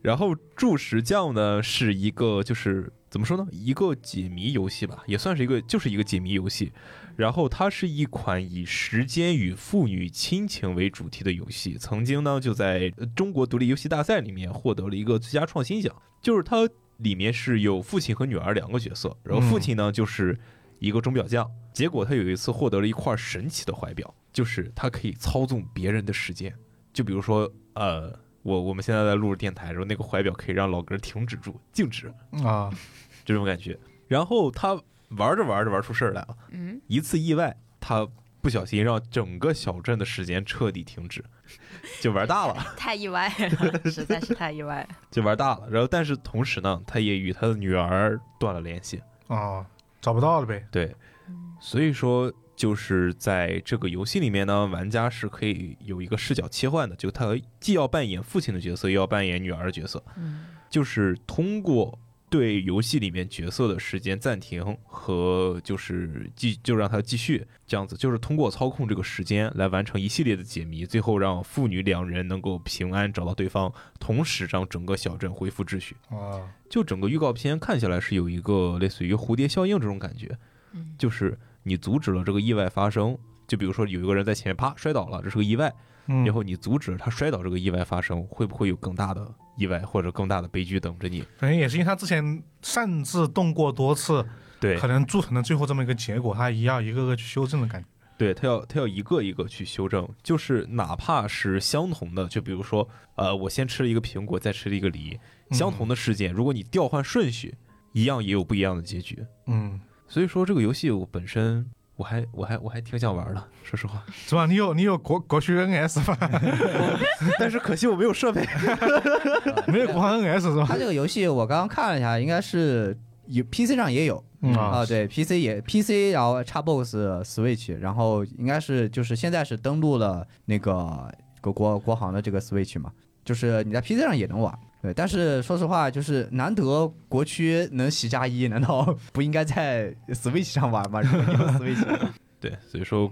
Speaker 3: 然后铸石匠呢是一个就是怎么说呢，一个解谜游戏吧，也算是一个就是一个解谜游戏。然后它是一款以时间与父女亲情为主题的游戏，曾经呢就在呃中国独立游戏大赛里面获得了一个最佳创新奖。就是它里面是有父亲和女儿两个角色，然后父亲呢就是一个钟表匠，结果他有一次获得了一块神奇的怀表，就是他可以操纵别人的时间，就比如说呃。我我们现在在录着电台，然后那个怀表可以让老哥停止住、静止
Speaker 1: 啊，
Speaker 3: 这种感觉。然后他玩着玩着玩出事儿来了，
Speaker 2: 嗯，
Speaker 3: 一次意外，他不小心让整个小镇的时间彻底停止，就玩大了，
Speaker 2: 太意外了，实在是太意外了。
Speaker 3: 就玩大了。然后但是同时呢，他也与他的女儿断了联系。
Speaker 1: 哦，找不到了呗。
Speaker 3: 对，
Speaker 2: 嗯
Speaker 3: 所以说就是在这个游戏里面呢，玩家是可以有一个视角切换的，就他既要扮演父亲的角色，又要扮演女儿的角色。
Speaker 2: 嗯
Speaker 3: 就是通过对游戏里面角色的时间暂停和就是继就让它继续这样子，就是通过操控这个时间来完成一系列的解谜，最后让父女两人能够平安找到对方，同时让整个小镇恢复秩序。
Speaker 1: 啊，
Speaker 3: 就整个预告片看起来是有一个类似于蝴蝶效应这种感觉，
Speaker 2: 嗯，
Speaker 3: 就是你阻止了这个意外发生。就比如说有一个人在前面啪摔倒了，这是个意外，
Speaker 1: 嗯，
Speaker 3: 然后你阻止他摔倒这个意外发生，会不会有更大的意外或者更大的悲剧等着你？
Speaker 1: 可能也是因为他之前擅自动过多次，
Speaker 3: 对
Speaker 1: 可能铸成了最后这么一个结果，他也要一个个去修正的感觉。
Speaker 3: 对他要他要一个一个去修正，就是哪怕是相同的，就比如说，呃，我先吃了一个苹果，再吃了一个梨，
Speaker 1: 嗯
Speaker 3: 相同的事件，如果你调换顺序，一样也有不一样的结局。
Speaker 1: 嗯，
Speaker 3: 所以说这个游戏我本身我还我还我还挺想玩的，说实话，
Speaker 1: 是吧？你有你有国国区 NS 吧？
Speaker 3: 但是可惜我没有设备。
Speaker 1: 没有国行 NS
Speaker 3: 啊
Speaker 1: 是吧？
Speaker 4: 它这个游戏我刚刚看了一下，应该是有 PC 上也有
Speaker 1: 嗯
Speaker 4: 啊、
Speaker 1: 啊，
Speaker 4: 对 PC 也 PC，然后 Xbox、Switch，然后应该是就是现在是登录了那个国国国行的这个 Switch 嘛，就是你在 PC 上也能玩。对，但是说实话，就是难得国区能喜加一，难道 不应该在 Switch 上玩吗？如果你有 Switch，
Speaker 3: 对，所以说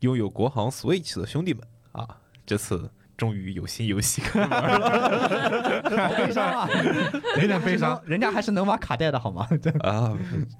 Speaker 3: 拥有国行 Switch 的兄弟们啊，这次终于有新游戏可以玩了
Speaker 4: 好悲伤啊！
Speaker 1: 有点悲伤。
Speaker 4: 人家还是能玩卡带的好吗？对，
Speaker 3: 啊！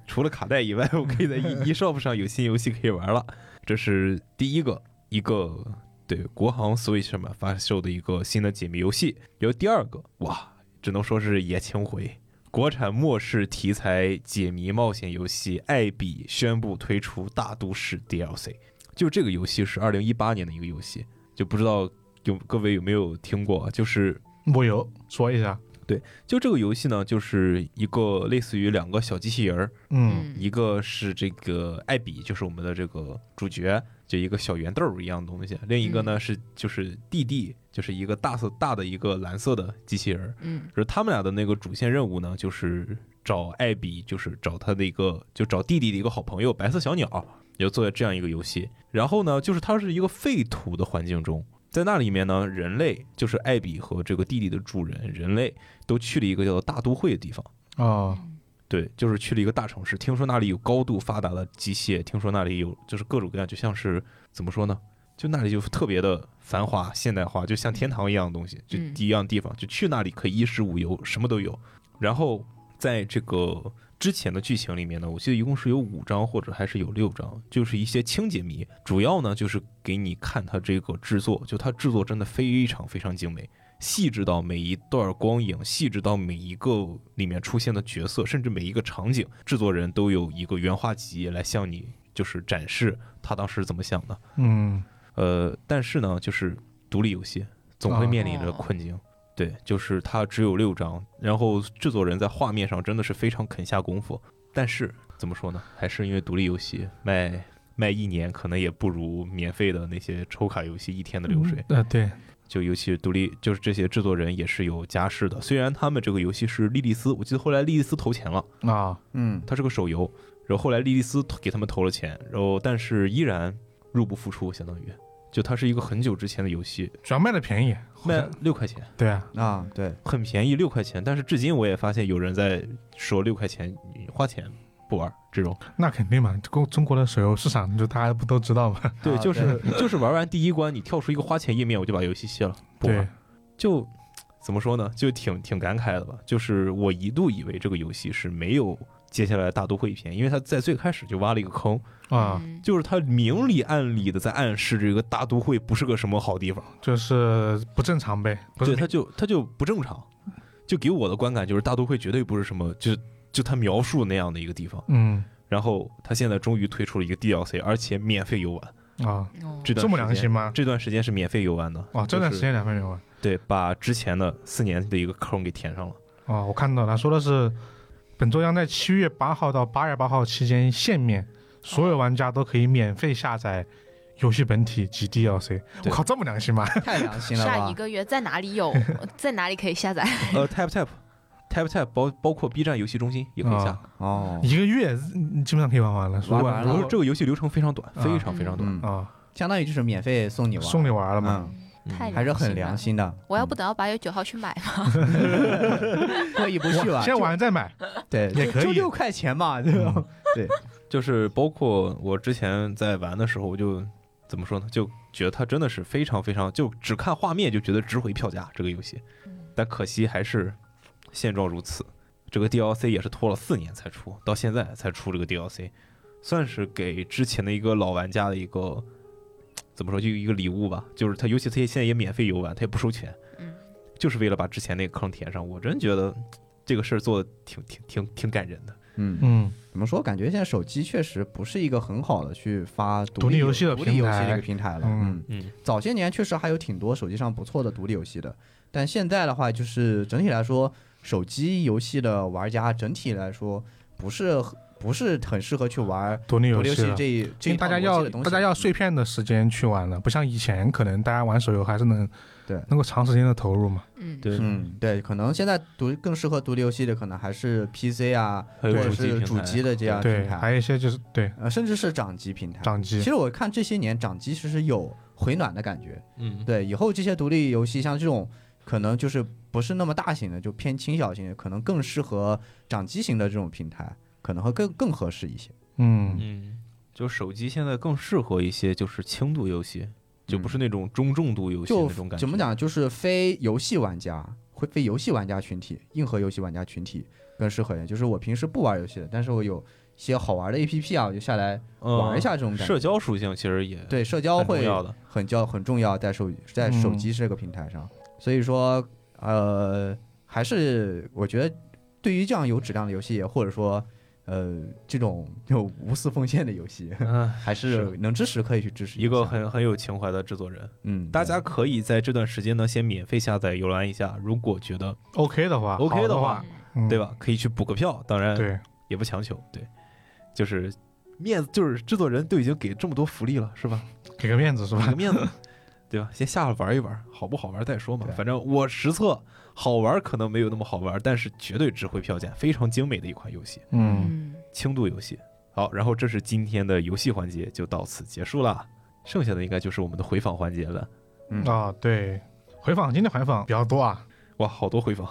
Speaker 3: 除了卡带以外，我可以在 e shop 上有新游戏可以玩了。这是第一个一个对国行 Switch 上面发售的一个新的解谜游戏。然后第二个，哇，只能说是爷青回。国产末世题材解谜冒险游戏《艾比》宣布推出大都市 DLC。就这个游戏是二零一八年的一个游戏，就不知道有各位有没有听过啊，就是
Speaker 1: 我有说一下，
Speaker 3: 就这个游戏呢，就是一个类似于两个小机器人儿，
Speaker 1: 嗯
Speaker 2: 嗯
Speaker 3: 一个是这个艾比，就是我们的这个主角，就一个小圆豆儿一样的东西；另一个呢是就是弟弟，就是一个大色大的一个蓝色的机器人儿。
Speaker 2: 嗯
Speaker 3: 就是他们俩的那个主线任务呢，就是找艾比，就是找他的一个，就找弟弟的一个好朋友白色小鸟，也就做这样一个游戏。然后呢，就是它是一个废土的环境中，在那里面呢，人类就是艾比和这个弟弟的主人人类都去了一个叫做大都会的地方。
Speaker 2: 嗯
Speaker 1: 哦，
Speaker 3: 对，就是去了一个大城市，听说那里有高度发达的机械，听说那里有就是各种各样，就像是怎么说呢？就那里就特别的繁华、现代化，就像天堂一样的东西，就
Speaker 2: 嗯
Speaker 3: 一样地方，就去那里可以衣食无忧，什么都有。然后在这个之前的剧情里面呢，我记得一共是有五章或者还是有六章，就是一些轻解谜，主要呢就是给你看它这个制作，就它制作真的非常非常精美，细致到每一段光影，细致到每一个里面出现的角色，甚至每一个场景，制作人都有一个原画集来向你就是展示他当时怎么想的。
Speaker 1: 嗯，
Speaker 3: 呃，但是呢，就是独立游戏总会
Speaker 1: 啊
Speaker 3: 面临着困境。对，就是它只有六章，然后制作人在画面上真的是非常肯下功夫，但是怎么说呢，还是因为独立游戏卖卖一年可能也不如免费的那些抽卡游戏一天的流水。
Speaker 1: 呃，对，
Speaker 3: 就尤其是独立，就是这些制作人也是有家室的。虽然他们这个游戏是莉莉丝，我记得后来莉莉丝投钱了，
Speaker 1: 啊，
Speaker 4: 嗯，
Speaker 3: 它是个手游，然后后来莉莉丝投给他们投了钱，然后但是依然入不敷出，相当于就它是一个很久之前的游戏，
Speaker 1: 主要卖的便宜，好
Speaker 3: 卖
Speaker 1: 像
Speaker 3: 六块钱，
Speaker 1: 对啊，
Speaker 4: 啊，对，
Speaker 3: 很便宜，六块钱。但是至今我也发现有人在说六块钱你花钱不玩这种，
Speaker 1: 那肯定嘛，中中国的手游市场就大家不都知道嘛，
Speaker 3: 对，
Speaker 4: 啊
Speaker 3: 就是就是玩完第一关你跳出一个花钱页面，我就把游戏卸了， 不啊玩
Speaker 1: 对。，
Speaker 3: 就怎么说呢，就挺挺感慨的吧。就是我一度以为这个游戏是没有接下来的大都会篇，因为它在最开始就挖了一个坑，
Speaker 1: 啊，
Speaker 2: 嗯
Speaker 3: 就是它明里暗里的在暗示这个大都会不是个什么好地方，
Speaker 1: 就是不正常呗，不
Speaker 3: 对，
Speaker 1: 是
Speaker 3: 它就它就不正常，就给我的观感就是大都会绝对不是什么，就是就它描述那样的一个地方。
Speaker 1: 嗯
Speaker 3: 然后它现在终于推出了一个 DLC，而且免费游玩，
Speaker 1: 啊，
Speaker 2: 哦
Speaker 3: 这段
Speaker 1: 这么
Speaker 3: 时
Speaker 1: 良
Speaker 3: 间
Speaker 1: 心。吗？
Speaker 3: 这段时间是免费游玩的
Speaker 1: 哦，这段时
Speaker 3: 就是
Speaker 1: 间两分钟啊，
Speaker 3: 对，把之前的四年的一个坑给填上了。
Speaker 1: 哦，我看到了，说的是本周将在七月八号到八月八号期间限免所有玩家都可以免费下载游戏本体及 DLC。我
Speaker 3: 对
Speaker 1: 靠，这么良心吗？
Speaker 4: 太良心了
Speaker 2: 下一
Speaker 4: 吧？
Speaker 2: 个月在哪里 有，在哪里可以下 载？
Speaker 3: 呃，Tap Tap。Tap Tap 包包括 B 站游戏中心也可以下，
Speaker 1: 啊
Speaker 4: 哦，
Speaker 1: 一个月嗯基本上可以玩完了，如
Speaker 4: 玩
Speaker 1: 果
Speaker 4: 完
Speaker 3: 然
Speaker 4: 了
Speaker 3: 后这个游戏流程非常短，
Speaker 1: 啊
Speaker 3: 非常非常短。
Speaker 4: 嗯，
Speaker 1: 啊，
Speaker 4: 相当于就是免费送你嗯玩，
Speaker 1: 送你玩了嘛？
Speaker 4: 嗯，
Speaker 3: 嗯
Speaker 2: 太
Speaker 4: 还是很
Speaker 2: 良
Speaker 4: 良心的。
Speaker 2: 我要不等到八月九号去买吗？
Speaker 4: 可以不去嗯玩，
Speaker 1: 先玩再买。
Speaker 4: 就对，
Speaker 1: 也
Speaker 4: 就
Speaker 1: 可以
Speaker 4: 就六块钱嘛，对吧？对，
Speaker 3: 就是包括我之前在玩的时候，我就怎么说呢，就觉得它真的是非常非常，就只看画面就觉得值回票价这个游戏。但可惜还是现状如此，这个 DLC 也是拖了四年才出，到现在才出这个 DLC，算是给之前的一个老玩家的一个怎么说，就一个礼物吧。就是它，尤其它现在也免费游玩，它也不收钱。
Speaker 2: 嗯，
Speaker 3: 就是为了把之前那个坑填上。我真觉得这个事儿做的挺挺挺挺感人的。
Speaker 4: 嗯，
Speaker 1: 嗯，
Speaker 4: 怎么说？感觉现在手机确实不是一个很好的去发
Speaker 1: 独立
Speaker 4: 立
Speaker 1: 游戏的
Speaker 4: 独
Speaker 1: 平
Speaker 4: 立游戏
Speaker 1: 台
Speaker 4: 这个平台了。
Speaker 1: 嗯
Speaker 4: 嗯，
Speaker 3: 嗯，
Speaker 4: 早些年确实还有挺多手机上不错的独立游戏的，但现在的话，就是整体来说，手机游戏的玩家整体来说不是很不是很适合去玩
Speaker 1: 独立
Speaker 4: 独
Speaker 1: 游
Speaker 4: 立游
Speaker 1: 戏
Speaker 4: 戏
Speaker 1: 了。
Speaker 4: 这一这
Speaker 1: 因
Speaker 4: 一
Speaker 1: 为大家
Speaker 4: 套逻辑
Speaker 1: 要
Speaker 4: 的东西
Speaker 1: 大家要碎片的时间去玩了，不像以前可能大家玩手游还是能
Speaker 4: 对
Speaker 1: 能够长时间的投入嘛。
Speaker 2: 嗯，
Speaker 3: 对
Speaker 4: 嗯，对，可能现在独更适合独立游戏的，可能还是 PC 啊，
Speaker 3: 还
Speaker 4: 或
Speaker 3: 有
Speaker 4: 者
Speaker 3: 主机
Speaker 4: 是
Speaker 3: 平
Speaker 4: 主
Speaker 3: 台
Speaker 4: 机的这样
Speaker 1: 对，
Speaker 4: 平
Speaker 1: 还
Speaker 4: 台，
Speaker 1: 有一些就是对
Speaker 4: 呃，甚至是掌机平台。
Speaker 1: 掌
Speaker 4: 其
Speaker 1: 机，
Speaker 4: 实我看这些年掌机其实有回暖的感觉，
Speaker 3: 嗯，
Speaker 4: 对，以后这些独立游戏像这种可能就是不是那么大型的，就偏轻小型的，可能更适合掌机型的这种平台，可能会更更合适一些。
Speaker 1: 嗯，
Speaker 3: 嗯，就手机现在更适合一些就是轻度游戏，就不是那种中重度游戏
Speaker 4: 就
Speaker 3: 那种感觉。
Speaker 4: 怎么？讲，就是非游戏玩家，会非游戏玩家群体，硬核游戏玩家群体更适合一点。就是我平时不玩游戏的，但是我有些好玩的 APP 啊，我就下来
Speaker 3: 嗯、
Speaker 4: 玩一下这种感觉。
Speaker 3: 社交属性其实也
Speaker 4: 对社交
Speaker 3: 很重
Speaker 4: 会
Speaker 3: 要的。
Speaker 4: 很交很重要，在手在手机这个平台上，所以说呃，还是我觉得对于这样有质量的游戏，或者说呃这种有无私奉献的游 戏，
Speaker 3: 嗯，
Speaker 4: 还是
Speaker 3: 是
Speaker 4: 能支持可以去支持
Speaker 3: 一
Speaker 4: 下
Speaker 3: 个很很有情怀的制作人，
Speaker 4: 嗯，
Speaker 3: 大
Speaker 4: 对
Speaker 3: 家可以在这段时间呢先免费下载游玩一下，如果觉得
Speaker 1: OK 的话
Speaker 3: OK
Speaker 1: 好
Speaker 3: 的
Speaker 1: 的
Speaker 3: 话，
Speaker 1: 嗯
Speaker 3: 对？吧，可以去补个票，当然
Speaker 1: 对，
Speaker 3: 也不强求，对，就是面子，就是制作人都已经给这么多福利了，是吧？
Speaker 1: 给个面子是
Speaker 3: 给
Speaker 1: 吧
Speaker 3: 个？面子，对吧？先下来玩一玩，好不好玩再说嘛
Speaker 4: 对。
Speaker 3: 反正我实测好玩可能没有那么好玩，但是绝对值回票价，非常精美的一款游戏，
Speaker 1: 嗯，
Speaker 2: 嗯，
Speaker 3: 轻度游戏。好，然后这是今天的游戏环节，就到此结束啦。剩下的应该就是我们的回访环节了。
Speaker 4: 嗯
Speaker 1: 啊，对，回访今天回访比较多啊，
Speaker 3: 哇，好多回访。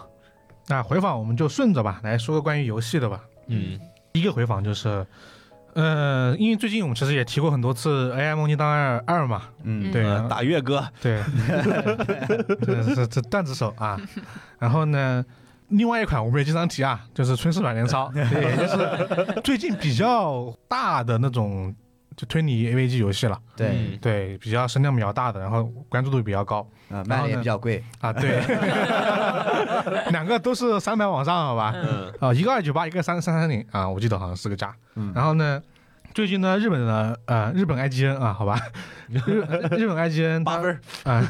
Speaker 1: 那回访我们就顺着吧，来说个关于游戏的吧。
Speaker 3: 嗯
Speaker 1: 第一个回访就是，呃，因为最近我们其实也提过很多次《AI 梦境档案二》嘛，
Speaker 4: 嗯
Speaker 2: 嗯
Speaker 1: 对，
Speaker 3: 呃，打月哥，
Speaker 1: 对，这是这段子手啊。然后呢，另外一款我们也经常提啊，就是《春世软年超》， 对，也就是最近比较大的那种就推理 AVG 游戏了，
Speaker 4: 对
Speaker 3: 嗯
Speaker 1: 对，比较声量比较大的，然后关注度比较高
Speaker 4: 啊卖
Speaker 1: 然后
Speaker 4: 的也
Speaker 1: 呢
Speaker 4: 比较贵，
Speaker 1: 啊，对，两个都是三百往上，好吧？
Speaker 3: 嗯
Speaker 1: 啊，一个二九八，一个三三三零啊，我记得好像是个价。
Speaker 4: 嗯
Speaker 1: 然后呢，最近呢，日本的呃，日本 IGN 啊，好吧，日日本 IGN 它
Speaker 3: 八分儿。
Speaker 1: 啊，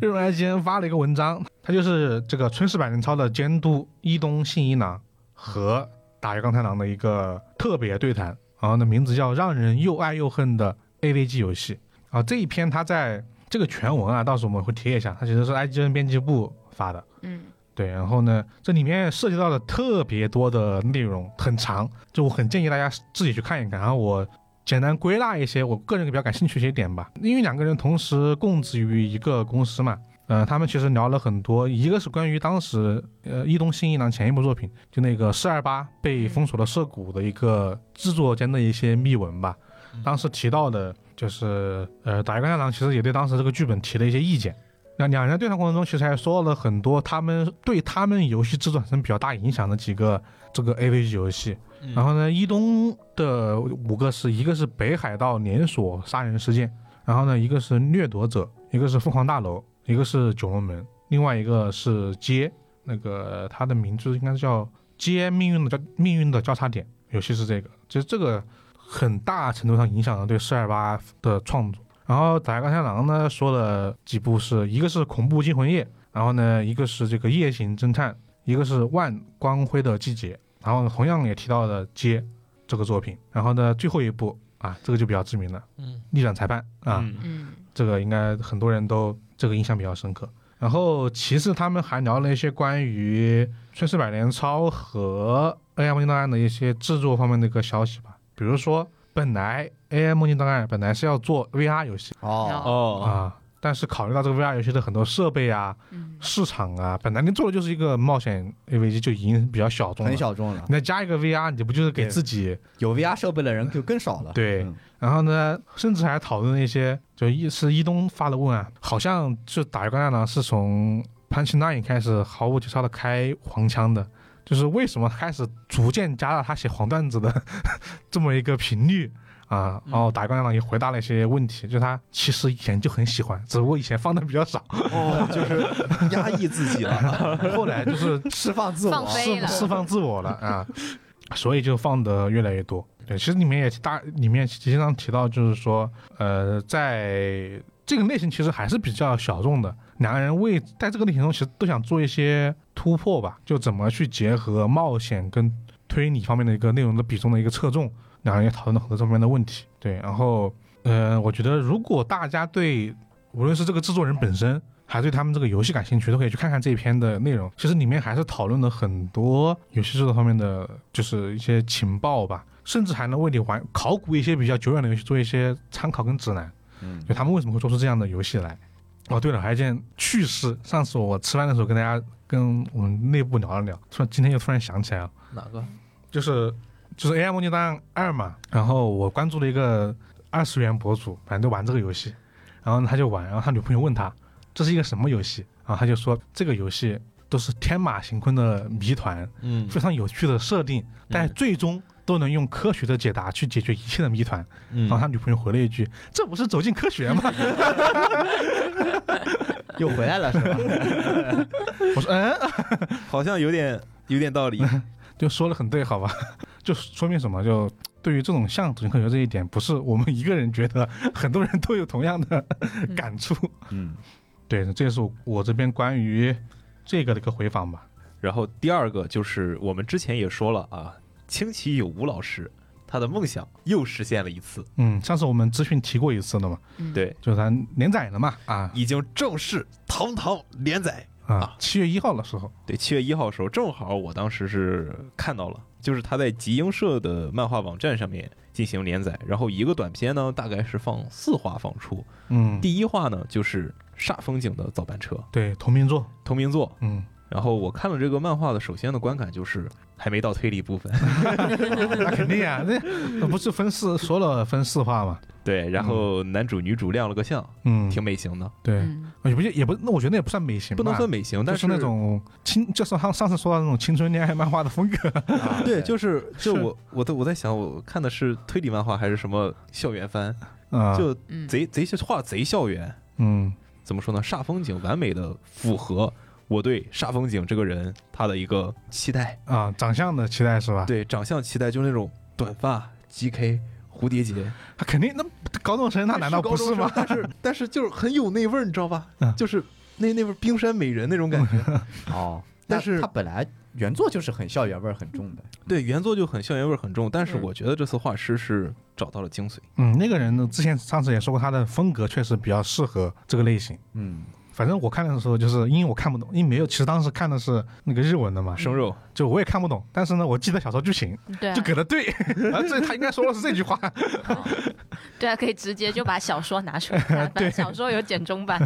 Speaker 1: 日本 IGN 发了一个文章，他就是这个春世百年超的监督伊东信一郎和打鱼刚太郎的一个特别对谈。然后呢名字叫《让人又爱又恨的 AVG 游戏》啊。这一篇它在这个全文啊，到时候我们会贴一下，它其实是 IGN 编辑部发的。
Speaker 2: 嗯，
Speaker 1: 对，然后呢，这里面涉及到了特别多的内容，很长，就我很建议大家自己去看一看。然后我简单归纳一些我个人比较感兴趣一些点吧，因为两个人同时供职于一个公司嘛，呃，他们其实聊了很多，一个是关于当时呃伊东新一郎前一部作品，就那个四二八被封锁的涉谷的一个制作间的一些秘闻吧，当时提到的就是呃打一个太郎其实也对当时这个剧本提了一些意见。那两人对谈过程中，其实还说了很多他们对他们游戏制作产生比较大影响的几个这个 AVG 游戏。然后呢，一东的五个是一个是北海道连锁杀人事件，然后呢，一个是掠夺者，一个是凤凰大楼，一个是九龙门，另外一个是街，那个它的名字应该叫街命运的交命运的交叉点，游戏是这个，其实这个很大程度上影响了对四二八的创作。然后打钢太郎呢说了几部是，一个是恐怖惊魂夜，然后呢一个是这个夜行侦探，一个是万光辉的季节，然后同样也提到了街这个作品，然后呢最后一部啊这个就比较知名了，
Speaker 3: 嗯，
Speaker 1: 逆转裁判啊，
Speaker 3: 嗯
Speaker 2: 嗯
Speaker 1: 这个应该很多人都这个印象比较深刻。然后其次他们还聊了一些关于《春世百年抄》和《AI 梦境档案》的一些制作方面的一个消息吧，比如说本来《AI 梦境档案》本来是要做 VR 游戏。
Speaker 4: 哦，
Speaker 3: 哦，
Speaker 1: 啊。但是考虑到这个 VR 游戏的很多设备啊、
Speaker 2: 嗯
Speaker 1: 市场啊，本来你做的就是一个冒险 AVG 就已经比较小众了，
Speaker 4: 很。小众了
Speaker 1: 你，再加一个 VR，你不就是给
Speaker 4: 对
Speaker 1: 自己？
Speaker 4: 有 VR 设备的人就更少了。
Speaker 1: 对
Speaker 4: 嗯
Speaker 1: 然后呢，甚至还讨论了一些，就一是一东发的问啊，好像就打一个战狼是从 Punch Nine 开始毫无节操的开黄腔的，就是为什么开始逐渐加大他写黄段子的 这么一个频率啊？
Speaker 4: 嗯
Speaker 1: 然后打一个战狼也回答了一些问题，就他其实以前就很喜欢，只不过以前放的比较 少。
Speaker 3: 哦，就是压抑自己了，
Speaker 1: 后来就是
Speaker 4: 释放自
Speaker 2: 放
Speaker 4: 我，
Speaker 2: 飞
Speaker 1: 释
Speaker 2: 了
Speaker 1: 释放自我了啊， 所以就放的越来越多。对，其实里面也大，里面经常提到，就是说，呃，在这个类型其实还是比较小众的。两个人为在这个类型中，其实都想做一些突破吧，就怎么去结合冒险跟推理方面的一个内容的比重的一个侧重。两人也讨论了很多这方面的问题。对，然后，呃，我觉得如果大家对无论是这个制作人本身，还对他们这个游戏感兴趣，都可以去看看这一篇的内容。其实里面还是讨论了很多游戏制作方面的，就是一些情报吧，甚至还能为你玩考古一些比较久远的游戏做一些参考跟指南。
Speaker 4: 嗯，
Speaker 1: 就他们为什么会做出这样的游戏来。哦，对了，还有一件趣事，上次我吃饭的时候跟大家跟我们内部聊了聊，突然今天又突然想起来了，
Speaker 5: 哪个？
Speaker 1: 就是就是 AI 梦境档案二嘛，然后我关注了一个二十元博主，反正就玩这个游戏，然后呢他就玩，然后他女朋友问他这是一个什么游戏，然后他就说这个游戏都是天马行空的谜团，
Speaker 3: 嗯
Speaker 1: 非常有趣的设定，但最终都能用科学的解答去解决一切的谜团。
Speaker 3: 嗯
Speaker 1: 然后他女朋友回了一句：“这不是走进科学吗
Speaker 4: 又回来了是 吧？？”
Speaker 1: 我说：“嗯，
Speaker 3: 好像有点有点道理，
Speaker 1: 就说了很对，好吧？ 就说明什么？就对于这种像走进科学这一点，不是我们一个人觉得，很多人都有同样的 感触。
Speaker 3: 嗯。
Speaker 1: 对，这也是我我这边关于这个的一个回访吧。
Speaker 3: 然后第二个就是我们之前也说了啊，清崎有吾老师他的梦想又实现了一次，
Speaker 1: 嗯，上次我们资讯提过一次了嘛，
Speaker 2: 嗯，
Speaker 3: 对，
Speaker 1: 就是咱连载了嘛，啊
Speaker 3: 已经正式堂堂连载。
Speaker 1: 啊，七月一号的时候，
Speaker 3: 对，七月一号的时候，正好我当时是看到了，就是他在集英社的漫画网站上面进行连载，然后一个短片呢，大概是放四话放出，
Speaker 1: 嗯，
Speaker 3: 第一话呢就是煞风景的早班车
Speaker 1: 对，同名作，
Speaker 3: 同名作，
Speaker 1: 嗯，
Speaker 3: 然后我看了这个漫画的，首先的观感就是还没到推理部分，
Speaker 1: 那肯定 啊，那不是分四说了分四话嘛，
Speaker 3: 对，然后男主女主亮了个相，
Speaker 1: 嗯，
Speaker 3: 挺美型的，
Speaker 1: 对，呃
Speaker 2: 嗯
Speaker 1: 也不是也不，那我觉得也不算美型吧，
Speaker 3: 不能算美型，但
Speaker 1: 就是那种青，就是上上次说到那种青春恋爱漫画的风格。
Speaker 5: 啊
Speaker 3: 对，就是
Speaker 1: 是
Speaker 3: 就我我在我在想，我看的是推理漫画还是什么校园番，
Speaker 1: 啊，
Speaker 3: 就
Speaker 2: 嗯
Speaker 3: 贼贼画贼校园，
Speaker 1: 嗯
Speaker 3: 怎么说呢？煞风景完美的符合我对煞风景这个人他的一个期待，
Speaker 1: 啊，长相的期待是吧？，
Speaker 3: 对长相期待，就是那种短发 GK 蝴蝶结，
Speaker 1: 他肯定那高中生，他难道不是吗？
Speaker 3: 但是 但是就是很有那味儿，你知道吧
Speaker 1: 嗯？
Speaker 3: 就是那那味儿冰山美人那种感觉。
Speaker 4: 哦，
Speaker 3: 但
Speaker 4: 那
Speaker 3: 是
Speaker 4: 他本来原作就是很校园味儿很重的。
Speaker 3: 对，原作就很校园味儿很重，但是
Speaker 2: 嗯
Speaker 3: 我觉得这次画师是找到了精髓。
Speaker 1: 嗯，那个人呢，之前上次也说过，他的风格确实比较适合这个类型。
Speaker 4: 嗯，
Speaker 1: 反正我看的时候，就是因为我看不懂，因为没有，其实当时看的是那个日文的嘛，
Speaker 3: 生肉，
Speaker 1: 就我也看不懂，但是呢，我记得小说剧情，
Speaker 2: 对啊
Speaker 1: 就给的对， 啊，这他应该说的是这句话，
Speaker 2: 对啊，可以直接就把小说拿出来 看，反正小说有简中 版。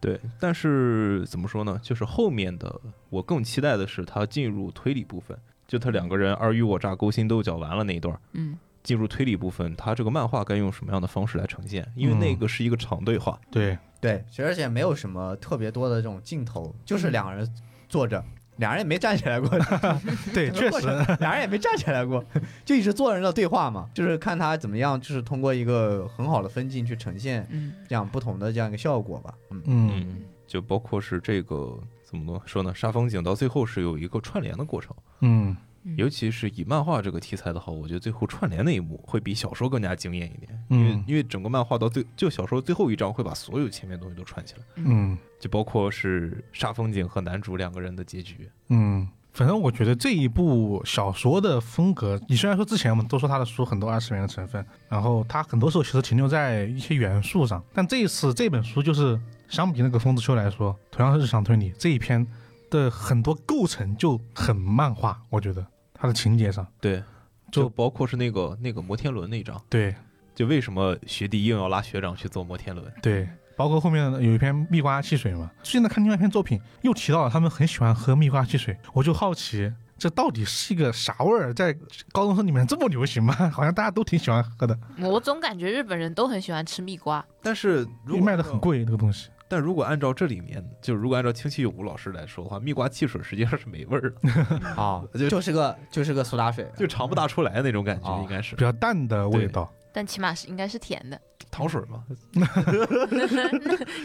Speaker 3: 对，但是怎么说呢？就是后面的我更期待的是他进入推理部分，就他两个人尔虞我诈、勾心斗角完了那一段儿，
Speaker 2: 嗯，
Speaker 3: 进入推理部分，他这个漫画该用什么样的方式来呈现？因为那
Speaker 1: 嗯
Speaker 3: 个是一个长对话，
Speaker 1: 对，
Speaker 4: 对，其实而且没有什么特别多的这种镜头，就是两个人坐着，两人也没站起 来过，
Speaker 1: 对，确实，，
Speaker 4: 俩人也没站起来过， 就一直坐着的对话嘛，就是看他怎么样，就是通过一个很好的分镜去呈现
Speaker 2: 嗯，
Speaker 4: 这样不同的这样一个效果吧。嗯，
Speaker 1: 嗯，
Speaker 3: 嗯，就包括是这个怎么说呢？杀风景到最后是有一个串联的过程，
Speaker 1: 嗯，
Speaker 3: 尤其是以漫画这个题材的话，我觉得最后串联那一幕会比小说更加惊艳一点，因为
Speaker 1: 嗯
Speaker 3: 因为整个漫画到最就小说最后一章会把所有前面东西都串起来，
Speaker 1: 嗯，
Speaker 3: 就包括是杀风景和男主两个人的结局。
Speaker 1: 嗯，反正我觉得这一部小说的风格，你虽然说之前我们都说他的书很多二次元的成分，然后他很多时候其实停留在一些元素上，但这一次这本书就是相比那个《风之丘》来说，同样是日常推理这一篇的很多构成就很漫画，我觉得它的情节上，
Speaker 3: 对，
Speaker 1: 就
Speaker 3: 就包括是那个那个摩天轮那一章，
Speaker 1: 对
Speaker 3: 就为什么学弟硬要拉学长去坐摩天轮？
Speaker 1: 对。包括后面有一篇蜜瓜汽水嘛，最近在看另外一篇作品，又提到了他们很喜欢喝蜜瓜汽水，我就好奇这到底是一个啥味儿，在高中生里面这么流行吗？ 好像大家都挺喜欢喝的。
Speaker 2: 我总感觉日本人都很喜欢吃蜜瓜。
Speaker 3: 但是如果
Speaker 1: 卖的很，贵那个东西。
Speaker 3: 但如果按照这里面，就如果按照清崎永吾老师来说的话，蜜瓜汽水实际上是没味儿的，
Speaker 4: 啊，
Speaker 3: 就
Speaker 4: 就是个就是个苏打水，
Speaker 3: 就尝不大出来那种感觉，
Speaker 4: 哦
Speaker 3: 应该是
Speaker 1: 比较淡的味道。
Speaker 2: 但起码是应该是甜 的，
Speaker 3: 糖水嘛。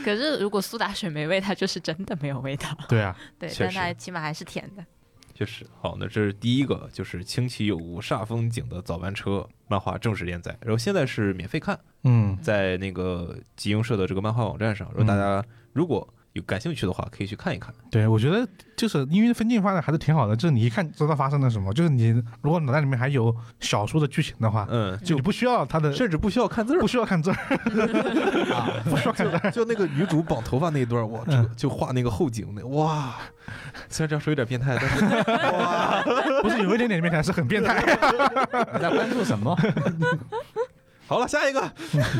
Speaker 2: 可是如果苏打水没味，它就是真的没有味道。
Speaker 1: 对啊，
Speaker 2: 对，
Speaker 3: 确
Speaker 2: 但
Speaker 3: 实
Speaker 2: 它起码还是甜的。
Speaker 3: 确实，好，那这是第一个，就是清崎有吾煞风景的早班车漫画正式连载，然后现在是免费看，
Speaker 1: 嗯
Speaker 3: 在那个集英社的这个漫画网站上，然后大家如果有感兴趣的话，可以去看一看。，
Speaker 1: 对，我觉得就是因为分镜发展还是挺好的，就是你一看知道发生了什么，就是你如果脑袋里面还有小说的剧情的话，
Speaker 3: 嗯，
Speaker 1: 就
Speaker 3: 就
Speaker 1: 你不需要它的，
Speaker 3: 甚至不需要看字儿
Speaker 1: 不，需要看字儿，
Speaker 4: 啊，
Speaker 1: 不需要看字儿。
Speaker 3: 就那个女主绑头发那一段，哇，这个就画那个后颈那，哇，虽然这样说有点变态，但是
Speaker 1: 不是有一点点变态，是很变态。
Speaker 4: 你在关注什 么？
Speaker 3: 好了，下一个，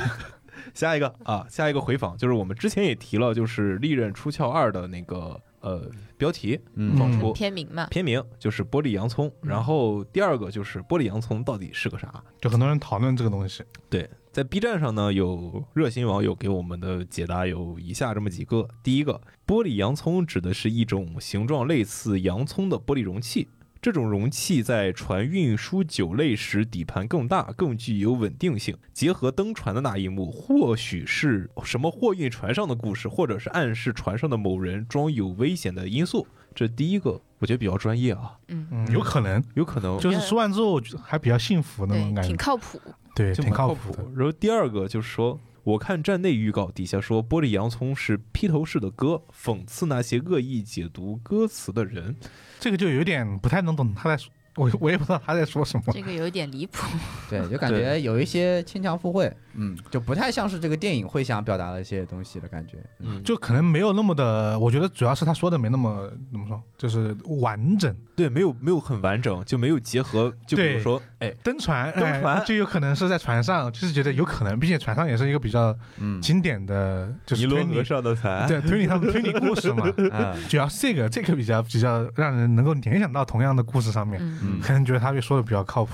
Speaker 3: 下一个啊，下一个回访就是我们之前也提了，就是《利刃出鞘二》的那个呃标题
Speaker 1: 嗯
Speaker 3: 放出
Speaker 2: 片名嘛，
Speaker 3: 片名就是玻璃洋葱，然后第二个就是玻璃洋葱到底是个啥？
Speaker 1: 就很多人讨论这个东西。
Speaker 3: 对，在 B 站上呢，有热心网友给我们的解答有以下这么几个：第一个，玻璃洋葱指的是一种形状类似洋葱的玻璃容器，这种容器在船运输酒类时底盘更大，更具有稳定性。结合登船的那一幕，或许是什么货运船上的故事，或者是暗示船上的某人装有危险的因素。这第一个，我觉得比较专业啊，
Speaker 2: 嗯，
Speaker 1: 嗯，有可能
Speaker 3: 有可能
Speaker 1: 就是说完之后还比较幸福那
Speaker 2: 对
Speaker 1: 种，感
Speaker 2: 挺
Speaker 1: 觉，
Speaker 2: 靠谱。
Speaker 1: 对，
Speaker 3: 就
Speaker 1: 挺
Speaker 3: 蛮
Speaker 1: 靠
Speaker 3: 谱
Speaker 1: 的。。
Speaker 3: 然后第二个就是说，我看站内预告底下说《玻璃洋葱》是披头士的歌，讽刺那些恶意解读歌词的人。
Speaker 1: 这个就有点不太能懂他在说， 我我也不知道他在说什么。
Speaker 2: 这个有一点离 谱。
Speaker 4: 对，就感觉有一些牵强附会，嗯，就不太像是这个电影会想表达的一些东西的感觉。
Speaker 3: 嗯就
Speaker 1: 就可能没有那么的，我觉得主要是他说的没那么怎么说，就是完整。
Speaker 3: 对，没有没有很完整，就没有结合。就比如
Speaker 1: 对
Speaker 3: 说，哎，
Speaker 1: 登船，
Speaker 3: 登
Speaker 1: 哎
Speaker 3: 船
Speaker 1: 就有可能是在船上，就是觉得有可能，并且船上也是一个比较
Speaker 4: 嗯，
Speaker 1: 经典的，就是
Speaker 3: 尼
Speaker 1: 推
Speaker 3: 罗河
Speaker 1: 理，
Speaker 3: 上的船，
Speaker 1: 对推理他们推理故事嘛。
Speaker 4: 嗯
Speaker 1: 主要是这个，这个比较比较让人能够联想到同样的故事上面，
Speaker 2: 嗯，
Speaker 4: 嗯
Speaker 1: 可能觉得他会说的比较靠谱。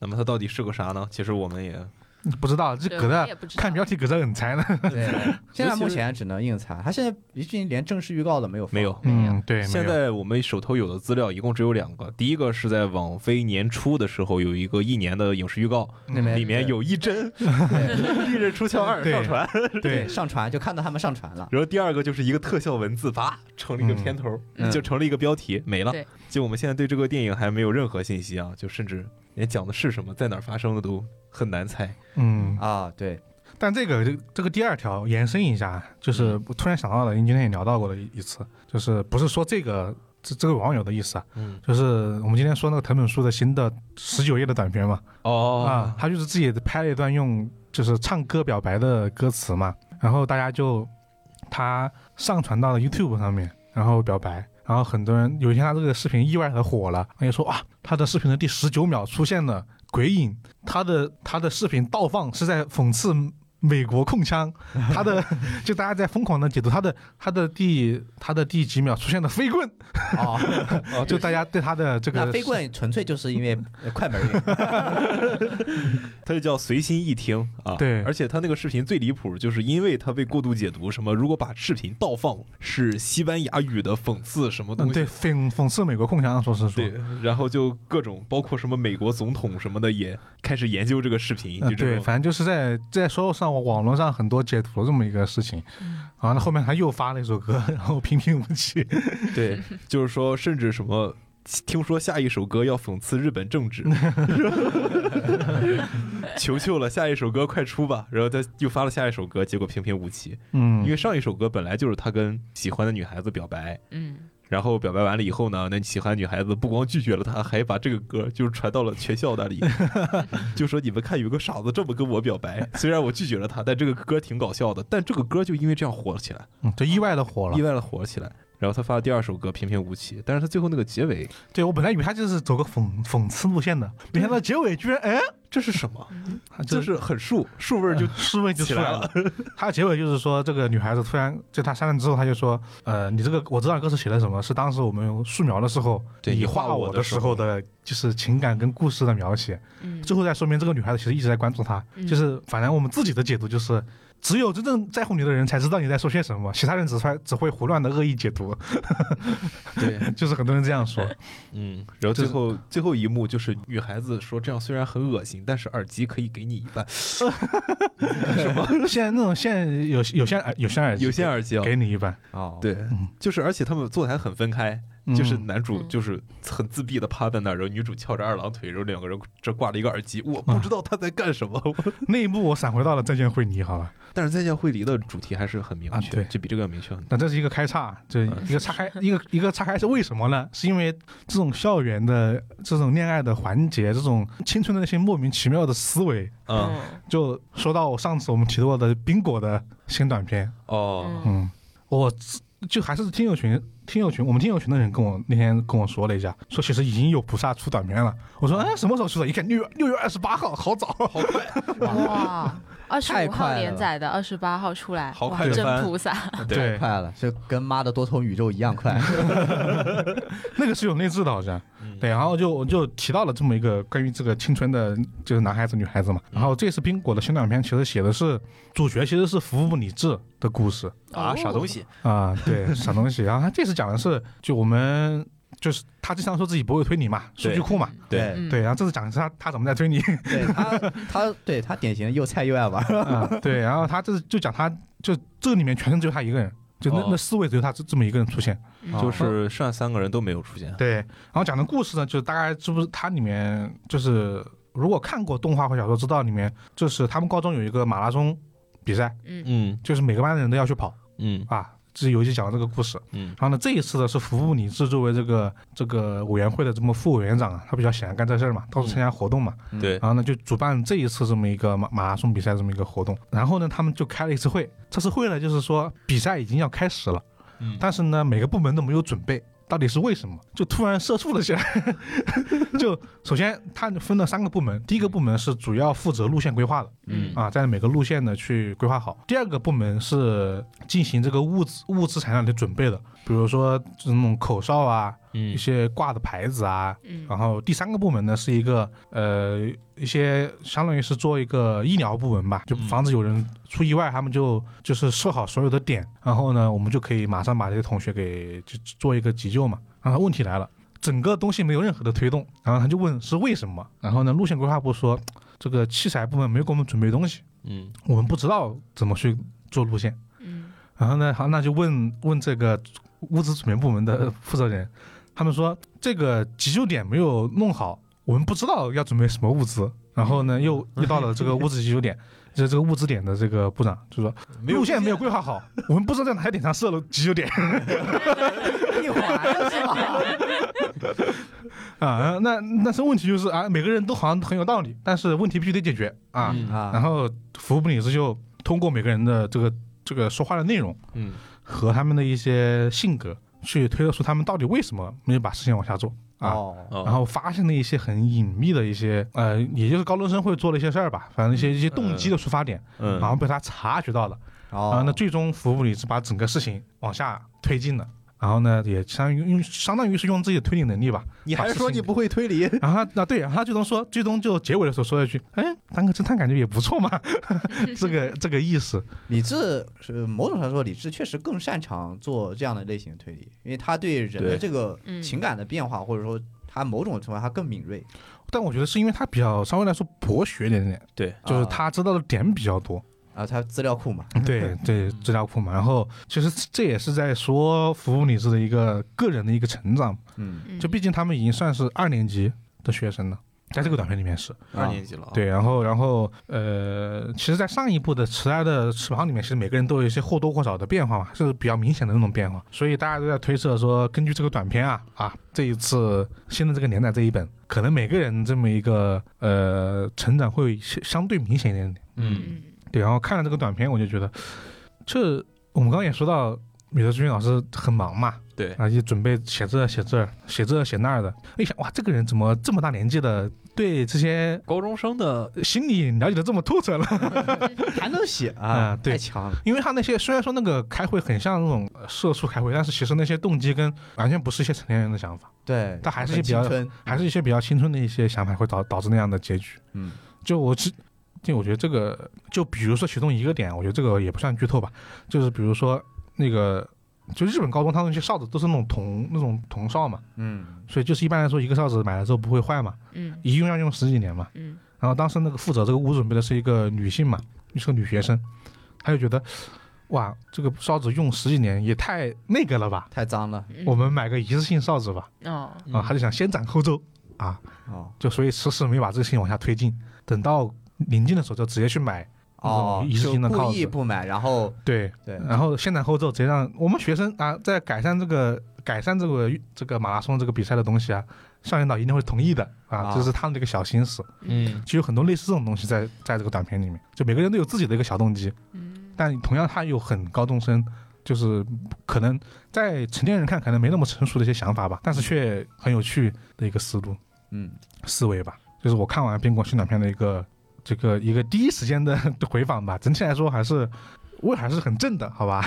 Speaker 3: 那么它到底是个啥呢？其实我们也
Speaker 1: 不知道这
Speaker 2: 对
Speaker 1: 搁
Speaker 2: 我
Speaker 1: 这
Speaker 2: 也不知道
Speaker 1: 看标题搁这冷猜呢。
Speaker 4: 对，现在目前只能硬猜，他现在毕竟连正式预告都没有放，
Speaker 3: 没有
Speaker 2: 没有
Speaker 1: 嗯，对，
Speaker 3: 现
Speaker 1: 没有
Speaker 3: 在我们手头有的资料一共只有两个，第一个是在网飞年初的时候有一个一年的影视预告，
Speaker 4: 那边
Speaker 3: 里面有一帧 《利刃出鞘二》
Speaker 1: 对
Speaker 3: 上传，
Speaker 1: 对
Speaker 4: 对上传就看到他们上传了。
Speaker 3: 然后第二个就是一个特效文字，啪成了一个片头，
Speaker 4: 嗯
Speaker 3: 就成了一个标题，没了
Speaker 2: 对。
Speaker 3: 就我们现在对这个电影还没有任何信息啊，就甚至连讲的是什么，在哪儿发生的都很难猜。
Speaker 1: 嗯，
Speaker 4: 啊，对，
Speaker 1: 但这个这个这个第二条延伸一下，就是我突然想到了，您今天也聊到过的一一次，就是不是说这个这这个网友的意思啊，
Speaker 3: 嗯
Speaker 1: 就是我们今天说那个藤本树的新的十九页的短片嘛，
Speaker 3: 哦
Speaker 1: 啊，他就是自己拍了一段用就是唱歌表白的歌词嘛，然后大家就他上传到了 YouTube 上面，然后表白，然后很多人有一天他这个视频意外的火了，他就说啊，他的视频的第十九秒出现了鬼影，他的他的视频倒放是在讽刺。美国控枪， 他的就大家在疯狂的解读他的他的第他的第几秒出现了飞棍，
Speaker 4: 哦，
Speaker 3: 哦
Speaker 1: 就大家对他的这个
Speaker 4: 那飞棍纯粹就是因 为呃快门儿乐
Speaker 3: 它就叫随心一听啊。
Speaker 1: 对
Speaker 3: 而且它那个视频最离谱，就是因为它被过度解读，什么如果把视频倒放是西班牙语的讽刺什么
Speaker 1: 嗯
Speaker 3: 东西。
Speaker 1: 对讽讽刺美国控枪，说是说
Speaker 3: 对，然后就各种包括什么美国总统什么的也开始研究这个视频，
Speaker 1: 嗯
Speaker 3: 就，这
Speaker 1: 对，
Speaker 3: 种
Speaker 1: 反正就是在在所有上网络上很多截图这么一个事情，然后那后面他又发了一首歌，然后平平无奇，
Speaker 3: 对，就是说甚至什么。听说下一首歌要讽刺日本政治， 求求了，下一首歌快出吧！然后他又发了下一首歌，结果平平无奇，
Speaker 1: 嗯
Speaker 3: 因为上一首歌本来就是他跟喜欢的女孩子表白，
Speaker 2: 嗯，
Speaker 3: 然后表白完了以后呢，那喜欢的女孩子不光拒绝了他，还把这个歌就是传到了全校那里， 就说你们看有个傻子这么跟我表白，虽然我拒绝了他，但这个歌挺搞笑的，但这个歌就因为这样火了起来，
Speaker 1: 嗯就意外的火了
Speaker 3: 意。外的火了起来。然后他发的第二首歌平平无奇，但是他最后那个结尾，
Speaker 1: 对我本来以为他就是走个讽讽刺路线的，没想到结尾居然哎，
Speaker 3: 这是什 么？
Speaker 1: 他
Speaker 3: 这
Speaker 1: 就是
Speaker 3: 很树嗯树味儿 就
Speaker 1: 思维就
Speaker 3: 起
Speaker 1: 出来
Speaker 3: 来
Speaker 1: 了。他结尾就是说，这个女孩子突然就他删了之后，他就说，呃，你这个我知道歌词写的什么，是当时我们素描的时候，
Speaker 3: 对
Speaker 1: 你
Speaker 3: 你画
Speaker 1: 画
Speaker 3: 我
Speaker 1: 我
Speaker 3: 的
Speaker 1: 的
Speaker 3: 时
Speaker 1: 时候的，就是情感跟故事的描写。
Speaker 2: 嗯
Speaker 1: 最后再说明这个女孩子其实一直在关注他，
Speaker 2: 嗯
Speaker 1: 就是反正我们自己的解读就是，只有真正在乎你的人才知道你在说些什么，其他人只会只会胡乱的恶意解读，
Speaker 3: 对，
Speaker 1: 就是很多人这样 说。
Speaker 3: 嗯，然
Speaker 1: 就
Speaker 3: 后最
Speaker 1: 是
Speaker 3: 后最后一幕就是女孩子说这样虽然很恶心，但是耳机可以给你一半，
Speaker 1: 现在那种现在有有线耳有线耳机
Speaker 3: 有线耳机啊、
Speaker 1: 给你一半，
Speaker 4: 哦，
Speaker 3: 对，就是而且他们坐的还很分开，
Speaker 1: 嗯
Speaker 3: 就是男主
Speaker 2: 嗯
Speaker 3: 就是很自闭的趴在那儿，然后女主翘着二郎腿，然后两个人这挂了一个耳机，我
Speaker 1: 嗯
Speaker 3: 不知道他在干什么。
Speaker 1: 那一幕我闪回到了《再见惠妮》，好吧，
Speaker 3: 但是再见惠梨的主题还是很明
Speaker 1: 啊
Speaker 3: 确，
Speaker 1: 对
Speaker 3: 就比这个要明确很多。
Speaker 1: 那这是一个开岔，这
Speaker 3: 嗯
Speaker 1: 一个岔开，一个一个岔开是为什么呢？是因为这种校园的这种恋爱的环节，这种青春的那些莫名其妙的思维，
Speaker 3: 嗯，
Speaker 1: 就说到上次我们提到的冰果的新短片，
Speaker 3: 哦，
Speaker 1: 嗯，我自就还是听友群，听友群，我们听友群的人跟我那天跟我说了一下，说其实已经有菩萨出短片了。我说，哎，什么时候出的？一看六月六月二十八号，好早。哦
Speaker 2: 哇，二十
Speaker 4: 太
Speaker 2: 五号
Speaker 4: 快
Speaker 2: 连
Speaker 4: 了
Speaker 2: 载的，二十八号出来，
Speaker 3: 好
Speaker 2: 哇
Speaker 3: 快的翻
Speaker 2: 真菩萨，
Speaker 3: 对，
Speaker 4: 快了，就跟妈的多重宇宙一样快。
Speaker 1: 那个是有内置的，好像。对，然后就我就提到了这么一个关于这个青春的，就是男孩子女孩子嘛。然后这次冰果的新短片其实写的是主角其实是服部理智的故事
Speaker 3: 啊，
Speaker 2: 哦
Speaker 3: 傻东西，
Speaker 1: 啊，对，傻东西。然后他这次讲的是就我们。就是他经常说自己不会推理嘛，数据库嘛，
Speaker 3: 对，
Speaker 2: 嗯
Speaker 1: 哎对，然后这次讲的是他他怎么在推理，
Speaker 4: 对他，他对他典型的又菜又爱 玩儿。
Speaker 1: 啊，对，然后他这就讲他就这里面全程只有他一个人，就那、
Speaker 3: 哦
Speaker 1: 那四位只有他这这么一个人出现。
Speaker 2: 嗯
Speaker 3: 就是剩下三个人都没有出现。
Speaker 1: 对，然后讲的故事呢，就大概是不是它里面就是如果看过动画或小说知道里面，就是他们高中有一个马拉松比赛，
Speaker 2: 嗯
Speaker 3: 嗯
Speaker 1: 就是每个班的人都要去跑
Speaker 3: 嗯
Speaker 1: 啊。这游戏讲的这个故事，
Speaker 3: 嗯
Speaker 1: 然后呢，这一次呢是服务理智作为这个这个委员会的这么副委员长啊，他比较喜欢干这事儿嘛，到处参加活动嘛，
Speaker 4: 嗯
Speaker 3: 对
Speaker 1: 然后呢啊就主办这一次这么一个马马拉松比赛这么一个活动，然后呢他们就开了一次会，这次会呢就是说比赛已经要开始了，
Speaker 3: 嗯
Speaker 1: 但是呢每个部门都没有准备，到底是为什么？就突然社畜了起来。 就首先他分了三个部门，第一个部门是主要负责路线规划的
Speaker 3: 嗯
Speaker 1: 啊，在每个路线呢去规划好；第二个部门是进行这个物资物资产量的准备的，比如说这种口哨啊，一
Speaker 3: 嗯
Speaker 1: 些挂的牌子啊，
Speaker 2: 嗯
Speaker 1: 然后第三个部门呢是一个呃一些相当于是做一个医疗部门吧，就
Speaker 3: 嗯
Speaker 1: 防止有人出意外，他们就就是设好所有的点，然后呢我们就可以马上把这些同学给就做一个急救嘛。然后问题来了，整个东西没有任何的推动，然后他就问是为什么？然后呢路线规划部说这个器材部门没有给我们准备东西，
Speaker 3: 嗯
Speaker 1: 我们不知道怎么去做路线。
Speaker 2: 嗯
Speaker 1: 然后呢，好，那就问问这个物资准备部门的负责人，他们说这个急救点没嗯 有弄好，我们不知道要准备什么物资。然后呢，又又到了这个物资急救点，就是这个物资点的这个部长就说，
Speaker 3: 没有
Speaker 1: 路线没有规划好，我们不知道在哪个点上设了急 救点
Speaker 4: 闭环了是吧？
Speaker 1: 啊。那但是问题就是啊，每个人都好像很有道理，但是问题必须得解决啊。
Speaker 3: 嗯
Speaker 4: 啊，
Speaker 1: 然后服务部理师就通过每个人的这个这个说话的内容
Speaker 3: 嗯
Speaker 1: 和他们的一些性格，去推测出他们到底为什么没有把事情往下做啊。
Speaker 4: 哦，
Speaker 3: 哦
Speaker 1: 然后发现了一些很隐秘的一些，呃，也就是高中生会做的一些事儿吧，反正一些一些动机的出发点，
Speaker 3: 嗯
Speaker 1: 然后被他察觉到了，然后
Speaker 4: 哦，
Speaker 1: 呢，最终服务里是把整个事情往下推进了，然后呢，也相当于用相当于是用自己的推理能力吧，
Speaker 3: 你
Speaker 1: 把
Speaker 3: 还
Speaker 1: 事
Speaker 3: 说
Speaker 1: 情
Speaker 3: 你不会推理？
Speaker 1: 然后他那对，然后他最终说，最终就结尾的时候说了一句，哎，当个侦探感觉也不错嘛， 这个这个意思，
Speaker 4: 李志是某种程度说，李志确实更擅长做这样的类型的推理，因为他对人的
Speaker 3: 对
Speaker 4: 这个
Speaker 2: 嗯
Speaker 4: 情感的变化，或者说他某种程度上他更敏锐。
Speaker 1: 但我觉得是因为他比较稍微来说博学一点点，
Speaker 3: 对
Speaker 1: 就是
Speaker 4: 啊
Speaker 1: 他知道的点比较多，
Speaker 4: 啊，他资料库嘛，
Speaker 1: 对对，
Speaker 4: 嗯
Speaker 1: 资料库嘛。然后其实这也是在说服务理智的一个个人的一个成长，
Speaker 4: 嗯，
Speaker 1: 就毕竟他们已经算是二年级的学生了。在这个短片里面是
Speaker 3: 二
Speaker 4: 啊
Speaker 3: 年级了啊，
Speaker 1: 对，然后，然后，呃，其实，在上一部的《迟来的翅膀》里面，其实每个人都有一些或多或少的变化嘛，是比较明显的那种变化，所以大家都在推测说，根据这个短片啊，啊，这一次新的这个年代这一本，可能每个人这么一个呃成长会相相对明显一点点。
Speaker 3: 嗯
Speaker 2: 嗯
Speaker 1: 对，然后看了这个短片，我就觉得，这我们刚刚也说到，米德志军老师很忙嘛，
Speaker 3: 对，
Speaker 1: 啊，就准备写这写这写这写那儿的。一想，哇，这个人怎么这么大年纪的，对这些
Speaker 3: 高中生的
Speaker 1: 心理了解的这么透彻了？
Speaker 4: 还能写
Speaker 1: 啊
Speaker 4: 啊，
Speaker 1: 对
Speaker 4: 太强了。
Speaker 1: 因为他那些虽然说那个开会很像那种呃社畜开会，但是其实那些动机跟完全不是一些成年人的想法，
Speaker 4: 对，
Speaker 1: 但还是
Speaker 4: 很
Speaker 1: 比较
Speaker 4: 青春，
Speaker 1: 还是一些比较青春的一些想法会导导致那样的结局。
Speaker 4: 嗯
Speaker 1: 就我是，就我觉得这个，就比如说其中一个点，我觉得这个也不算剧透吧，就是比如说那个，就日本高中他们那些哨子都是那种铜那种铜哨嘛，
Speaker 4: 嗯
Speaker 1: 所以就是一般来说一个哨子买了之后不会坏嘛，
Speaker 2: 嗯
Speaker 1: 一用要用十几年嘛。
Speaker 2: 嗯
Speaker 1: 然后当时那个负责这个屋准备的是一个女性嘛，是个女学生，她就觉得，哇，这个哨子用十几年也太那个了吧，
Speaker 4: 太脏了
Speaker 2: 嗯，
Speaker 1: 我们买个一次性哨子吧，
Speaker 2: 哦，
Speaker 3: 嗯
Speaker 1: 啊，她就想先斩后奏啊，
Speaker 4: 哦
Speaker 1: 就所以迟迟没把这个事情往下推进，等到临近的时候就直接去买
Speaker 4: 哦，
Speaker 1: 一次
Speaker 4: 就
Speaker 1: 性的
Speaker 4: 故
Speaker 1: 套
Speaker 4: 意
Speaker 1: 子，嗯
Speaker 4: 不买，然后
Speaker 1: 对，
Speaker 4: 对
Speaker 1: 然后先斩后奏，直接让我们学生啊，在改善这个改善这个这个马拉松这个比赛的东西啊，校园导一定会同意的啊，
Speaker 4: 啊
Speaker 1: 这是他们的一个小心思。
Speaker 3: 嗯
Speaker 1: 其实有很多类似这种东西在在这个短片里面，就每个人都有自己的一个小动机，
Speaker 2: 嗯
Speaker 1: 但同样他有很高中生，就是可能在成年人看可能没那么成熟的一些想法吧，但是却很有趣的一个思路
Speaker 4: 嗯
Speaker 1: 思维吧，就是我看完《冰果新短片》的一个这个一个第一时间的 回访吧，整体来说还是味还是很正的，好吧，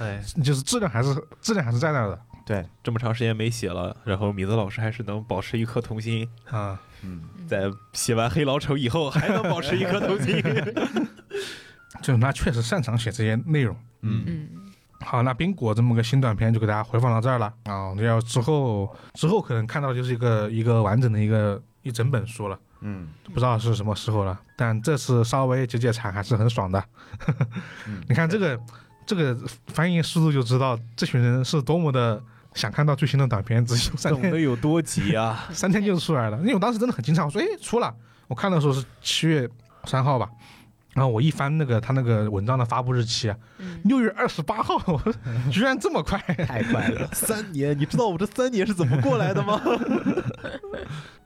Speaker 3: 哎，
Speaker 1: 就是质量还是质量还是在那儿的
Speaker 4: 对
Speaker 3: 这么长时间没写了，然后米子老师还是能保持一颗童心，
Speaker 1: 啊、
Speaker 4: 嗯
Speaker 3: 在写完《黑老丑》以后还能保持一颗童心。
Speaker 1: 就是他确实擅长写这些内容。
Speaker 4: 嗯
Speaker 2: 嗯
Speaker 1: 好，那冰果这么个新短片就给大家回放到这儿了啊！我们要之后之后可能看到就是一个一个完整的一个一整本书了，
Speaker 4: 嗯
Speaker 1: 不知道是什么时候了。但这次稍微解解馋还是很爽的。
Speaker 4: 嗯
Speaker 1: 你看这个这个翻译速度就知道这群人是多么的想看到最新的短片，只用三
Speaker 3: 等
Speaker 1: 天
Speaker 3: 的有多急啊！
Speaker 2: 嗯
Speaker 1: 三天就出来了。因为我当时真的很惊诧，我说哎出了，我看的时候是七月三号吧，然后我一翻那个他那个文章的发布日期啊，
Speaker 2: 嗯
Speaker 1: 六月二十八号， 我说居然这么快。
Speaker 4: 太快 了，
Speaker 3: 三年，你知道我这三年是怎么过来的吗？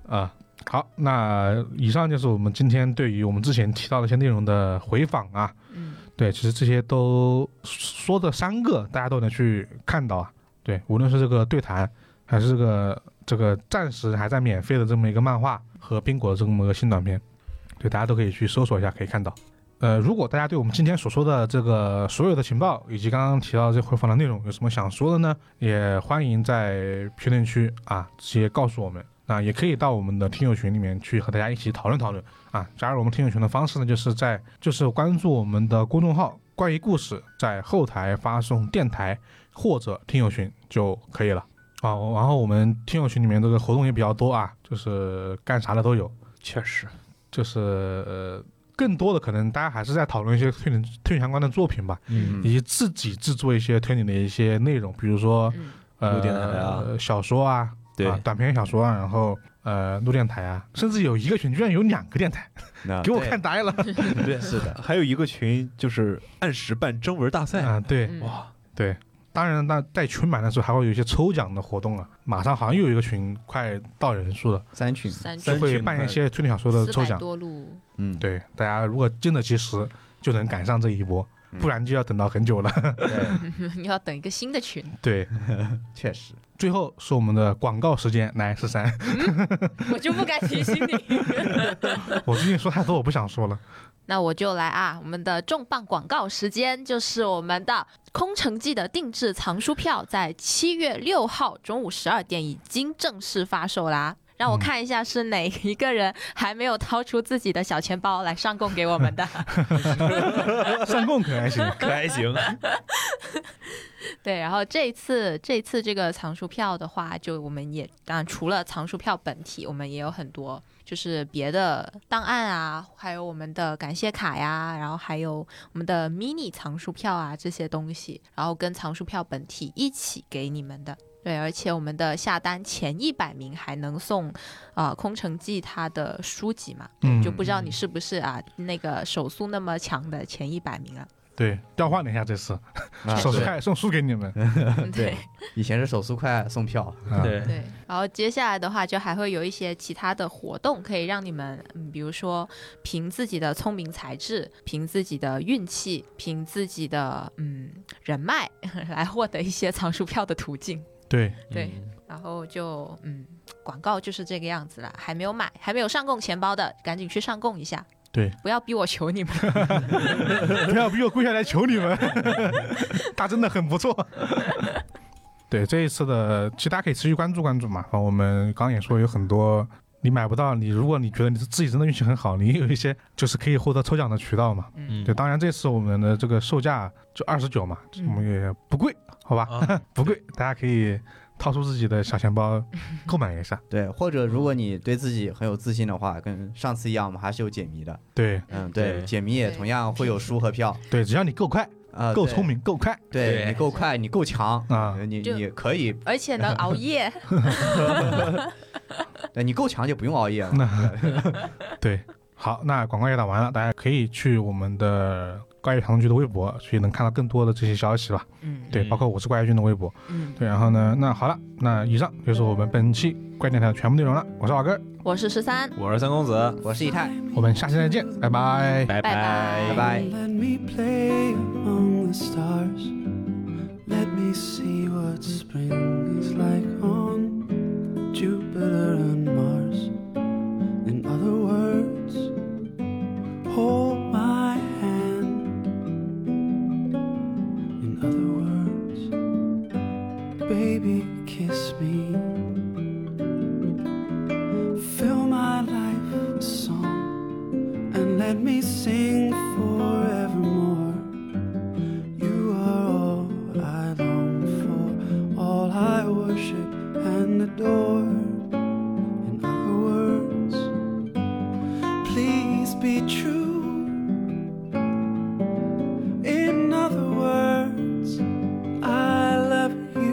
Speaker 1: 啊、好，那以上就是我们今天对于我们之前提到的一些内容的回访啊。
Speaker 2: 嗯
Speaker 1: 对，其实这些都说的三个，大家都能去看到啊。对，无论是这个对谈，还是这个这个暂时还在免费的这么一个漫画和冰果的这么一个新短片，对，大家都可以去搜索一下，可以看到。呃，如果大家对我们今天所说的这个所有的情报，以及刚刚提到的这回访的内容有什么想说的呢？也欢迎在评论区啊直接告诉我们。那也可以到我们的听友群里面去和大家一起讨论讨论啊。加入我们听友群的方式呢，就是在就是关注我们的公众号“关于故事”，在后台发送“电台”或者“听友群”就可以了。啊，我然后我们听友群里面这个活动也比较多啊，就是干啥的都有，
Speaker 3: 确实，
Speaker 1: 就是呃，更多的可能大家还是在讨论一些推理推理相关的作品吧，
Speaker 2: 嗯
Speaker 1: 以及自己制作一些推理的一些内容，比如说
Speaker 2: 嗯
Speaker 1: 呃
Speaker 3: 录电台啊
Speaker 1: 小说啊，
Speaker 3: 对
Speaker 1: 啊短篇小说啊，然后呃录电台啊，甚至有一个群居然有两个电台，
Speaker 3: 那
Speaker 1: 给我
Speaker 4: 对
Speaker 1: 看呆了
Speaker 3: 对，
Speaker 4: 是的，
Speaker 3: 还有一个群就是按时办征文大赛，
Speaker 1: 啊！对
Speaker 2: 嗯
Speaker 3: 哇，
Speaker 1: 对，当然那在群满的时候还会有一些抽奖的活动啊，马上好像又有一个群快到人数了，
Speaker 4: 三群，
Speaker 2: 三
Speaker 1: 就
Speaker 3: 三
Speaker 1: 会
Speaker 3: 群
Speaker 1: 办
Speaker 3: 快
Speaker 1: 一些推理小说的
Speaker 2: 四
Speaker 1: 抽
Speaker 2: 百
Speaker 1: 奖。
Speaker 2: 多路，
Speaker 4: 嗯，
Speaker 1: 对，大家如果真的及时，就能赶上这一波，
Speaker 3: 嗯
Speaker 1: 不然就要等到很久了。
Speaker 4: 对，
Speaker 2: 你要等一个新的群。
Speaker 1: 对，
Speaker 3: 嗯
Speaker 4: 确实，
Speaker 1: 最后是我们的广告时间，来十 三，
Speaker 2: 我就不该提醒你。
Speaker 1: 我最近说太多，我不想说了。
Speaker 2: 那我就来啊，我们的重磅广告时间就是我们的《空城计》的定制藏书票，在七月六号中午十二点已经正式发售啦。让我看一下是哪一个人还没有掏出自己的小钱包来上供给我们的。
Speaker 1: 上供可还行，
Speaker 3: 可还行，
Speaker 2: 对，然后这一次这一次这个藏书票的话，就我们也当然除了藏书票本体，我们也有很多就是别的档案啊，还有我们的感谢卡呀，然后还有我们的 mini 藏书票啊这些东西，然后跟藏书票本体一起给你们的。对，而且我们的下单前一百名还能送，呃，《空城计》它的书籍嘛，
Speaker 1: 嗯
Speaker 2: 就不知道你是不是啊那个手速那么强的前一百名了。啊
Speaker 1: 对，调换了一下这次，
Speaker 4: 啊
Speaker 1: 手速
Speaker 4: 对
Speaker 1: 快送书给你们。
Speaker 4: 对以前是手速快送票，
Speaker 1: 啊，
Speaker 3: 对，
Speaker 2: 对，然后接下来的话，就还会有一些其他的活动，可以让你们，嗯，比如说凭自己的聪明才智，凭自己的运气，凭自己的嗯人脉 来获得一些藏书票的途径。
Speaker 1: 对，
Speaker 3: 嗯
Speaker 2: 对，然后就嗯，广告就是这个样子啦。还没有买，还没有上供钱包的，赶紧去上供一下。
Speaker 1: 对，
Speaker 2: 不要逼我求你们。
Speaker 1: 不要逼我跪下来求你们，他真的很不错。对这一次的，其实大家可以持续关注关注嘛。啊我们刚刚也说有很多你买不到，你如果你觉得你自己真的运气很好，你也有一些就是可以获得抽奖的渠道嘛。
Speaker 3: 嗯
Speaker 1: 对，当然这次我们的这个售价就二十九嘛，
Speaker 2: 嗯
Speaker 1: 我们也不贵，好吧，
Speaker 3: 啊，
Speaker 1: 不贵，大家可以掏出自己的小钱包购买一下。
Speaker 4: 对，或者如果你对自己很有自信的话，跟上次一样，我们还是有解谜的，
Speaker 1: 对
Speaker 4: 嗯，
Speaker 3: 对
Speaker 4: 对，解谜也
Speaker 2: 对
Speaker 4: 同样会有书和票，
Speaker 1: 对，只要你够快、
Speaker 4: 啊，
Speaker 1: 够
Speaker 4: 对
Speaker 1: 聪，明、够快，
Speaker 4: 对嗯
Speaker 3: 对
Speaker 4: 你够快，你够强呃
Speaker 1: 啊
Speaker 4: 你
Speaker 2: 就
Speaker 4: 你可以，
Speaker 2: 而且能熬夜，
Speaker 4: 呃你够强就不用熬夜了，
Speaker 1: 那对，好，那广告也打完了，大家可以去我们的怪异堂局的微博，去能看到更多的这些消息吧。
Speaker 2: 嗯
Speaker 1: 对，
Speaker 3: 嗯
Speaker 1: 包括我是怪异君的微博。
Speaker 2: 嗯，
Speaker 1: 对，然后呢，那好了，那以上就是我们本期怪电台的全部内容了。我是老根儿，
Speaker 2: 我是十三，
Speaker 3: 我是三公子，
Speaker 4: 我是以太，
Speaker 1: 我们下期再见，拜拜。
Speaker 3: 拜
Speaker 2: 拜
Speaker 4: 拜拜。
Speaker 5: Let me play among the stars. Let me see what spring is like on Jupiter and Mars. In other words, hold my hand. In other words, baby, kiss me. Fill my life with song and let me sing forevermore. You are all I long for, all I worship and adore. In other words, please be true. In other words, I love you.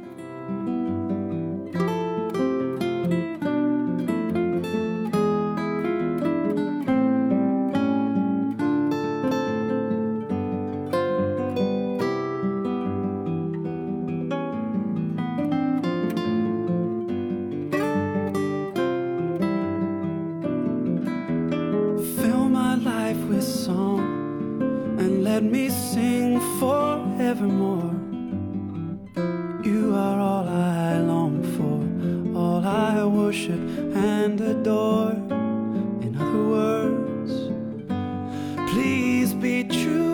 Speaker 5: Fill my life with song and let me sing forevermore. You are all I long for, all I worship and adore. In other words, please be true.